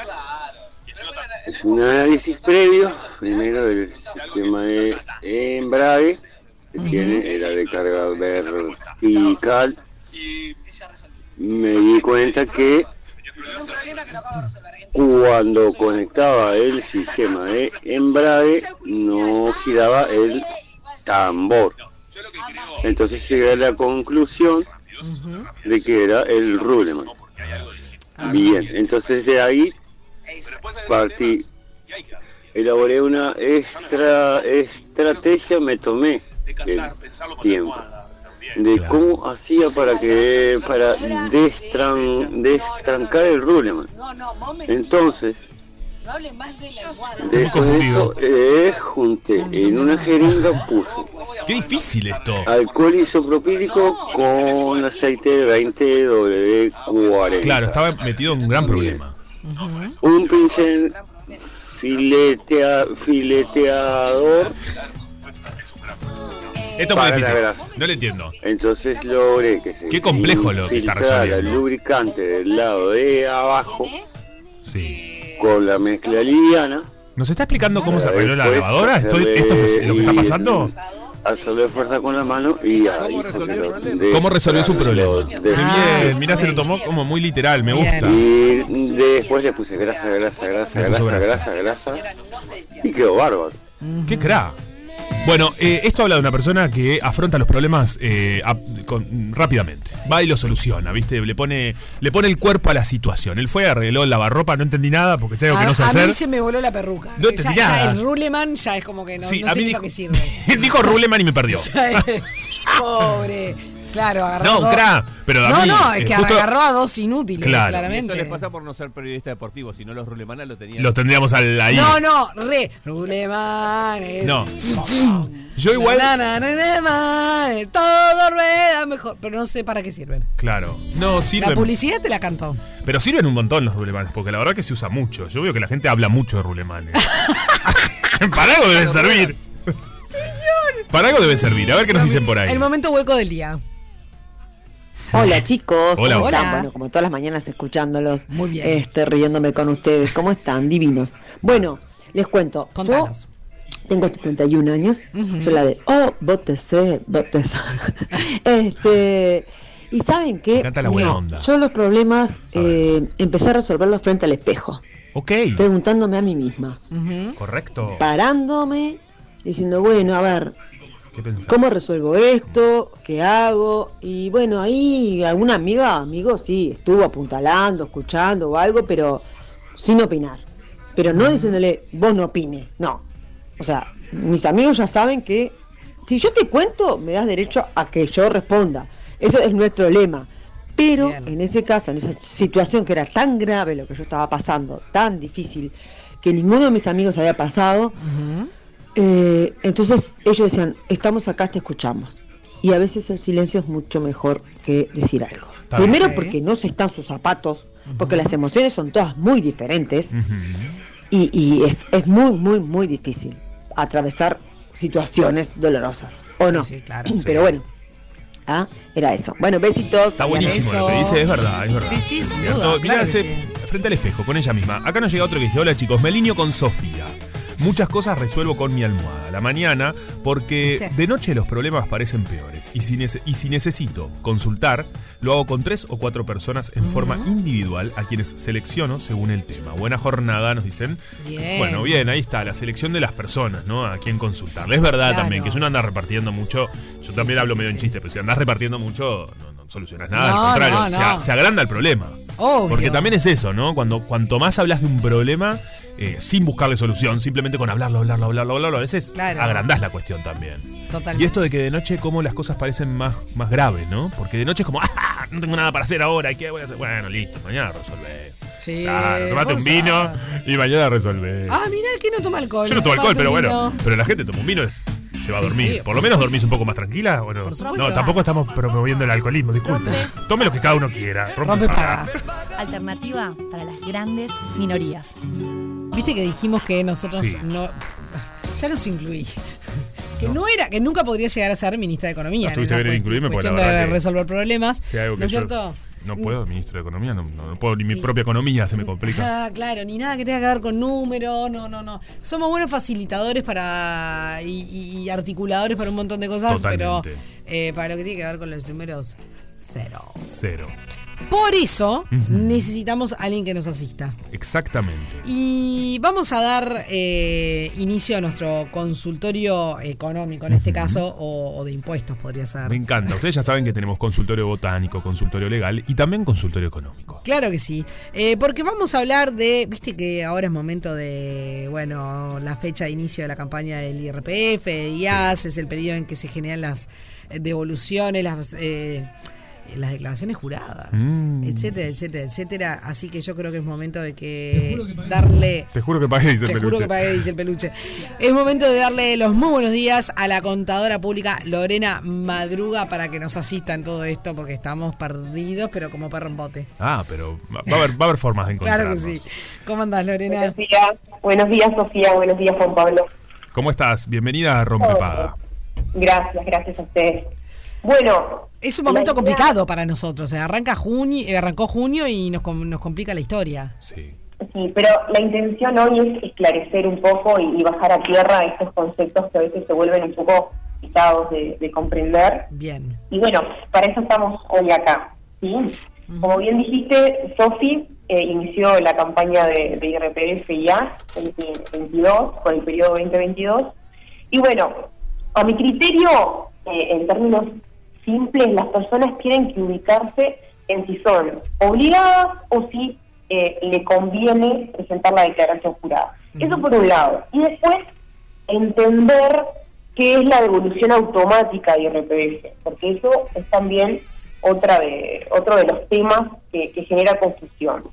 Speaker 9: Es un análisis previo, primero del sistema de embrague, que tiene era de carga vertical. Me di cuenta que cuando conectaba el sistema de embrague no giraba el tambor. Entonces llegué a la conclusión de que era el Ruleman. Bien, entonces de ahí partí. Elaboré una extra estrategia, me tomé el tiempo de cómo hacía para que para destran- destrancar el Ruleman. Entonces, después de eso, eh, junté en una jeringa puse
Speaker 2: Qué difícil esto.
Speaker 9: alcohol isopropílico con aceite de 20W40.
Speaker 2: Claro, estaba metido en un gran problema.
Speaker 9: Un pincel filetea, fileteador
Speaker 2: Esto es muy
Speaker 9: Para la
Speaker 2: difícil.
Speaker 9: grasa.
Speaker 2: No lo entiendo.
Speaker 9: Entonces logré que se
Speaker 2: Qué complejo lo que está
Speaker 9: infiltrara
Speaker 2: resolviendo.
Speaker 9: el lubricante del lado de abajo
Speaker 2: Sí.
Speaker 9: con la mezcla liviana.
Speaker 2: ¿Nos está explicando cómo se
Speaker 9: para
Speaker 2: arregló la
Speaker 9: después
Speaker 2: lavadora? Estoy- ¿Esto es lo que está
Speaker 9: hacerle-
Speaker 2: pasando?
Speaker 9: Hacerle fuerza con la mano y ahí fue que lo de-
Speaker 2: ¿Cómo resolvió su problema? Qué bien, mirá, se lo tomó como muy literal, me gusta.
Speaker 9: Y después le puse grasa, grasa, grasa,
Speaker 2: Le puso
Speaker 9: grasa,
Speaker 2: grasa.
Speaker 9: grasa, grasa, Y quedó bárbaro.
Speaker 2: ¡Qué cra! Bueno, eh, esto habla de una persona que afronta los problemas eh, ap- con- rápidamente. Va y lo soluciona, ¿viste? Le pone, le pone el cuerpo a la situación. Él fue, arregló el lavarropa, no entendí nada porque sé algo
Speaker 1: A,
Speaker 2: que no sé
Speaker 1: a
Speaker 2: hacer.
Speaker 1: mí se me voló la perruca.
Speaker 2: No
Speaker 1: ya,
Speaker 2: entendí
Speaker 1: ya
Speaker 2: nada.
Speaker 1: el Ruleman ya es como que no,
Speaker 2: Sí,
Speaker 1: no
Speaker 2: a
Speaker 1: sé
Speaker 2: mí
Speaker 1: ni
Speaker 2: dijo-
Speaker 1: lo que sirve.
Speaker 2: Dijo Ruleman y me perdió.
Speaker 1: Pobre. Claro, agarró.
Speaker 2: No,
Speaker 1: dos-
Speaker 2: cra, pero a
Speaker 1: No,
Speaker 2: mí,
Speaker 1: no, es que
Speaker 2: eh, justo-
Speaker 1: agarró a dos inútiles,
Speaker 2: Claro.
Speaker 1: claramente.
Speaker 3: Eso les pasa por no ser periodista deportivo, si no los rulemanas lo tenían.
Speaker 2: Los tendríamos al, ahí.
Speaker 1: No, no, re. Ruleman es.
Speaker 2: No. Yo igual.
Speaker 1: Na, na, na, na, man, es todo rueda mejor. Pero no sé para qué sirven.
Speaker 2: Claro. No,
Speaker 1: La
Speaker 2: sirven.
Speaker 1: publicidad te la cantó.
Speaker 2: Pero sirven un montón los rulemanes, porque la verdad que se usa mucho. Yo veo que la gente habla mucho de rulemanes. Para algo deben servir. Señor. Para algo deben servir. A ver qué nos dicen por ahí.
Speaker 1: El momento hueco del día.
Speaker 10: Hola chicos,
Speaker 2: Hola.
Speaker 10: ¿cómo están?
Speaker 2: Hola.
Speaker 10: Bueno, como todas las mañanas escuchándolos,
Speaker 1: Muy bien.
Speaker 10: Este, riéndome con ustedes, ¿cómo están? Divinos. Bueno, les cuento,
Speaker 1: Contanos.
Speaker 10: yo tengo 51 años,
Speaker 1: Ujú.
Speaker 10: soy la de, oh, bótese, bótese. este, y ¿saben qué?
Speaker 2: Me encanta la buena
Speaker 10: Mira,
Speaker 2: onda.
Speaker 10: Yo los problemas eh, empecé a resolverlos frente al espejo.
Speaker 2: Ok.
Speaker 10: Preguntándome a mí misma,
Speaker 2: Correcto.
Speaker 10: parándome, diciendo, bueno, a ver,
Speaker 2: ¿Qué pensás?
Speaker 10: ¿Cómo resuelvo esto? ¿Qué hago? Y bueno, ahí alguna amiga, amigo, sí, estuvo apuntalando, escuchando o algo, pero sin opinar. Pero no diciéndole, vos no opine, no. O sea, mis amigos ya saben que si yo te cuento, me das derecho a que yo responda. Eso es nuestro lema. Pero en ese caso, en esa situación que era tan grave lo que yo estaba pasando, tan difícil, que ninguno de mis amigos había pasado, eh, entonces ellos decían, estamos acá, te escuchamos. Y a veces el silencio es mucho mejor que decir algo.
Speaker 5: Está bien.
Speaker 10: Primero
Speaker 5: Ok.
Speaker 10: porque no se están sus zapatos, porque las emociones son todas muy diferentes y, y es, es muy, muy, muy difícil atravesar situaciones dolorosas. ¿O no? Pero bueno, ah, era eso. Bueno, besitos.
Speaker 2: Está buenísimo lo que dice, es verdad, es verdad.
Speaker 10: Sí, sí, sin
Speaker 2: Es cierto.
Speaker 10: duda,
Speaker 2: Mirá,
Speaker 10: claro que
Speaker 2: hace
Speaker 10: sí.
Speaker 2: frente al espejo, con ella misma. Acá nos llega otro que dice, hola chicos, me alineo con Sofía. Muchas cosas resuelvo con mi almohada a la mañana porque
Speaker 11: ¿Viste?
Speaker 2: de noche los problemas parecen peores y si, nece- y si necesito consultar, lo hago con tres o cuatro personas en forma individual a quienes selecciono según el tema. Buena jornada, nos dicen.
Speaker 1: Bien.
Speaker 2: Bueno, bien, ahí está, la selección de las personas, ¿no? A quien consultar. Es verdad
Speaker 1: Claro.
Speaker 2: también que si uno anda repartiendo mucho, yo también
Speaker 1: sí,
Speaker 2: hablo
Speaker 1: sí,
Speaker 2: medio en
Speaker 1: sí.
Speaker 2: chiste, pero si andás repartiendo mucho, no, no solucionas nada,
Speaker 1: No,
Speaker 2: al contrario,
Speaker 1: no,
Speaker 2: se,
Speaker 1: no.
Speaker 2: se agranda el problema.
Speaker 1: Obvio.
Speaker 2: Porque también es eso, ¿no? Cuando cuanto más hablas de un problema, eh, sin buscarle solución, simplemente con hablarlo, hablarlo, hablarlo, hablarlo, a veces
Speaker 1: Claro.
Speaker 2: agrandás la cuestión también.
Speaker 1: Totalmente.
Speaker 2: Y esto de que de noche como las cosas parecen más, más graves, ¿no? Porque de noche es como, ¡ah! No tengo nada para hacer ahora, ¿qué voy a hacer? Bueno, listo, mañana resolvé.
Speaker 1: Sí,
Speaker 2: Claro, tomate un
Speaker 1: vos
Speaker 2: vino y mañana resolvé.
Speaker 1: Ah, mirá, que no toma alcohol.
Speaker 2: Yo no tomo
Speaker 1: Tomate
Speaker 2: alcohol, pero
Speaker 1: un
Speaker 2: bueno,
Speaker 1: vino.
Speaker 2: pero la gente toma un vino es- se va a
Speaker 1: Sí,
Speaker 2: dormir.
Speaker 1: sí,
Speaker 2: por lo menos dormís un poco más tranquila. Bueno,
Speaker 6: supuesto.
Speaker 2: no, tampoco estamos promoviendo el alcoholismo, disculpe. Tome lo que cada uno quiera. Rompe,
Speaker 1: Rompe
Speaker 2: paga.
Speaker 6: Alternativa para las grandes minorías.
Speaker 1: Viste que dijimos que nosotros
Speaker 2: Sí.
Speaker 1: no. Ya nos incluí. Que no. era, que nunca podría llegar a ser ministra de Economía.
Speaker 2: No, estuviste
Speaker 1: en la
Speaker 2: bien en
Speaker 1: cuest-
Speaker 2: incluirme, porque la
Speaker 1: cuestión de
Speaker 2: verdad que-
Speaker 1: resolver problemas.
Speaker 2: Sí, algo que
Speaker 1: ¿No es
Speaker 2: yo
Speaker 1: cierto?
Speaker 2: No puedo, ministro de Economía, no, no- no puedo, ni mi propia economía se me complica.
Speaker 1: Ah, claro, ni nada que tenga que ver con números, no, no, no. Somos buenos facilitadores para y, y- y articuladores para un montón de cosas,
Speaker 2: Totalmente.
Speaker 1: pero eh, para lo que tiene que ver con los números, cero.
Speaker 2: Cero.
Speaker 1: Por eso
Speaker 2: Ujú.
Speaker 1: necesitamos a alguien que nos asista.
Speaker 2: Exactamente.
Speaker 1: Y vamos a dar eh, inicio a nuestro consultorio económico, en este caso, o, o de impuestos podría ser.
Speaker 2: Me encanta. Ustedes ya saben que tenemos consultorio botánico, consultorio legal y también consultorio económico.
Speaker 1: Claro que sí. Eh, porque vamos a hablar de. Viste que ahora es momento de. Bueno, la fecha de inicio de la campaña del IRPF, y haces el periodo en que se generan las eh, devoluciones, las. eh, las declaraciones juradas,
Speaker 2: Mm.
Speaker 1: etcétera, etcétera, etcétera. Así que yo creo que es momento de que, darle
Speaker 2: Te juro que pagué, dice
Speaker 1: te
Speaker 2: el
Speaker 1: juro
Speaker 2: peluche.
Speaker 1: que pagué, dice el peluche. Es momento de darle los muy buenos días a la contadora pública Lorena Madruga para que nos asista en todo esto, porque estamos perdidos, pero como perro en bote.
Speaker 2: Ah, pero va va a haber, va a haber formas de
Speaker 1: Claro
Speaker 2: encontrarnos.
Speaker 1: que sí. ¿Cómo andás, Lorena?
Speaker 5: Buenos días, buenos días Sofía, buenos días Juan Pablo.
Speaker 2: ¿Cómo estás? Bienvenida a Rompepaga.
Speaker 5: Gracias, gracias a ustedes. Bueno,
Speaker 1: Es un momento
Speaker 5: la idea-
Speaker 1: complicado para nosotros. eh. Arranca junio, eh, arrancó junio y nos, com- nos complica la historia.
Speaker 2: Sí.
Speaker 5: Sí, pero la intención hoy es esclarecer un poco y, y bajar a tierra estos conceptos que a veces se vuelven un poco complicados de, de comprender.
Speaker 1: Bien.
Speaker 5: Y bueno, para eso estamos hoy acá. ¿sí? Como bien dijiste, Sofi eh, inició la campaña de, de IRPF y A 2022, con el periodo 2022. Y bueno, a mi criterio, eh, en términos simples, las personas tienen que ubicarse en si son obligadas o si eh, le conviene presentar la declaración jurada. Eso por un lado. Y después, entender qué es la devolución automática de IRPF, porque eso es también otra de, otro de los temas que, que genera confusión.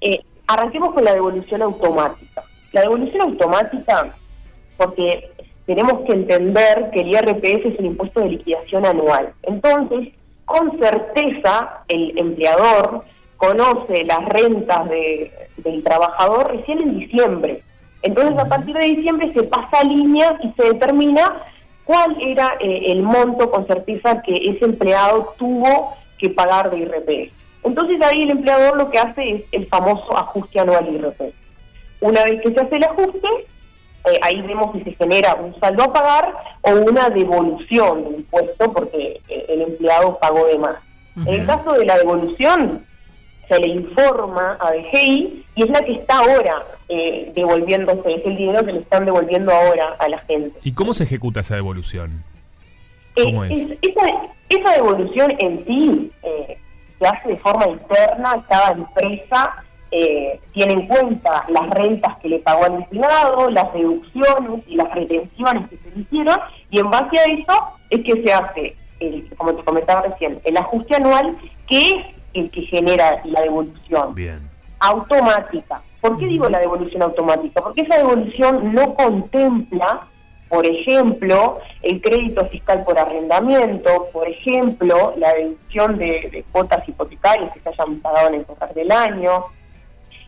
Speaker 5: Eh, arranquemos con la devolución automática. La devolución automática, porque tenemos que entender que el IRPF es un impuesto de liquidación anual. Entonces, con certeza, el empleador conoce las rentas de- del trabajador recién en diciembre. Entonces, a partir de diciembre se pasa a línea y se determina cuál era eh, el monto con certeza que ese empleado tuvo que pagar de IRPF. Entonces ahí el empleador lo que hace es el famoso ajuste anual IRPF. Una vez que se hace el ajuste, eh, ahí vemos si se genera un saldo a pagar o una devolución de impuesto porque eh, el empleado pagó de más. En el caso de la devolución, se le informa a DGI y es la que está ahora eh, devolviéndose, es el dinero que le están devolviendo ahora a la gente.
Speaker 2: ¿Y cómo se ejecuta esa devolución?
Speaker 5: Eh,
Speaker 2: ¿Cómo es?
Speaker 5: esa, esa devolución en sí eh, se hace de forma interna, cada empresa eh, tiene en cuenta las rentas que le pagó al empleado, las deducciones y las retenciones que se le hicieron, y en base a eso es que se hace, el, como te comentaba recién, el ajuste anual, que es el que genera la devolución
Speaker 2: Bien.
Speaker 5: automática. ¿Por qué digo la devolución automática? Porque esa devolución no contempla, por ejemplo, el crédito fiscal por arrendamiento, por ejemplo, la deducción de, de cuotas hipotecarias que se hayan pagado en el total del año,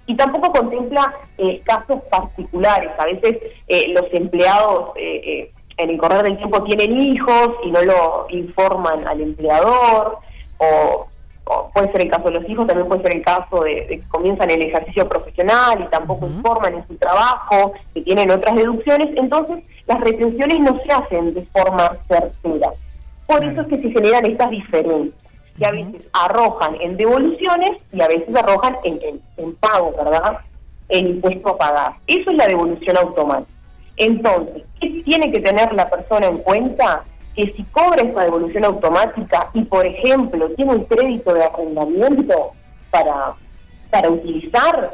Speaker 5: y tampoco contempla eh, casos particulares. A veces eh, los empleados eh, eh, en el correr del tiempo tienen hijos y no lo informan al empleador, o, o puede ser el caso de los hijos, también puede ser el caso de, de que comienzan el ejercicio profesional y tampoco informan en su trabajo, que tienen otras deducciones, entonces las retenciones no se hacen de forma certera. Por eso es que se generan estas diferencias que a veces arrojan en devoluciones y a veces arrojan en, en, en pago, ¿verdad? En impuesto a pagar. Eso es la devolución automática. Entonces, ¿qué tiene que tener la persona en cuenta? Que si cobra esa devolución automática y, por ejemplo, tiene un crédito de arrendamiento para, para utilizar,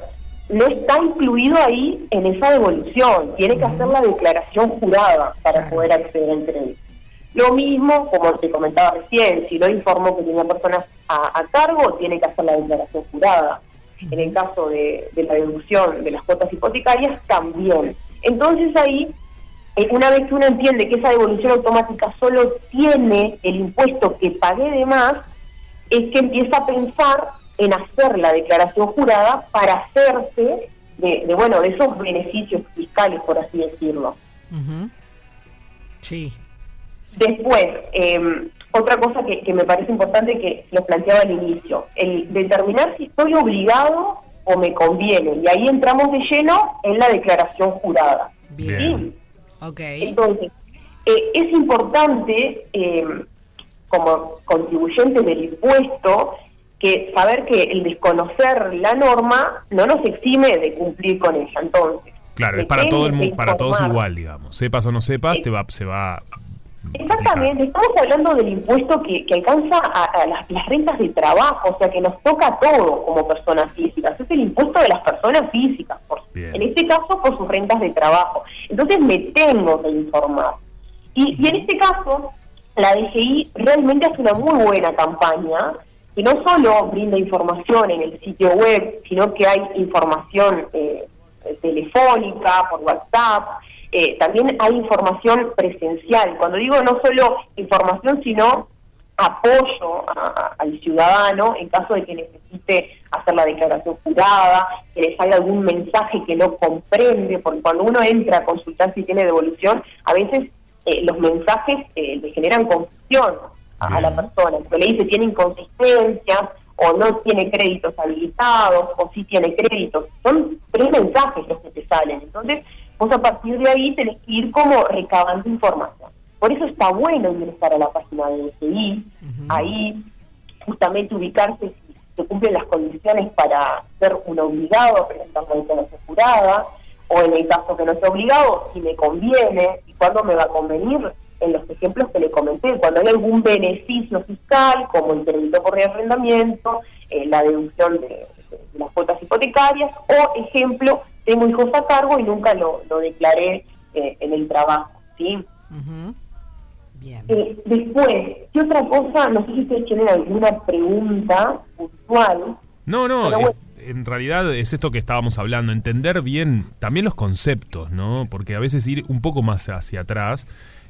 Speaker 5: no está incluido ahí en esa devolución. Tiene que hacer la declaración jurada para poder acceder al crédito. Lo mismo, como te comentaba recién, si no informó que tenía personas a, a cargo, tiene que hacer la declaración jurada. En el caso de, de la deducción de las cuotas hipotecarias, también. Entonces ahí, eh, una vez que uno entiende que esa devolución automática solo tiene el impuesto que pagué de más, es que empieza a pensar en hacer la declaración jurada para hacerse de, de, bueno, de esos beneficios fiscales, por así decirlo.
Speaker 1: Ujú. Sí.
Speaker 5: Después, eh, Otra cosa que, que me parece importante que lo planteaba al inicio, el determinar si estoy obligado o me conviene. Y ahí entramos de lleno en la declaración jurada.
Speaker 1: Bien. Ok.
Speaker 5: Entonces, eh, es importante, eh, como contribuyentes del impuesto, que saber que el desconocer la norma no nos exime de cumplir con ella. Entonces,
Speaker 2: Claro, es para todo el mu-
Speaker 5: Depende,
Speaker 2: para todos
Speaker 5: informar.
Speaker 2: igual, digamos. Sepas o no sepas, te va, se va.
Speaker 5: Exactamente, estamos hablando del impuesto que, que alcanza a, a las, las rentas de trabajo, o sea que nos toca a todos como personas físicas, es el impuesto de las personas físicas, por- en este caso por sus rentas de trabajo. Entonces me tengo que informar. Y, y en este caso, la DGI realmente hace una muy buena campaña, que no solo brinda información en el sitio web, sino que hay información eh, telefónica, por WhatsApp, eh, también hay información presencial. Cuando digo no solo información, sino apoyo a- a- al ciudadano en caso de que necesite hacer la declaración jurada, que le salga algún mensaje que no comprende, porque cuando uno entra a consultar si tiene devolución, a veces eh, los mensajes eh, le generan confusión a, a la persona, porque le dice tiene inconsistencias o no tiene créditos habilitados o sí tiene créditos. Son tres mensajes los que te salen. Entonces, vos a partir de ahí tenés que ir como recabando información. Por eso está bueno ingresar a la página de DCI, ahí justamente ubicarse si se cumplen las condiciones para ser un obligado a presentar la declaración jurada, o en el caso que no sea obligado, si me conviene y cuándo me va a convenir, en los ejemplos que le comenté, cuando hay algún beneficio fiscal, como el crédito por arrendamiento, la deducción de, de las cuotas hipotecarias, o ejemplo, tengo hijos a cargo y nunca lo, lo declaré eh, en el trabajo, ¿sí? Eh, después, ¿qué otra cosa? No sé si ustedes tienen alguna pregunta puntual.
Speaker 2: No, no.
Speaker 5: Pero
Speaker 2: eh,
Speaker 5: bueno.
Speaker 2: En realidad es esto que estábamos hablando, entender bien también los conceptos, ¿no? Porque a veces ir un poco más hacia atrás,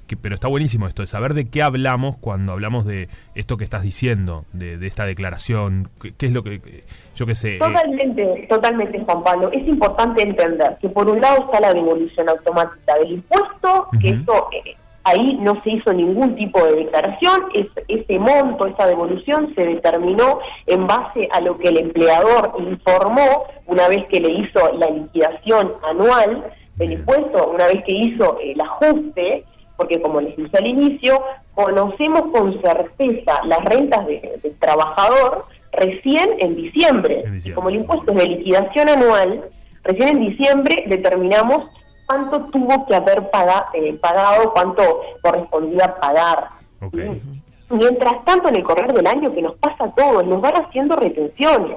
Speaker 2: que, pero está buenísimo esto, de saber de qué hablamos cuando hablamos de esto que estás diciendo, de, de esta declaración, qué, qué es lo que, eh, yo qué sé, eh,
Speaker 5: Totalmente, totalmente, Juan Pablo. Es importante entender que por un lado está la devolución automática del impuesto, que eso eh, ahí no se hizo ningún tipo de declaración, es, ese monto, esa devolución se determinó en base a lo que el empleador informó una vez que le hizo la liquidación anual del impuesto, una vez que hizo el ajuste, porque como les dije al inicio, conocemos con certeza las rentas de- del trabajador recién en diciembre. Y como el impuesto es de liquidación anual, recién en diciembre determinamos cuánto tuvo que haber paga- eh, pagado, cuánto correspondía pagar. Mientras tanto, en el correr del año, que nos pasa a todos, nos van haciendo retenciones.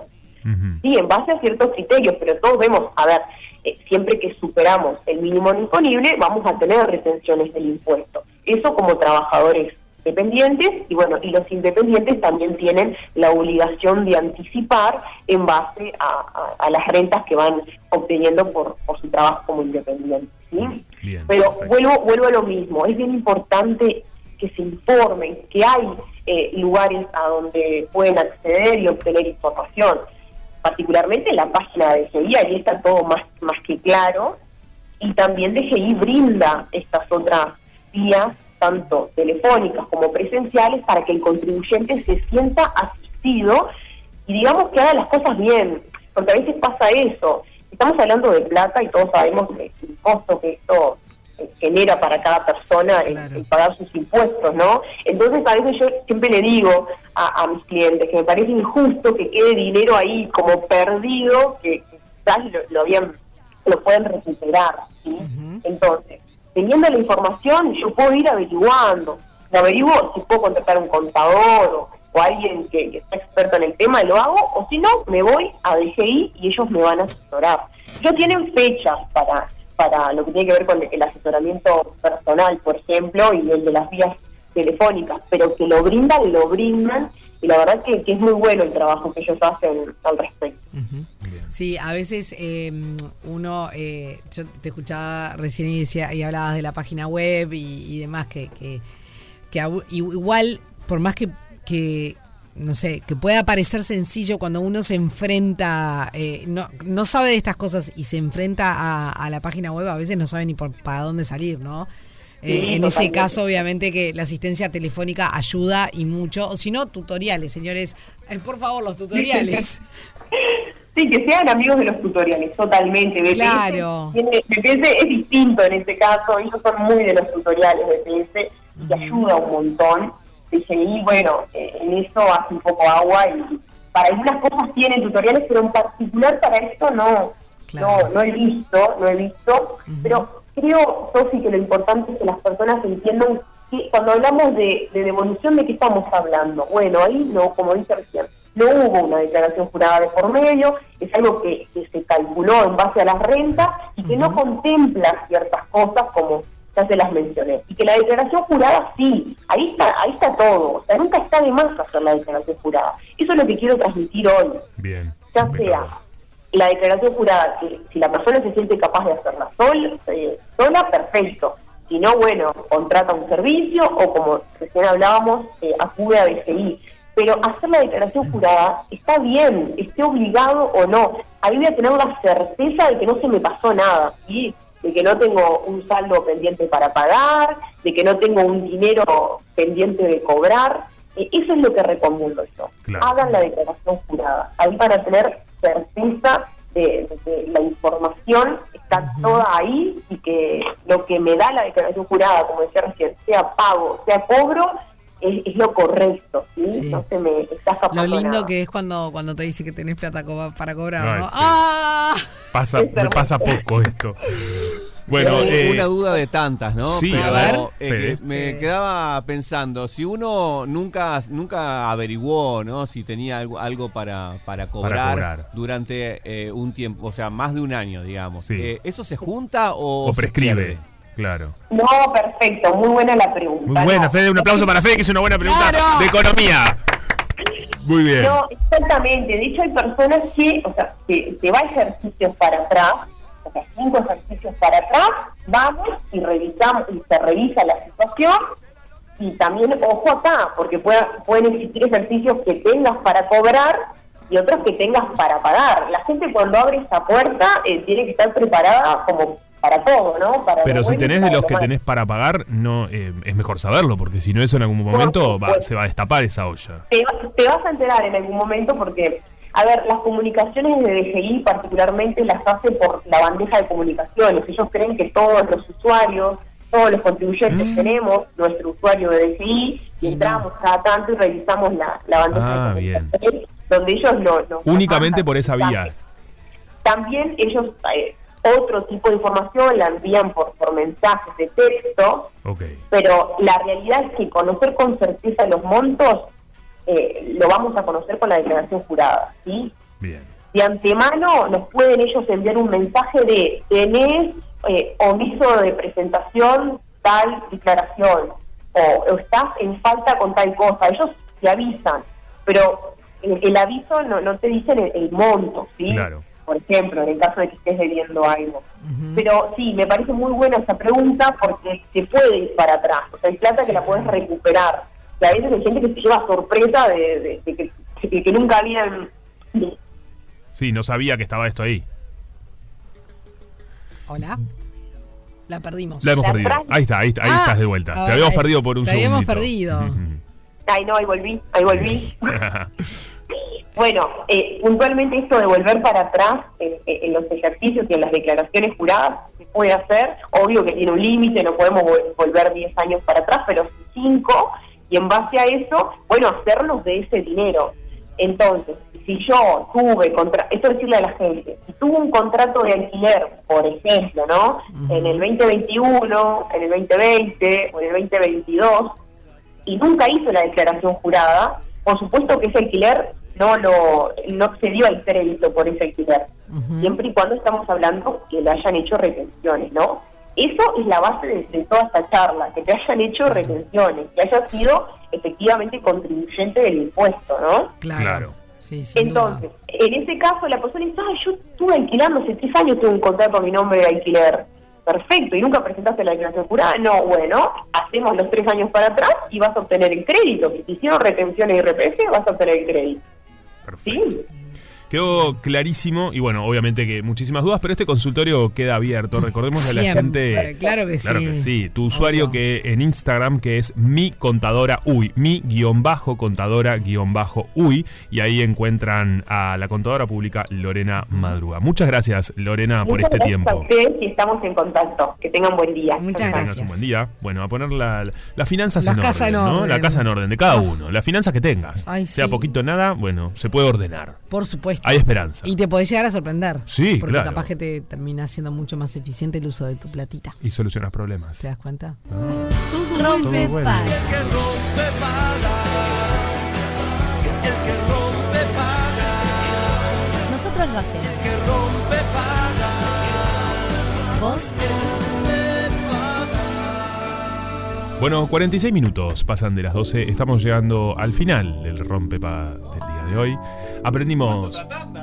Speaker 5: Sí, en base a ciertos criterios, pero todos vemos, a ver, eh, siempre que superamos el mínimo disponible, vamos a tener retenciones del impuesto. Eso como trabajadores dependientes y bueno, y los independientes también tienen la obligación de anticipar en base a, a- a las rentas que van obteniendo por, por su trabajo como independiente. ¿sí? Pero vuelvo, vuelvo a lo mismo, es bien importante que se informen, que hay eh, lugares a donde pueden acceder y obtener información, particularmente en la página de DGI, ahí está todo más, más que claro, y también DGI brinda estas otras vías, tanto telefónicas como presenciales, para que el contribuyente se sienta asistido y digamos que haga las cosas bien, porque a veces pasa eso, estamos hablando de plata y todos sabemos el el costo que esto genera para cada persona el, el pagar sus impuestos, ¿no? Entonces a veces yo siempre le digo a, a mis clientes que me parece injusto que quede dinero ahí como perdido, que quizás lo, lo habían, lo pueden recuperar, ¿sí? Entonces, teniendo la información, yo puedo ir averiguando, lo averiguo si puedo contratar un contador o, o alguien que, que está experto en el tema, lo hago, o si no, me voy a DGI y ellos me van a asesorar. Yo tienen fechas para para lo que tiene que ver con el asesoramiento personal, por ejemplo, y el de las vías telefónicas, pero que lo brindan, lo brindan, y la verdad que, que es muy bueno el trabajo que ellos hacen al respecto.
Speaker 1: Sí, a veces eh, uno, eh, yo te escuchaba recién y, decía, y hablabas de la página web y, y demás, que, que, que abu- i- igual, por más que, que, no sé, que pueda parecer sencillo cuando uno se enfrenta, eh, no, no sabe de estas cosas y se enfrenta a, a la página web, a veces no sabe ni por, para dónde salir, ¿no? Eh,
Speaker 10: Sí,
Speaker 1: en ese
Speaker 10: totalmente.
Speaker 1: caso, obviamente, que la asistencia telefónica ayuda y mucho. O si no, tutoriales, señores. Eh, por favor, los tutoriales.
Speaker 5: Sí, que sean amigos de los tutoriales, totalmente. BPS,
Speaker 1: Claro.
Speaker 5: tiene- BPS es distinto en este caso, ellos son muy de los tutoriales BPS y te ayuda un montón. DGI, bueno, eh, en eso hace un poco agua y para algunas cosas tienen tutoriales, pero en particular para esto no, no, no he visto, no he visto. Pero creo, Sofi, que lo importante es que las personas entiendan que cuando hablamos de, de devolución, ¿de qué estamos hablando? Bueno, ahí, no, como dije recién, no hubo una declaración jurada de por medio, es algo que, que se calculó en base a las rentas y que no contempla ciertas cosas como ya se las mencioné. Y que la declaración jurada sí, ahí está, ahí está todo. O sea, nunca está de más hacer la declaración jurada. Eso es lo que quiero transmitir hoy.
Speaker 2: Bien.
Speaker 5: Ya sea la declaración jurada, que si la persona se siente capaz de hacerla sol, eh, sola, perfecto. Si no, bueno, contrata un servicio o como recién hablábamos, eh, acude a BCI. Pero hacer la declaración jurada está bien, esté obligado o no. Ahí voy a tener la certeza de que no se me pasó nada, ¿sí? de que no tengo un saldo pendiente para pagar, de que no tengo un dinero pendiente de cobrar. Eh, Eso es lo que recomiendo yo. Hagan la declaración jurada. Ahí para tener certeza de, de que la información está toda ahí y que lo que me da la declaración jurada, como decía recién, sea pago, sea cobro, es, es lo correcto. ¿sí? No se me está
Speaker 1: Lo
Speaker 5: escapando
Speaker 1: lindo
Speaker 5: nada.
Speaker 1: que es cuando, cuando te dice que tenés plata co- para cobrar,
Speaker 2: Ay,
Speaker 1: ¿no?
Speaker 2: sí.
Speaker 1: ¡Ah!
Speaker 2: Pasa, me pasa poco esto. Bueno,
Speaker 3: Eh,
Speaker 2: eh,
Speaker 3: una duda de tantas, ¿no?
Speaker 2: Sí,
Speaker 3: Pero,
Speaker 2: a ver.
Speaker 3: eh,
Speaker 2: Fede.
Speaker 3: que me quedaba pensando, si uno nunca, nunca averiguó, ¿no? Si tenía algo, algo para, para, cobrar
Speaker 2: cobrar.
Speaker 3: durante eh, un tiempo, o sea, más de un año, digamos. Eh, ¿Eso se junta o,
Speaker 2: O
Speaker 3: se
Speaker 2: prescribe.
Speaker 3: pierde?
Speaker 2: Claro.
Speaker 5: No, perfecto, muy buena la pregunta.
Speaker 2: Muy buena, Fede. Un aplauso para Fede, que es una buena pregunta de economía. Muy bien.
Speaker 5: No, exactamente. De hecho, hay personas que, o sea, que, que va ejercicios para atrás, o sea, cinco ejercicios para atrás, vamos y revisamos, y se revisa la situación. Y también, ojo acá, porque pueda- pueden existir ejercicios que tengas para cobrar y otros que tengas para pagar. La gente cuando abre esa puerta eh, tiene que estar preparada como para todo, ¿no? Para lo
Speaker 2: Pero si
Speaker 5: bueno y
Speaker 2: tenés de
Speaker 5: para
Speaker 2: los
Speaker 5: lo
Speaker 2: que
Speaker 5: malo.
Speaker 2: tenés para pagar, no eh, es mejor saberlo, porque si no eso en algún momento va- se va a destapar esa olla.
Speaker 5: te, va- te vas a enterar en algún momento porque, a ver, las comunicaciones de DGI particularmente las hace por la bandeja de comunicaciones. Ellos creen que todos los usuarios, todos los contribuyentes tenemos nuestro usuario de DGI y entramos cada tanto y revisamos la, la bandeja
Speaker 2: Ah, bien.
Speaker 5: de comunicaciones donde ellos lo... lo-
Speaker 2: Únicamente por esa vía.
Speaker 5: también ellos eh, otro tipo de información la envían por, por mensajes de texto, pero la realidad es que conocer con certeza los montos eh, lo vamos a conocer con la declaración jurada, ¿sí? De antemano nos pueden ellos enviar un mensaje de tenés eh, omiso de presentación tal declaración o, o estás en falta con tal cosa. Ellos te avisan, pero el, el aviso no, no te dicen el, el monto, ¿sí?
Speaker 2: Claro.
Speaker 5: por ejemplo, en el caso de que estés debiendo algo. Pero sí, me parece muy buena esa pregunta porque se puede ir para atrás. O sea, hay plata que la puedes recuperar. Y a veces hay gente que se lleva sorpresa de, de- de que, de que nunca habían...
Speaker 2: Sí, no sabía que estaba esto ahí.
Speaker 1: Hola. La perdimos.
Speaker 2: La hemos perdido. Ahí está, ahí, está, ahí
Speaker 1: Ah,
Speaker 2: estás de vuelta.
Speaker 1: a
Speaker 2: Te
Speaker 1: ver,
Speaker 2: habíamos
Speaker 1: ahí-
Speaker 2: perdido por un
Speaker 1: Te habíamos
Speaker 2: segundito.
Speaker 1: perdido.
Speaker 5: Ay, no, ahí volví, ahí volví. Bueno, eh, puntualmente esto de volver para atrás en, en- en los ejercicios y en las declaraciones juradas se puede hacer. Obvio que tiene un límite, no podemos vol- volver 10 años para atrás, pero 5. Y en base a eso, bueno, hacernos de ese dinero. Entonces, si yo tuve, contra esto decirle a la gente, si tuve un contrato de alquiler, por ejemplo, ¿no? En el 2021, en el 2020 o en el 2022, y nunca hizo la declaración jurada, por supuesto que ese alquiler no lo no accedió al crédito por ese alquiler, siempre y cuando estamos hablando que le hayan hecho retenciones, ¿no? Eso es la base de, de toda esta charla, que te hayan hecho retenciones, que hayas sido efectivamente contribuyente del impuesto, ¿no?
Speaker 1: Claro.
Speaker 5: Entonces, en ese caso la persona dice, ay, yo estuve alquilando hace tres años, tuve un contrato a mi nombre de alquiler. Perfecto, y nunca presentaste la declaración jurada. No, bueno, hacemos los tres años para atrás y vas a obtener el crédito. Si te hicieron retenciones y RPF, vas a obtener el crédito. ¿Sí?
Speaker 2: Quedó clarísimo y bueno, obviamente que muchísimas dudas, pero este consultorio queda abierto. Recordemos a la
Speaker 1: Siempre,
Speaker 2: gente.
Speaker 1: claro que sí.
Speaker 2: Tu usuario que en Instagram que es mi contadora uy, mi guión bajo contadora guión bajo uy y ahí encuentran a la contadora pública Lorena Madruga. Muchas gracias Lorena por
Speaker 5: Muchas
Speaker 2: este
Speaker 5: gracias
Speaker 2: tiempo.
Speaker 5: a ustedes y estamos en contacto. Que tengan buen día. Muchas
Speaker 2: Que Tengas un buen día. Bueno, a poner la- la- las finanzas
Speaker 5: La
Speaker 2: en,
Speaker 5: casa
Speaker 2: orden,
Speaker 5: en
Speaker 2: ¿no?
Speaker 5: orden.
Speaker 2: La casa en orden de cada uno. Las finanzas que tengas.
Speaker 1: Ah. Ay,
Speaker 2: sea
Speaker 1: sí.
Speaker 2: poquito o nada, bueno, se puede ordenar.
Speaker 1: Por supuesto.
Speaker 2: Hay esperanza.
Speaker 1: Y te podés llegar a sorprender.
Speaker 2: Sí,
Speaker 1: Porque
Speaker 2: claro.
Speaker 1: capaz que te termina siendo mucho más eficiente el uso de tu platita.
Speaker 2: Y solucionas problemas.
Speaker 1: ¿Te das cuenta?
Speaker 12: Ah.
Speaker 2: Todo bueno.
Speaker 6: Nosotros lo hacemos. ¿Vos?
Speaker 2: Bueno, 46 minutos pasan de las 12. Estamos llegando al final del rompepa del día de hoy. Aprendimos.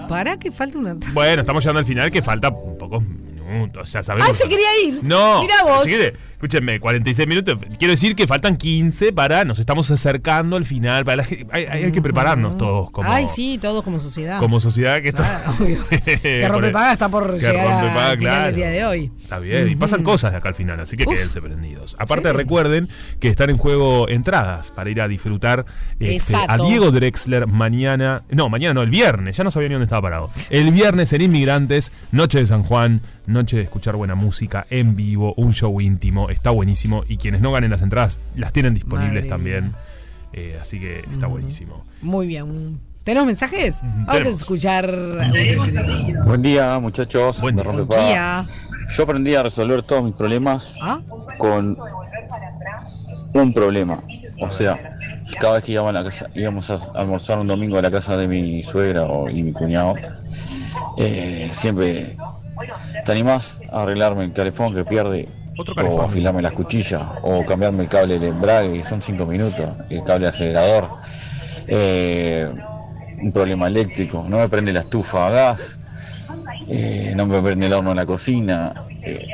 Speaker 1: Pará que falta una.
Speaker 2: Bueno, estamos llegando al final que falta pocos minutos. Ya sabemos.
Speaker 1: Ah, se quería ir.
Speaker 2: No.
Speaker 1: Mirá vos.
Speaker 2: si quiere, escúchenme, 46 minutos. Quiero decir que faltan 15 para. Nos estamos acercando al final. Para la gente- hay, hay- hay que prepararnos todos como,
Speaker 1: Ay, sí, todos como sociedad.
Speaker 2: como sociedad. Que, esto,
Speaker 1: que rompepaga está por
Speaker 2: Que
Speaker 1: llegar a-
Speaker 2: rompepaga,
Speaker 1: al final del
Speaker 2: claro.
Speaker 1: día de hoy.
Speaker 2: Está bien, y pasan cosas de acá al final, así que
Speaker 1: Uf.
Speaker 2: quédense prendidos. Aparte, recuerden que están en juego entradas para ir a disfrutar este, a
Speaker 1: Exacto.
Speaker 2: Diego Drexler mañana. No, mañana no, el viernes, ya no sabía ni dónde estaba parado. El viernes en Inmigrantes, Noche de San Juan, Noche de escuchar buena música en vivo, un show íntimo, está buenísimo. Y quienes no ganen las entradas, las tienen disponibles
Speaker 1: Madre
Speaker 2: también. Eh, así que está buenísimo.
Speaker 1: Muy bien. ¿Tenemos mensajes? Vamos
Speaker 2: tenemos.
Speaker 1: a escuchar.
Speaker 11: Buen día, muchachos. de Rompe Paga.
Speaker 1: Día.
Speaker 11: Yo aprendí a resolver todos mis problemas con un problema. O sea, cada vez que íbamos a, la casa- íbamos a almorzar un domingo a la casa de mi suegra o, y mi cuñado, eh, siempre te animás a arreglarme el calefón que pierde, o
Speaker 2: calefón.
Speaker 11: afilarme las cuchillas, o cambiarme el cable del embrague, son cinco minutos, el cable acelerador, eh, un problema eléctrico, no me prende la estufa a gas, eh, no me prende el horno en la cocina, eh,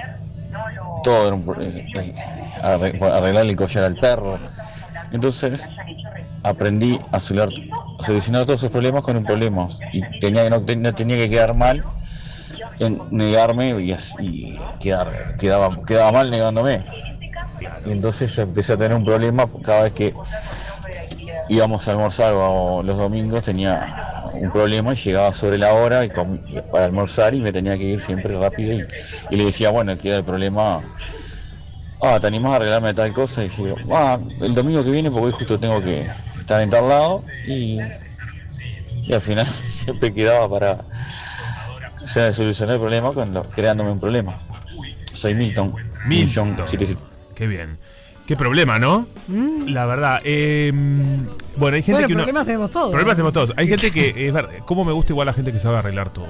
Speaker 11: todo era un pro- eh, eh, arre- arreglarle el collar al perro. Entonces aprendí a solucionar, a solucionar todos esos problemas con un problema y tenía que no, ten- no tenía que quedar mal en negarme y, as- y quedar, quedaba, quedaba mal negándome. Y entonces yo empecé a tener un problema cada vez que íbamos a almorzar o los domingos tenía un problema y llegaba sobre la hora y com- para almorzar y me tenía que ir siempre rápido y, y le decía, bueno, queda el problema, ah, ¿te animás a arreglarme tal cosa? Y yo, ah, el domingo que viene porque hoy justo tengo que estar en tal lado y, y al final siempre quedaba para o sea, solucionar el problema con lo- creándome un problema. Soy Milton. Milton.
Speaker 2: Qué bien. Qué problema, ¿no? La verdad. eh, bueno, hay gente
Speaker 1: Mm. Bueno,
Speaker 2: que uno-
Speaker 1: problemas tenemos todos.
Speaker 2: Problemas tenemos todos. Hay gente que. Es verdad, ¿Cómo me gusta igual la gente que sabe arreglar todo?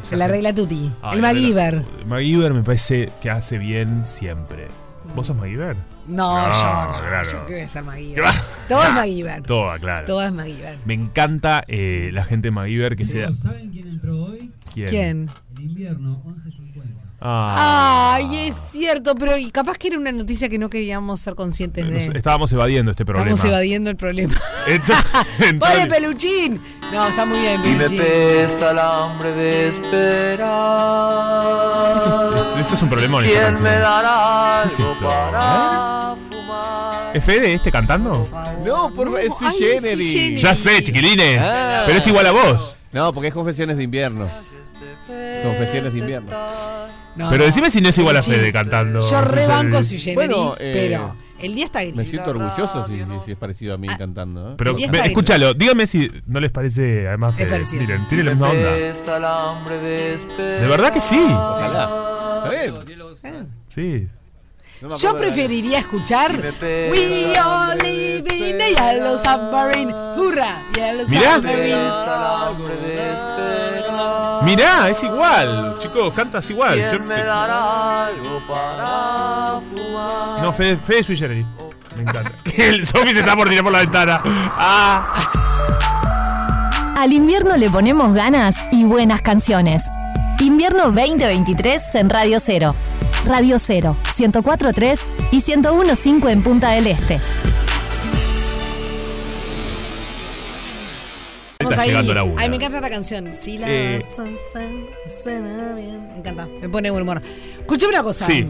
Speaker 2: Esa
Speaker 1: La
Speaker 2: gente-
Speaker 1: regla tuti.
Speaker 2: Ay,
Speaker 1: el
Speaker 2: la regla
Speaker 1: MacGyver.
Speaker 2: MacGyver me parece que hace bien siempre. ¿Vos sos MacGyver?
Speaker 1: No, yo no.
Speaker 2: claro.
Speaker 1: Yo que voy a ser MacGyver.
Speaker 2: ¿Qué va?
Speaker 1: Todo es MacGyver.
Speaker 2: Toda, claro.
Speaker 1: Todo es MacGyver.
Speaker 2: Me encanta eh, la gente MacGyver que sea.
Speaker 7: Chicos, ¿Saben quién entró hoy?
Speaker 2: ¿Quién?
Speaker 1: ¿Quién?
Speaker 7: En invierno, 11.50.
Speaker 2: Ah.
Speaker 1: Ay, es cierto, pero y capaz que era una noticia que no queríamos ser conscientes de.
Speaker 2: Nos- estábamos evadiendo este problema.
Speaker 1: Estamos evadiendo el problema.
Speaker 2: Entonces-
Speaker 1: ¡Pobre
Speaker 2: entonces-
Speaker 1: peluchín! No, está muy bien,
Speaker 13: Y me
Speaker 1: peluchín.
Speaker 13: pesa el hambre de esperar.
Speaker 2: Esto es un problema con esta
Speaker 13: ¿Quién
Speaker 2: canción.
Speaker 13: me dará
Speaker 2: ¿Qué es
Speaker 13: algo
Speaker 2: esto?
Speaker 13: para
Speaker 2: ¿Es Fede este cantando?
Speaker 3: No, por favor, es su generis.
Speaker 2: Ya sé, chiquilines.
Speaker 3: Ah.
Speaker 2: Pero es igual a vos.
Speaker 3: No, porque es confesiones de invierno. Confesiones de invierno.
Speaker 1: No,
Speaker 2: Pero
Speaker 1: no.
Speaker 2: decime si no es igual a
Speaker 1: Peluchín.
Speaker 2: Fede cantando.
Speaker 1: Yo rebanco su generis,
Speaker 3: Bueno, eh,
Speaker 1: pero el día está gris.
Speaker 3: Me siento orgulloso si, si- si es parecido a mí cantando. ¿eh?
Speaker 2: Pero
Speaker 1: Y esta
Speaker 2: ve,
Speaker 1: es-
Speaker 2: escúchalo, dígame si no les parece además
Speaker 1: Es
Speaker 2: Fede.
Speaker 1: parecido.
Speaker 2: Miren, tiene la misma onda.
Speaker 13: Pesa el hambre de esperar.
Speaker 2: De verdad que sí.
Speaker 3: Ojalá. Está bien.
Speaker 2: Sí.
Speaker 1: Yo preferiría escuchar Eh. We all live in a yellow submarine. ¡Hurra! Yellow
Speaker 2: Mirá.
Speaker 1: submarine.
Speaker 2: Mirá, es igual. Chicos, cantas igual. Yo-
Speaker 13: ¿Quién me dará algo para fumar?
Speaker 2: no, Fede, Fede Sui Generis. Me encanta. el zombie se está por tirar por la ventana. Ah.
Speaker 6: Al invierno le ponemos ganas y buenas canciones. Invierno 2023 en Radio Cero. Radio Cero, 104.3 y 101.5 en Punta del Este.
Speaker 1: estamos
Speaker 2: Está
Speaker 1: ahí.
Speaker 2: llegando la una.
Speaker 1: Ay, me encanta esta canción. Si la
Speaker 2: Eh.
Speaker 1: san- san- sana bien. Me encanta, me pone buen humor. Escuchame una cosa.
Speaker 2: Sí.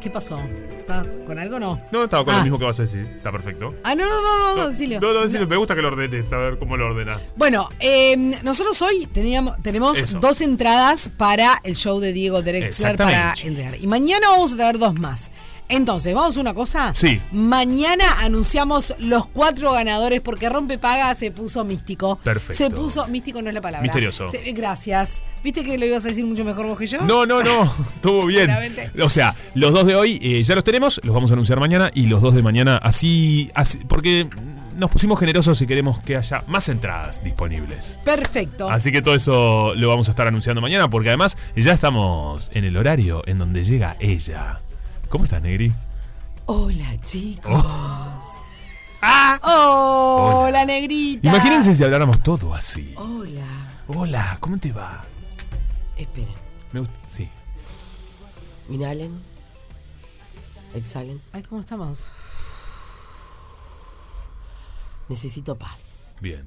Speaker 1: ¿Qué pasó? ¿Estás con algo o no?
Speaker 2: No, estaba con
Speaker 1: Ah.
Speaker 2: lo mismo que vas a decir. Está perfecto.
Speaker 1: Ah, no, no, no, no, no, Silvio.
Speaker 2: No, no, decilo, me gusta que lo ordenes, a ver cómo lo ordenas.
Speaker 1: Bueno, eh, nosotros hoy teníamos, tenemos
Speaker 2: Eso.
Speaker 1: dos entradas para el show de Diego Drexler para
Speaker 2: Exactamente.
Speaker 1: entregar. Y mañana vamos a tener dos más. Entonces, ¿vamos a una cosa?
Speaker 2: Sí.
Speaker 1: Mañana anunciamos los cuatro ganadores porque Rompe Paga se puso místico.
Speaker 2: Perfecto.
Speaker 1: Se puso, místico no es la palabra.
Speaker 2: Misterioso.
Speaker 1: Se- gracias. ¿Viste que lo ibas a decir mucho mejor vos que yo?
Speaker 2: No, no, no, estuvo bien.
Speaker 1: Seguramente.
Speaker 2: O sea, los dos de hoy eh, ya los tenemos, los vamos a anunciar mañana y los dos de mañana así, así porque nos pusimos generosos y queremos que haya más entradas disponibles.
Speaker 1: Perfecto.
Speaker 2: Así que todo eso lo vamos a estar anunciando mañana porque además ya estamos en el horario en donde llega ella. ¿Cómo estás, Negri?
Speaker 1: Hola, chicos.
Speaker 2: Oh.
Speaker 1: Ah. Hola,
Speaker 2: Hola.
Speaker 1: negrita.
Speaker 2: Imagínense si habláramos todo así.
Speaker 1: Hola.
Speaker 2: Hola, ¿cómo te va?
Speaker 14: Esperen,
Speaker 2: Me gusta. Sí.
Speaker 14: inhalen, exhalen.
Speaker 1: Ay, ¿cómo estamos?
Speaker 14: Necesito paz.
Speaker 2: Bien.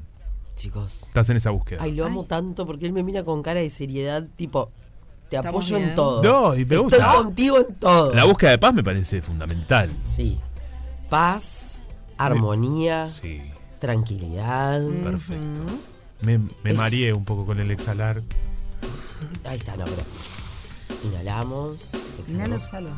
Speaker 14: Chicos.
Speaker 2: Estás en esa búsqueda.
Speaker 14: Ay, lo amo tanto porque él me mira con cara de seriedad, tipo, te
Speaker 1: Estamos
Speaker 14: apoyo en
Speaker 1: bien.
Speaker 14: todo.
Speaker 2: No, y me gusta.
Speaker 14: Estoy contigo en todo.
Speaker 2: La búsqueda de paz me parece fundamental.
Speaker 14: Sí. Paz, armonía, tranquilidad.
Speaker 1: Mm.
Speaker 2: Perfecto. Me, me
Speaker 14: Es-
Speaker 2: mareé un poco con el exhalar.
Speaker 14: Ahí está, no, pero. Inhalamos,
Speaker 1: Inhalo,
Speaker 14: exhalamos.
Speaker 1: exhalo.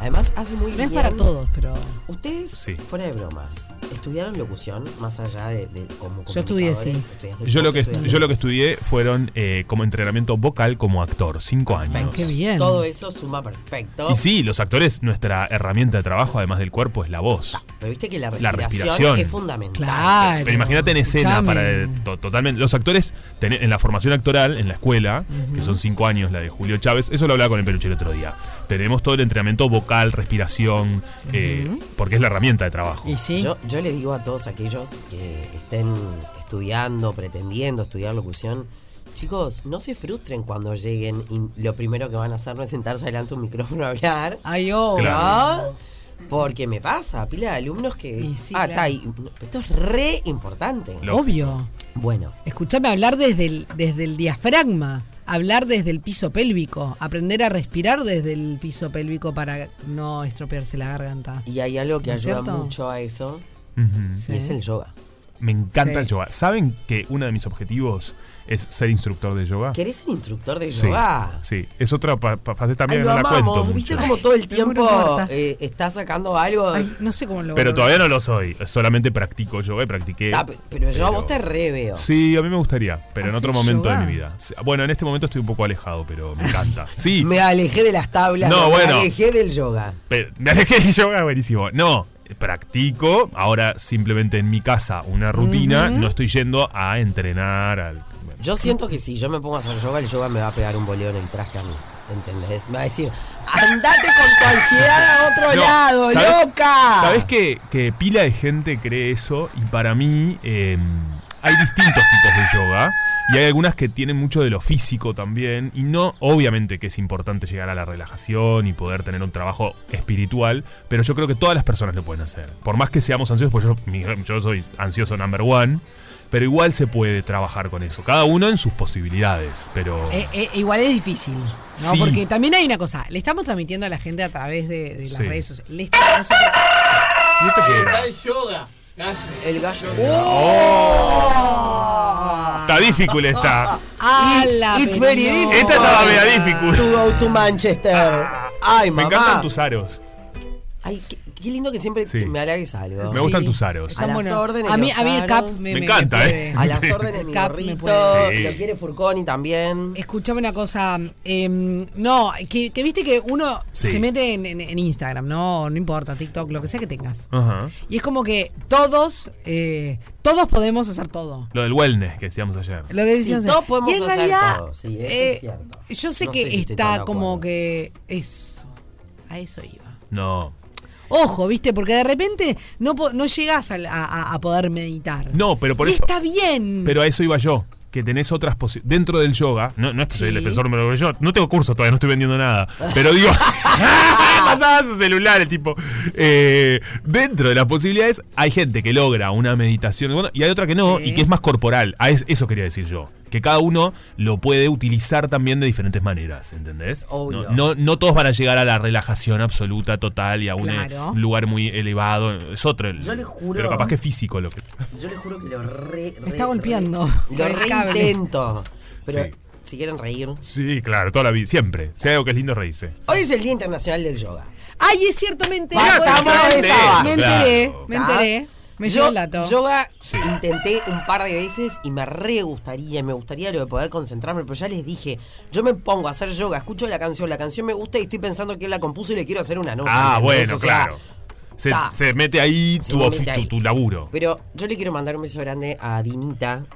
Speaker 14: Además, hace muy
Speaker 1: No
Speaker 14: bien.
Speaker 1: es para todos, pero.
Speaker 14: Ustedes, fuera de bromas, ¿estudiaron locución más allá de, de como
Speaker 1: Yo estudié, sí.
Speaker 14: comunicadores? ¿Estudiaste
Speaker 2: Yo lo,
Speaker 14: vos,
Speaker 2: que,
Speaker 14: estudiaste
Speaker 2: yo lo
Speaker 14: vos?
Speaker 2: que estudié fueron eh, como entrenamiento vocal como actor, cinco años.
Speaker 14: Todo eso suma perfecto.
Speaker 2: Y sí, los actores, nuestra herramienta de trabajo, además del cuerpo, es la voz.
Speaker 14: Pero viste que la
Speaker 2: La
Speaker 14: respiración,
Speaker 2: respiración.
Speaker 14: es fundamental.
Speaker 2: Pero imagínate en escena
Speaker 14: escuchame.
Speaker 2: para eh, to- totalmente. Los actores ten- en la formación actoral, en la escuela, que son cinco años, la de Julio Chávez, eso lo hablaba con el peluche el otro día. Tenemos todo el entrenamiento vocal, respiración, eh, porque es la herramienta de trabajo.
Speaker 14: Yo, yo le digo a todos aquellos que estén estudiando, pretendiendo estudiar locución, chicos, no se frustren cuando lleguen y lo primero que van a hacer no es sentarse delante de un micrófono a hablar.
Speaker 1: Ay, oh.
Speaker 14: ¿no?
Speaker 1: Claro.
Speaker 14: Porque me pasa, pila de alumnos que.
Speaker 1: sí,
Speaker 14: ah,
Speaker 1: claro.
Speaker 14: está ahí. Esto es re importante.
Speaker 1: Obvio.
Speaker 14: Bueno.
Speaker 1: Escuchame hablar desde el, desde el diafragma, hablar desde el piso pélvico, aprender a respirar desde el piso pélvico para no estropearse la garganta.
Speaker 14: Y hay algo que
Speaker 1: ¿No es
Speaker 14: ayuda
Speaker 1: cierto?
Speaker 14: mucho a eso.
Speaker 2: Ujú.
Speaker 14: y es el yoga.
Speaker 2: Me encanta
Speaker 14: Sí.
Speaker 2: el yoga. ¿Saben que uno de mis objetivos es ser instructor de yoga?
Speaker 14: ¿Querés ser instructor de
Speaker 2: Ah. Sí,
Speaker 14: yoga?
Speaker 2: Sí, es otra pa- pa- faceta mía
Speaker 14: Ay,
Speaker 2: que
Speaker 14: lo
Speaker 2: no la
Speaker 14: amamos.
Speaker 2: cuento
Speaker 14: ¿Viste
Speaker 2: mucho.
Speaker 14: como todo el
Speaker 1: Me muero
Speaker 14: tiempo
Speaker 1: muerta.
Speaker 14: eh, está sacando algo?
Speaker 1: no sé cómo lo
Speaker 2: Pero todavía no lo soy. Solamente practico yoga y practiqué.
Speaker 14: Ta, pe- pero yo a vos te re veo.
Speaker 2: Sí, a mí me gustaría, pero en
Speaker 14: ¿Haces
Speaker 2: otro momento
Speaker 14: yoga?
Speaker 2: de mi vida. Sí, Bueno, en este momento estoy un poco alejado, pero me encanta. Sí,
Speaker 14: Me alejé de las tablas.
Speaker 2: No, bueno.
Speaker 14: Me alejé del yoga.
Speaker 2: pero me alejé del yoga, buenísimo. No, practico. Ahora simplemente en mi casa una rutina.
Speaker 14: Ujú.
Speaker 2: No estoy yendo a entrenar. al-
Speaker 14: Yo siento que si yo me pongo a hacer yoga, el yoga me va a pegar un boleo en el traste a mí. ¿Entendés? Me va a decir, andate con tu ansiedad a otro
Speaker 2: No,
Speaker 14: lado,
Speaker 2: ¿sabes-
Speaker 14: loca.
Speaker 2: ¿Sabes que, que pila de gente cree eso? Y para mí eh, hay distintos tipos de yoga. Y hay algunas que tienen mucho de lo físico también. Y no, obviamente que es importante llegar a la relajación y poder tener un trabajo espiritual. Pero yo creo que todas las personas lo pueden hacer. Por más que seamos ansiosos, pues yo, mi- yo soy ansioso number one. Pero igual se puede trabajar con eso. Cada uno en sus posibilidades. Pero...
Speaker 1: Eh, eh, igual es difícil, ¿no?
Speaker 2: Sí.
Speaker 1: Porque también hay una cosa, le estamos transmitiendo a la gente a través de, de las
Speaker 2: Sí.
Speaker 1: redes sociales. Le está- no sé por qué-
Speaker 2: ¿Y esto qué era?
Speaker 14: yoga. El gallo. Oh.
Speaker 2: Está difícil está.
Speaker 1: ¡A la
Speaker 14: It's very
Speaker 1: pelota!
Speaker 14: difficult.
Speaker 2: Esta estaba media difícil. Ah,
Speaker 14: To go to Manchester. Ay, ah.
Speaker 2: Me
Speaker 14: mamá.
Speaker 2: encantan tus aros.
Speaker 14: Ay, qué, qué lindo que siempre
Speaker 2: Sí.
Speaker 14: me halagues algo.
Speaker 2: Me gustan Sí. tus aros.
Speaker 14: A
Speaker 2: Están
Speaker 14: las
Speaker 2: buenos.
Speaker 14: órdenes.
Speaker 1: A mí-
Speaker 14: los
Speaker 1: a mí el cap
Speaker 14: aros.
Speaker 1: me- Me me- encanta, me ¿eh?
Speaker 14: A
Speaker 1: puede.
Speaker 14: las órdenes,
Speaker 1: El
Speaker 14: mi
Speaker 1: cap me
Speaker 14: gorrito.
Speaker 1: puede. Sí.
Speaker 14: Lo quiere Furconi también.
Speaker 1: Escuchame una cosa, eh, no, que, que viste que uno
Speaker 14: Sí.
Speaker 1: se mete en, en- en Instagram, no, no importa, TikTok, lo que sea que tengas.
Speaker 2: Ajá.
Speaker 1: Y es como que todos, eh, todos podemos hacer todo.
Speaker 2: Lo del wellness que decíamos ayer.
Speaker 1: Lo que decíamos.
Speaker 14: Sí, todos podemos
Speaker 1: y en
Speaker 14: hacer
Speaker 1: realidad,
Speaker 14: todo, sí, eso
Speaker 1: eh,
Speaker 14: es cierto.
Speaker 1: Yo sé
Speaker 14: No
Speaker 1: que
Speaker 14: sé si estoy tan de
Speaker 1: está
Speaker 14: acuerdo.
Speaker 1: como que eso, a eso iba.
Speaker 2: No.
Speaker 1: Ojo, viste, porque de repente no, po- no llegás al- a, a- a poder meditar.
Speaker 2: No, pero por
Speaker 1: Y
Speaker 2: eso.
Speaker 1: Está bien.
Speaker 2: Pero a eso iba yo. que tenés otras posibilidades. Dentro del yoga, no, no es que soy el
Speaker 15: Sí.
Speaker 2: defensor número uno, yo no tengo curso todavía, no estoy vendiendo nada, pero digo, pasaba su celular el tipo. Eh, dentro de las posibilidades hay gente que logra una meditación bueno, y hay otra que no,
Speaker 15: Sí.
Speaker 2: y que es más corporal. A es- eso quería decir yo. Que cada uno lo puede utilizar también de diferentes maneras, ¿entendés?
Speaker 15: Obvio.
Speaker 2: No, no, no todos van a llegar a la relajación absoluta, total y a un eh,
Speaker 14: Claro.
Speaker 2: lugar muy elevado. Es otro. el-
Speaker 14: Yo les juro-
Speaker 2: Pero capaz que es físico lo que.
Speaker 14: Yo les juro que lo re.
Speaker 1: Me
Speaker 14: re-
Speaker 1: está golpeando.
Speaker 14: Lo
Speaker 1: El cable.
Speaker 14: reintento. Pero
Speaker 2: Sí.
Speaker 14: si quieren reír.
Speaker 2: Sí, claro, toda la vida, siempre. Si hay algo que es lindo es reírse.
Speaker 14: Hoy es el Día Internacional del Yoga.
Speaker 1: Ay, es cierto, me enteré.
Speaker 14: Bueno,
Speaker 1: por el
Speaker 14: estamos
Speaker 1: cable.
Speaker 14: de sábado.
Speaker 1: Me enteré, me enteré. Me
Speaker 14: ¿Ah? Yo-
Speaker 1: llegó el dato.
Speaker 14: Yoga intenté un par de veces y me re gustaría, me gustaría lo de poder concentrarme, pero ya les dije, yo me pongo a hacer yoga, escucho la canción, la canción me gusta y estoy pensando que él la compuso y le quiero hacer una nota.
Speaker 2: Ah,
Speaker 14: ¿entendés?
Speaker 2: bueno,
Speaker 14: O sea,
Speaker 2: claro. Se,
Speaker 14: ta.
Speaker 2: se mete ahí
Speaker 14: Se
Speaker 2: tu,
Speaker 14: me
Speaker 2: ofi-
Speaker 14: mete
Speaker 2: tu-
Speaker 14: ahí.
Speaker 2: tu laburo.
Speaker 14: Pero yo le quiero mandar un beso grande a Dinita,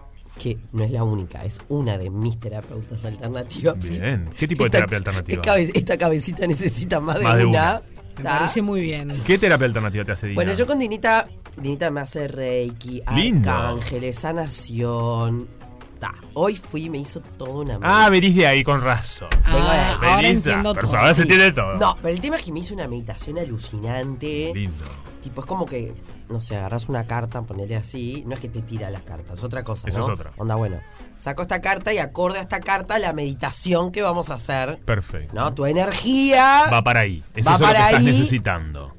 Speaker 14: que no es la única, es una de mis terapeutas alternativas.
Speaker 2: Bien. ¿Qué tipo de
Speaker 14: Esta-
Speaker 2: terapia alternativa?
Speaker 14: Esta, cabe- esta cabecita necesita más de,
Speaker 2: Más de una.
Speaker 14: una.
Speaker 1: Me
Speaker 14: ¿tá?
Speaker 1: parece muy bien.
Speaker 2: ¿Qué terapia alternativa te hace Dina?
Speaker 14: Bueno, yo con Dinita, Dinita me hace Reiki,
Speaker 2: Lindo.
Speaker 14: Arcángeles, sanación. Ta, hoy fui y me hizo toda una
Speaker 2: Ah, venís de ahí con razón.
Speaker 14: Ah, ahora
Speaker 2: venís a-
Speaker 14: entiendo
Speaker 2: pero
Speaker 14: todo,
Speaker 2: ahora se
Speaker 14: sí.
Speaker 2: tiene todo.
Speaker 14: No, pero el tema es que me hizo una meditación alucinante. Lindo. Tipo, es como que, no sé, agarras una carta, ponele así. No es que te tira las cartas, otra cosa.
Speaker 2: Eso
Speaker 14: ¿no?
Speaker 2: es otra.
Speaker 14: Onda, bueno, saco esta carta y acorde a esta carta la meditación que vamos a hacer.
Speaker 2: Perfecto.
Speaker 14: ¿No? Tu energía.
Speaker 2: Va para ahí. Eso
Speaker 14: Va
Speaker 2: es lo que
Speaker 14: para
Speaker 2: estás
Speaker 14: ahí.
Speaker 2: necesitando.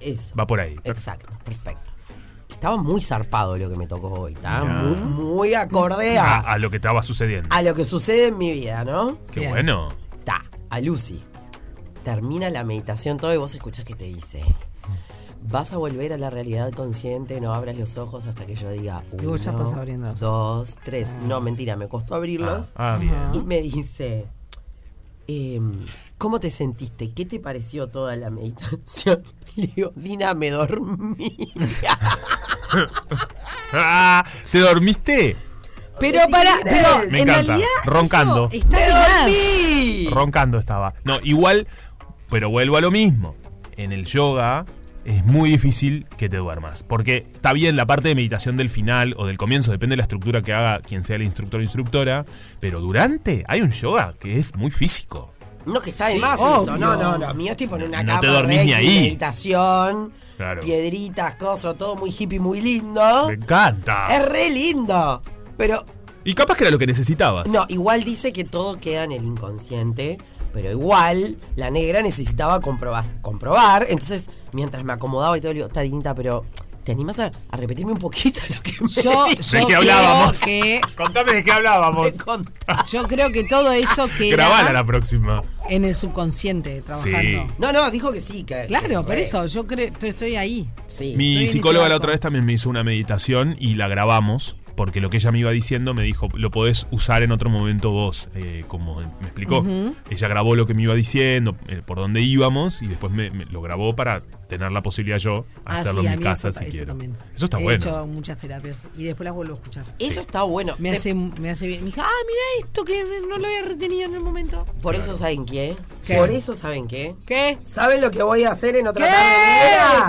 Speaker 14: Eso.
Speaker 2: Va por ahí.
Speaker 14: Exacto, perfecto. Estaba muy zarpado lo que me tocó hoy. Estaba
Speaker 2: Mirá.
Speaker 14: muy, muy acorde
Speaker 2: A,
Speaker 14: a,
Speaker 2: a lo que estaba sucediendo.
Speaker 14: a lo que sucede en mi vida, ¿no?
Speaker 2: Qué bueno.
Speaker 14: Ta, a Lucy. Termina la meditación todo y vos escuchás que te dice. Vas a volver a la realidad consciente, no abras los ojos hasta que yo diga
Speaker 1: Y
Speaker 14: uno,
Speaker 1: vos ya estás abriendo los Ah.
Speaker 14: dos, tres. No, mentira, me costó abrirlos.
Speaker 2: Ah, ah, bien.
Speaker 14: Y me dice, em, ¿cómo te sentiste? ¿Qué te pareció toda la meditación? Y le digo, Dina, me dormí.
Speaker 2: Ah, ¿Te dormiste?
Speaker 1: Pero para, pero
Speaker 2: Me
Speaker 1: en
Speaker 2: encanta.
Speaker 1: realidad
Speaker 2: Roncando.
Speaker 1: está de más.
Speaker 2: Roncando estaba. No, igual, pero vuelvo a lo mismo. En el yoga es muy difícil que te duermas. Porque está bien la parte de meditación del final o del comienzo, depende de la estructura que haga quien sea el instructor o instructora. Pero durante hay un yoga que es muy físico.
Speaker 14: No, que está
Speaker 15: Sí,
Speaker 14: de más
Speaker 15: obvio.
Speaker 14: eso. No, no, no. Mío es tipo en una
Speaker 2: No
Speaker 14: cama,
Speaker 2: te dormís ni
Speaker 14: reiki,
Speaker 2: ahí.
Speaker 14: meditación,
Speaker 2: Claro.
Speaker 14: piedritas, cosas, todo muy hippie, muy lindo.
Speaker 2: Me encanta.
Speaker 14: Es re lindo. Pero,
Speaker 2: Y capaz que era lo que necesitabas.
Speaker 14: no, igual dice que todo queda en el inconsciente. Pero igual, la negra necesitaba comprobar. comprobar entonces, mientras me acomodaba y todo, le digo, está linda, pero... ¿Te animas a, a repetirme un poquito lo que me
Speaker 1: Yo-
Speaker 14: dijiste?"
Speaker 1: yo ¿De qué hablábamos? creo que-
Speaker 2: Contame de qué hablábamos.
Speaker 1: Yo creo que todo eso que era
Speaker 2: Grabala la próxima.
Speaker 1: en el subconsciente trabajando.
Speaker 14: No, no, dijo que sí. Que,
Speaker 1: Claro,
Speaker 14: que
Speaker 1: por
Speaker 14: re.
Speaker 1: eso yo creo estoy, estoy ahí.
Speaker 14: Sí.
Speaker 2: Mi psicóloga la otra vez también me hizo una meditación y la grabamos. Porque lo que ella me iba diciendo me dijo, lo podés usar en otro momento vos, eh, como me explicó.
Speaker 15: Ujú.
Speaker 2: Ella grabó lo que me iba diciendo, eh, por dónde íbamos, y después me, me lo grabó para tener la posibilidad yo
Speaker 1: Ah,
Speaker 2: hacerlo
Speaker 1: sí, a
Speaker 2: en mi
Speaker 1: mí
Speaker 2: casa
Speaker 1: eso,
Speaker 2: si
Speaker 1: eso
Speaker 2: quiero.
Speaker 1: también.
Speaker 2: Eso está
Speaker 1: He
Speaker 2: bueno.
Speaker 1: hecho muchas terapias y después las vuelvo a escuchar.
Speaker 14: Eso está bueno.
Speaker 1: Me hace, me hace bien. Me dijo, ah, mira esto que no lo había retenido en el momento.
Speaker 14: Por eso saben qué.
Speaker 1: ¿Qué?
Speaker 14: Por eso saben qué.
Speaker 1: ¿Qué?
Speaker 14: ¿Saben lo que voy a hacer en otra
Speaker 1: ¿Qué?
Speaker 14: tarde?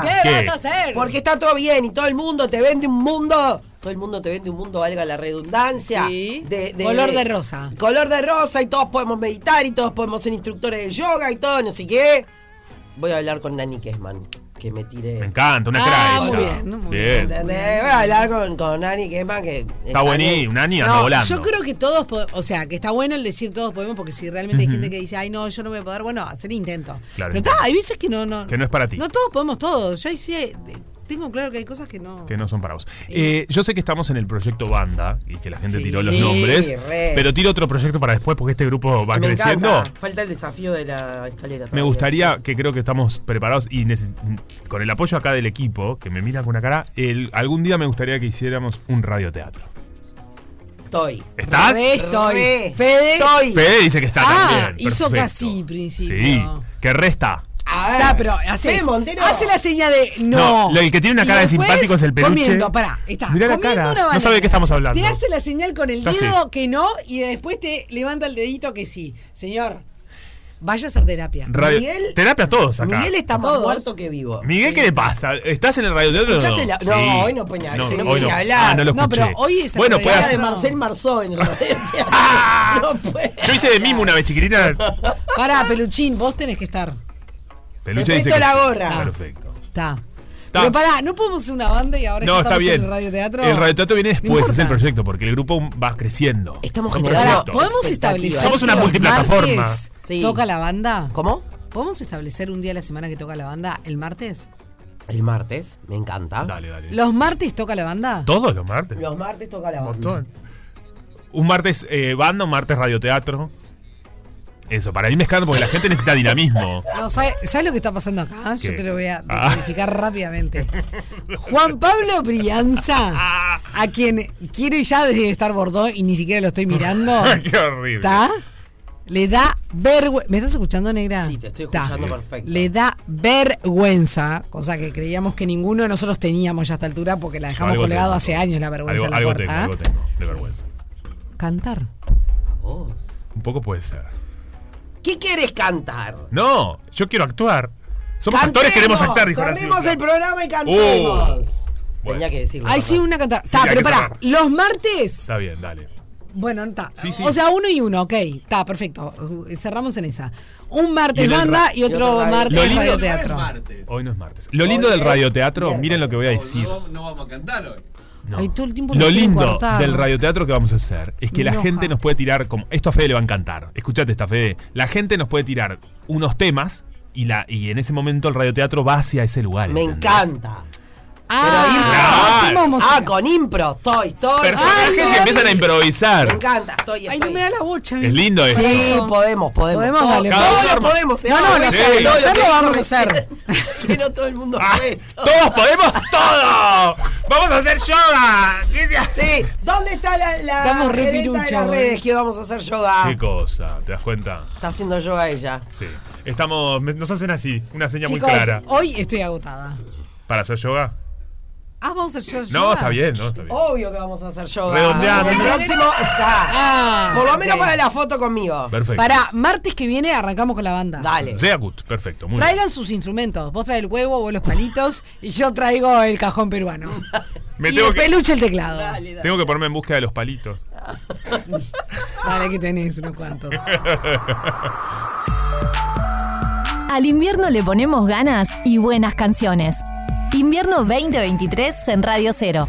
Speaker 14: negra?
Speaker 1: ¿Qué ¿Qué? vas a hacer?
Speaker 14: Porque está todo bien y todo el mundo te vende un mundo. Todo el mundo te vende un mundo, valga la redundancia. De,
Speaker 1: Color de rosa.
Speaker 14: Color de rosa y todos podemos meditar y todos podemos ser instructores de yoga y todo, no sé qué. Voy a hablar con Nani Kesman, Eh, que me tire.
Speaker 2: Me encanta, una
Speaker 14: Ah,
Speaker 2: crack
Speaker 14: muy
Speaker 2: ella.
Speaker 14: bien,
Speaker 2: bien.
Speaker 14: ¿Entendés? Voy a hablar con, con Nani Kesman, que.
Speaker 2: Está buenísimo, Nani anda volando.
Speaker 1: Yo creo que todos, po- o sea, que está bueno el decir todos podemos, porque si realmente hay
Speaker 2: Ujú.
Speaker 1: gente que dice, ay, no, yo no voy a poder, bueno, hacer intento.
Speaker 2: Claro,
Speaker 1: Pero
Speaker 2: intento.
Speaker 1: está, hay veces que no, no.
Speaker 2: Que no es para ti.
Speaker 1: No todos podemos todos. Yo ahí sí, eh, tengo claro que hay cosas que no.
Speaker 2: Que no son para vos. Eh, yo sé que estamos en el proyecto Banda y que la gente
Speaker 14: Sí.
Speaker 2: tiró los
Speaker 14: Sí,
Speaker 2: nombres,
Speaker 14: re.
Speaker 2: pero tiro otro proyecto para después porque este grupo va
Speaker 14: Me
Speaker 2: creciendo.
Speaker 14: encanta. Falta el desafío de la escalera.
Speaker 2: Me
Speaker 14: todavía.
Speaker 2: gustaría que creo que estamos preparados y neces- con el apoyo acá del equipo, que me mira con una cara, el- algún día me gustaría que hiciéramos un radioteatro.
Speaker 14: Estoy.
Speaker 2: ¿Estás?
Speaker 1: Re estoy.
Speaker 14: Re.
Speaker 1: Fede.
Speaker 14: Estoy.
Speaker 2: Fede dice que está
Speaker 1: ah,
Speaker 2: también.
Speaker 1: hizo
Speaker 2: perfecto.
Speaker 1: casi principio.
Speaker 2: Sí, que resta.
Speaker 14: A ver.
Speaker 1: Está, pero hace,
Speaker 14: Fede Montero.
Speaker 1: hace la seña de no.
Speaker 2: No, lo- el que tiene una
Speaker 1: Y
Speaker 2: cara de
Speaker 1: después,
Speaker 2: simpático es el peluche.
Speaker 1: Comiendo, pará, está.
Speaker 2: Mirá la
Speaker 1: comiendo
Speaker 2: cara,
Speaker 1: una
Speaker 2: no
Speaker 1: banana.
Speaker 2: sabe de qué estamos hablando.
Speaker 1: Te hace la señal con el
Speaker 2: Está
Speaker 1: dedo
Speaker 2: así.
Speaker 1: que no y después te levanta el dedito que sí. Señor. Vaya a hacer terapia.
Speaker 2: Radio- terapia a todos acá.
Speaker 14: Miguel está más
Speaker 1: Todos.
Speaker 14: muerto que vivo.
Speaker 2: Miguel, ¿qué le pasa? ¿Estás en el radioteatro? o
Speaker 14: ¿Escuchaste la- no, hoy no puede hablar, sí, no
Speaker 2: hoy
Speaker 14: puede hablar.
Speaker 2: Ah, no, lo
Speaker 14: No, pero
Speaker 2: escuché.
Speaker 14: hoy es el
Speaker 2: bueno,
Speaker 14: programa
Speaker 2: puedas-
Speaker 14: de Marcel Marceau en el radioteatro.
Speaker 2: Yo hice de mismo una vez chiquitita.
Speaker 1: Pará, peluchín, vos tenés que estar.
Speaker 2: Peluche
Speaker 1: Me
Speaker 2: dice
Speaker 1: presto
Speaker 2: que
Speaker 1: la
Speaker 2: sí.
Speaker 1: gorra.
Speaker 2: Perfecto.
Speaker 1: Está.
Speaker 2: Está.
Speaker 1: Pero pará, no podemos hacer una banda y ahora
Speaker 2: No,
Speaker 1: ya
Speaker 2: está
Speaker 1: estamos
Speaker 2: bien.
Speaker 1: en el radioteatro.
Speaker 2: El radioteatro viene
Speaker 1: No
Speaker 2: después, es el
Speaker 1: importa.
Speaker 2: proyecto, porque el grupo va creciendo.
Speaker 14: Estamos
Speaker 2: Es un
Speaker 14: generando-
Speaker 2: proyecto.
Speaker 1: ¿Podemos establecer
Speaker 2: Expectativas. Somos una
Speaker 1: que los
Speaker 2: multiplataforma.
Speaker 1: martes
Speaker 2: Sí.
Speaker 1: ¿Toca la banda?
Speaker 14: ¿Cómo?
Speaker 1: ¿Podemos establecer un día a la semana que toca la banda? ¿El martes?
Speaker 14: El martes, me encanta.
Speaker 2: Dale, dale.
Speaker 1: ¿Los martes toca la banda?
Speaker 2: Todos los martes.
Speaker 14: Los martes toca la
Speaker 2: Un montón. Un martes eh, banda, un martes radioteatro. Eso, para ir mezclando, porque la gente necesita dinamismo.
Speaker 1: No, ¿sabe- ¿sabes, lo que está pasando acá?
Speaker 2: ¿Qué?
Speaker 1: Yo te lo voy a
Speaker 2: Ah.
Speaker 1: verificar rápidamente. Juan Pablo Brianza, a quien quiero y ya desde estar bordó y ni siquiera lo estoy mirando.
Speaker 2: Qué horrible.
Speaker 1: ¿Está? Le da vergüenza. ¿Me estás escuchando, negra? Sí, te
Speaker 14: estoy escuchando perfecto.
Speaker 1: Le da vergüenza, cosa que creíamos que ninguno de nosotros teníamos ya a esta altura porque la dejamos
Speaker 2: Algo
Speaker 1: colgado
Speaker 2: tengo.
Speaker 1: hace años la vergüenza
Speaker 2: Algo,
Speaker 1: en la
Speaker 2: algo
Speaker 1: puerta. ¿ah?
Speaker 2: tengo, algo tengo de vergüenza.
Speaker 1: Cantar.
Speaker 2: Un poco puede ser.
Speaker 14: ¿Qué quieres cantar?
Speaker 2: No, yo quiero actuar. Somos actores, queremos actar, dijo
Speaker 14: Corrimos
Speaker 2: Horacio.
Speaker 14: el programa y cantemos. Tenía que decirlo.
Speaker 1: Ahí sí, una cantar. Está,
Speaker 2: Uh. hay
Speaker 1: pero
Speaker 2: que
Speaker 1: pará.
Speaker 2: cerrar.
Speaker 1: Los martes.
Speaker 2: Está bien, dale.
Speaker 1: Bueno, está.
Speaker 2: Sí, sí.
Speaker 1: O sea, uno y uno, ok. Está, perfecto. Uh, Cerramos en esa. Un martes
Speaker 2: en el
Speaker 1: banda
Speaker 2: ra-
Speaker 1: y otro martes
Speaker 2: Lo lindo-
Speaker 1: radioteatro.
Speaker 2: Hoy no es martes. Lo lindo del radioteatro, miren lo que voy a decir.
Speaker 3: No vamos a cantar hoy.
Speaker 2: No.
Speaker 1: Ay, todo el tiempo
Speaker 2: Lo
Speaker 1: nos quieren
Speaker 2: lindo
Speaker 1: cortar.
Speaker 2: del radioteatro que vamos a hacer es que
Speaker 1: Me
Speaker 2: la
Speaker 1: enoja.
Speaker 2: gente nos puede tirar como. Esto a Fede le va a encantar. Escuchate esta, Fede. La gente nos puede tirar unos temas y, la, y en ese momento el radioteatro va hacia ese lugar.
Speaker 14: Me
Speaker 2: ¿entendés?
Speaker 14: encanta.
Speaker 2: Ah,
Speaker 14: Pero impro. Ah, con impro. Estoy, estoy.
Speaker 2: Personajes y empiezan a
Speaker 14: Me
Speaker 2: improvisar.
Speaker 14: encanta, estoy. Ay, no me
Speaker 1: da la bocha.
Speaker 2: Es lindo esto.
Speaker 14: Ah. Sí, podemos, podemos.
Speaker 1: Podemos, dale.
Speaker 14: Todos
Speaker 1: Cada
Speaker 14: lo
Speaker 1: arma.
Speaker 14: podemos. ¿eh? se
Speaker 1: No,
Speaker 14: va,
Speaker 1: no,
Speaker 14: bueno,
Speaker 1: lo
Speaker 14: todo
Speaker 1: sé,
Speaker 14: lo
Speaker 1: hacerlo
Speaker 14: que
Speaker 1: vamos a
Speaker 14: corre.
Speaker 1: hacer.
Speaker 14: Que no todo el mundo puede.
Speaker 2: Ah, ¡Todos podemos todo! ¡Vamos a hacer yoga! ¿Qué se
Speaker 14: hace? Sí. Eh, ¿Dónde está la, la
Speaker 1: Estamos re ¿eh?
Speaker 14: gerenta de
Speaker 1: pirucha,
Speaker 14: las
Speaker 1: boludo.
Speaker 14: redes que vamos a hacer
Speaker 1: Ah.
Speaker 14: yoga?
Speaker 2: ¡Qué cosa! ¿Te das cuenta?
Speaker 14: Está haciendo yoga ella.
Speaker 2: Sí. Estamos. me- Nos hacen así, una seña
Speaker 1: Chicos,
Speaker 2: muy clara.
Speaker 1: hoy estoy agotada.
Speaker 2: ¿Para hacer yoga?
Speaker 1: Ah, vamos a hacer
Speaker 2: No,
Speaker 1: yoga.
Speaker 2: está bien, no, está bien.
Speaker 14: Obvio que vamos a hacer yoga.
Speaker 2: Redondeando.
Speaker 14: El próximo está.
Speaker 1: Ah,
Speaker 14: Por lo menos
Speaker 1: ok.
Speaker 14: para la foto conmigo.
Speaker 2: Perfecto.
Speaker 1: Para martes que viene arrancamos con la banda.
Speaker 14: Dale.
Speaker 2: Seacut, perfecto. Muy bien.
Speaker 1: Traigan sus instrumentos. Vos traes el huevo, vos los palitos y yo traigo el cajón peruano.
Speaker 2: Me
Speaker 1: y
Speaker 2: tengo
Speaker 1: el
Speaker 2: que-
Speaker 1: peluche el teclado.
Speaker 2: Tengo que ponerme en busca de los palitos.
Speaker 1: Dale, que tenés unos cuantos.
Speaker 6: Al invierno le ponemos ganas y buenas canciones. Invierno 2023 en Radio Cero.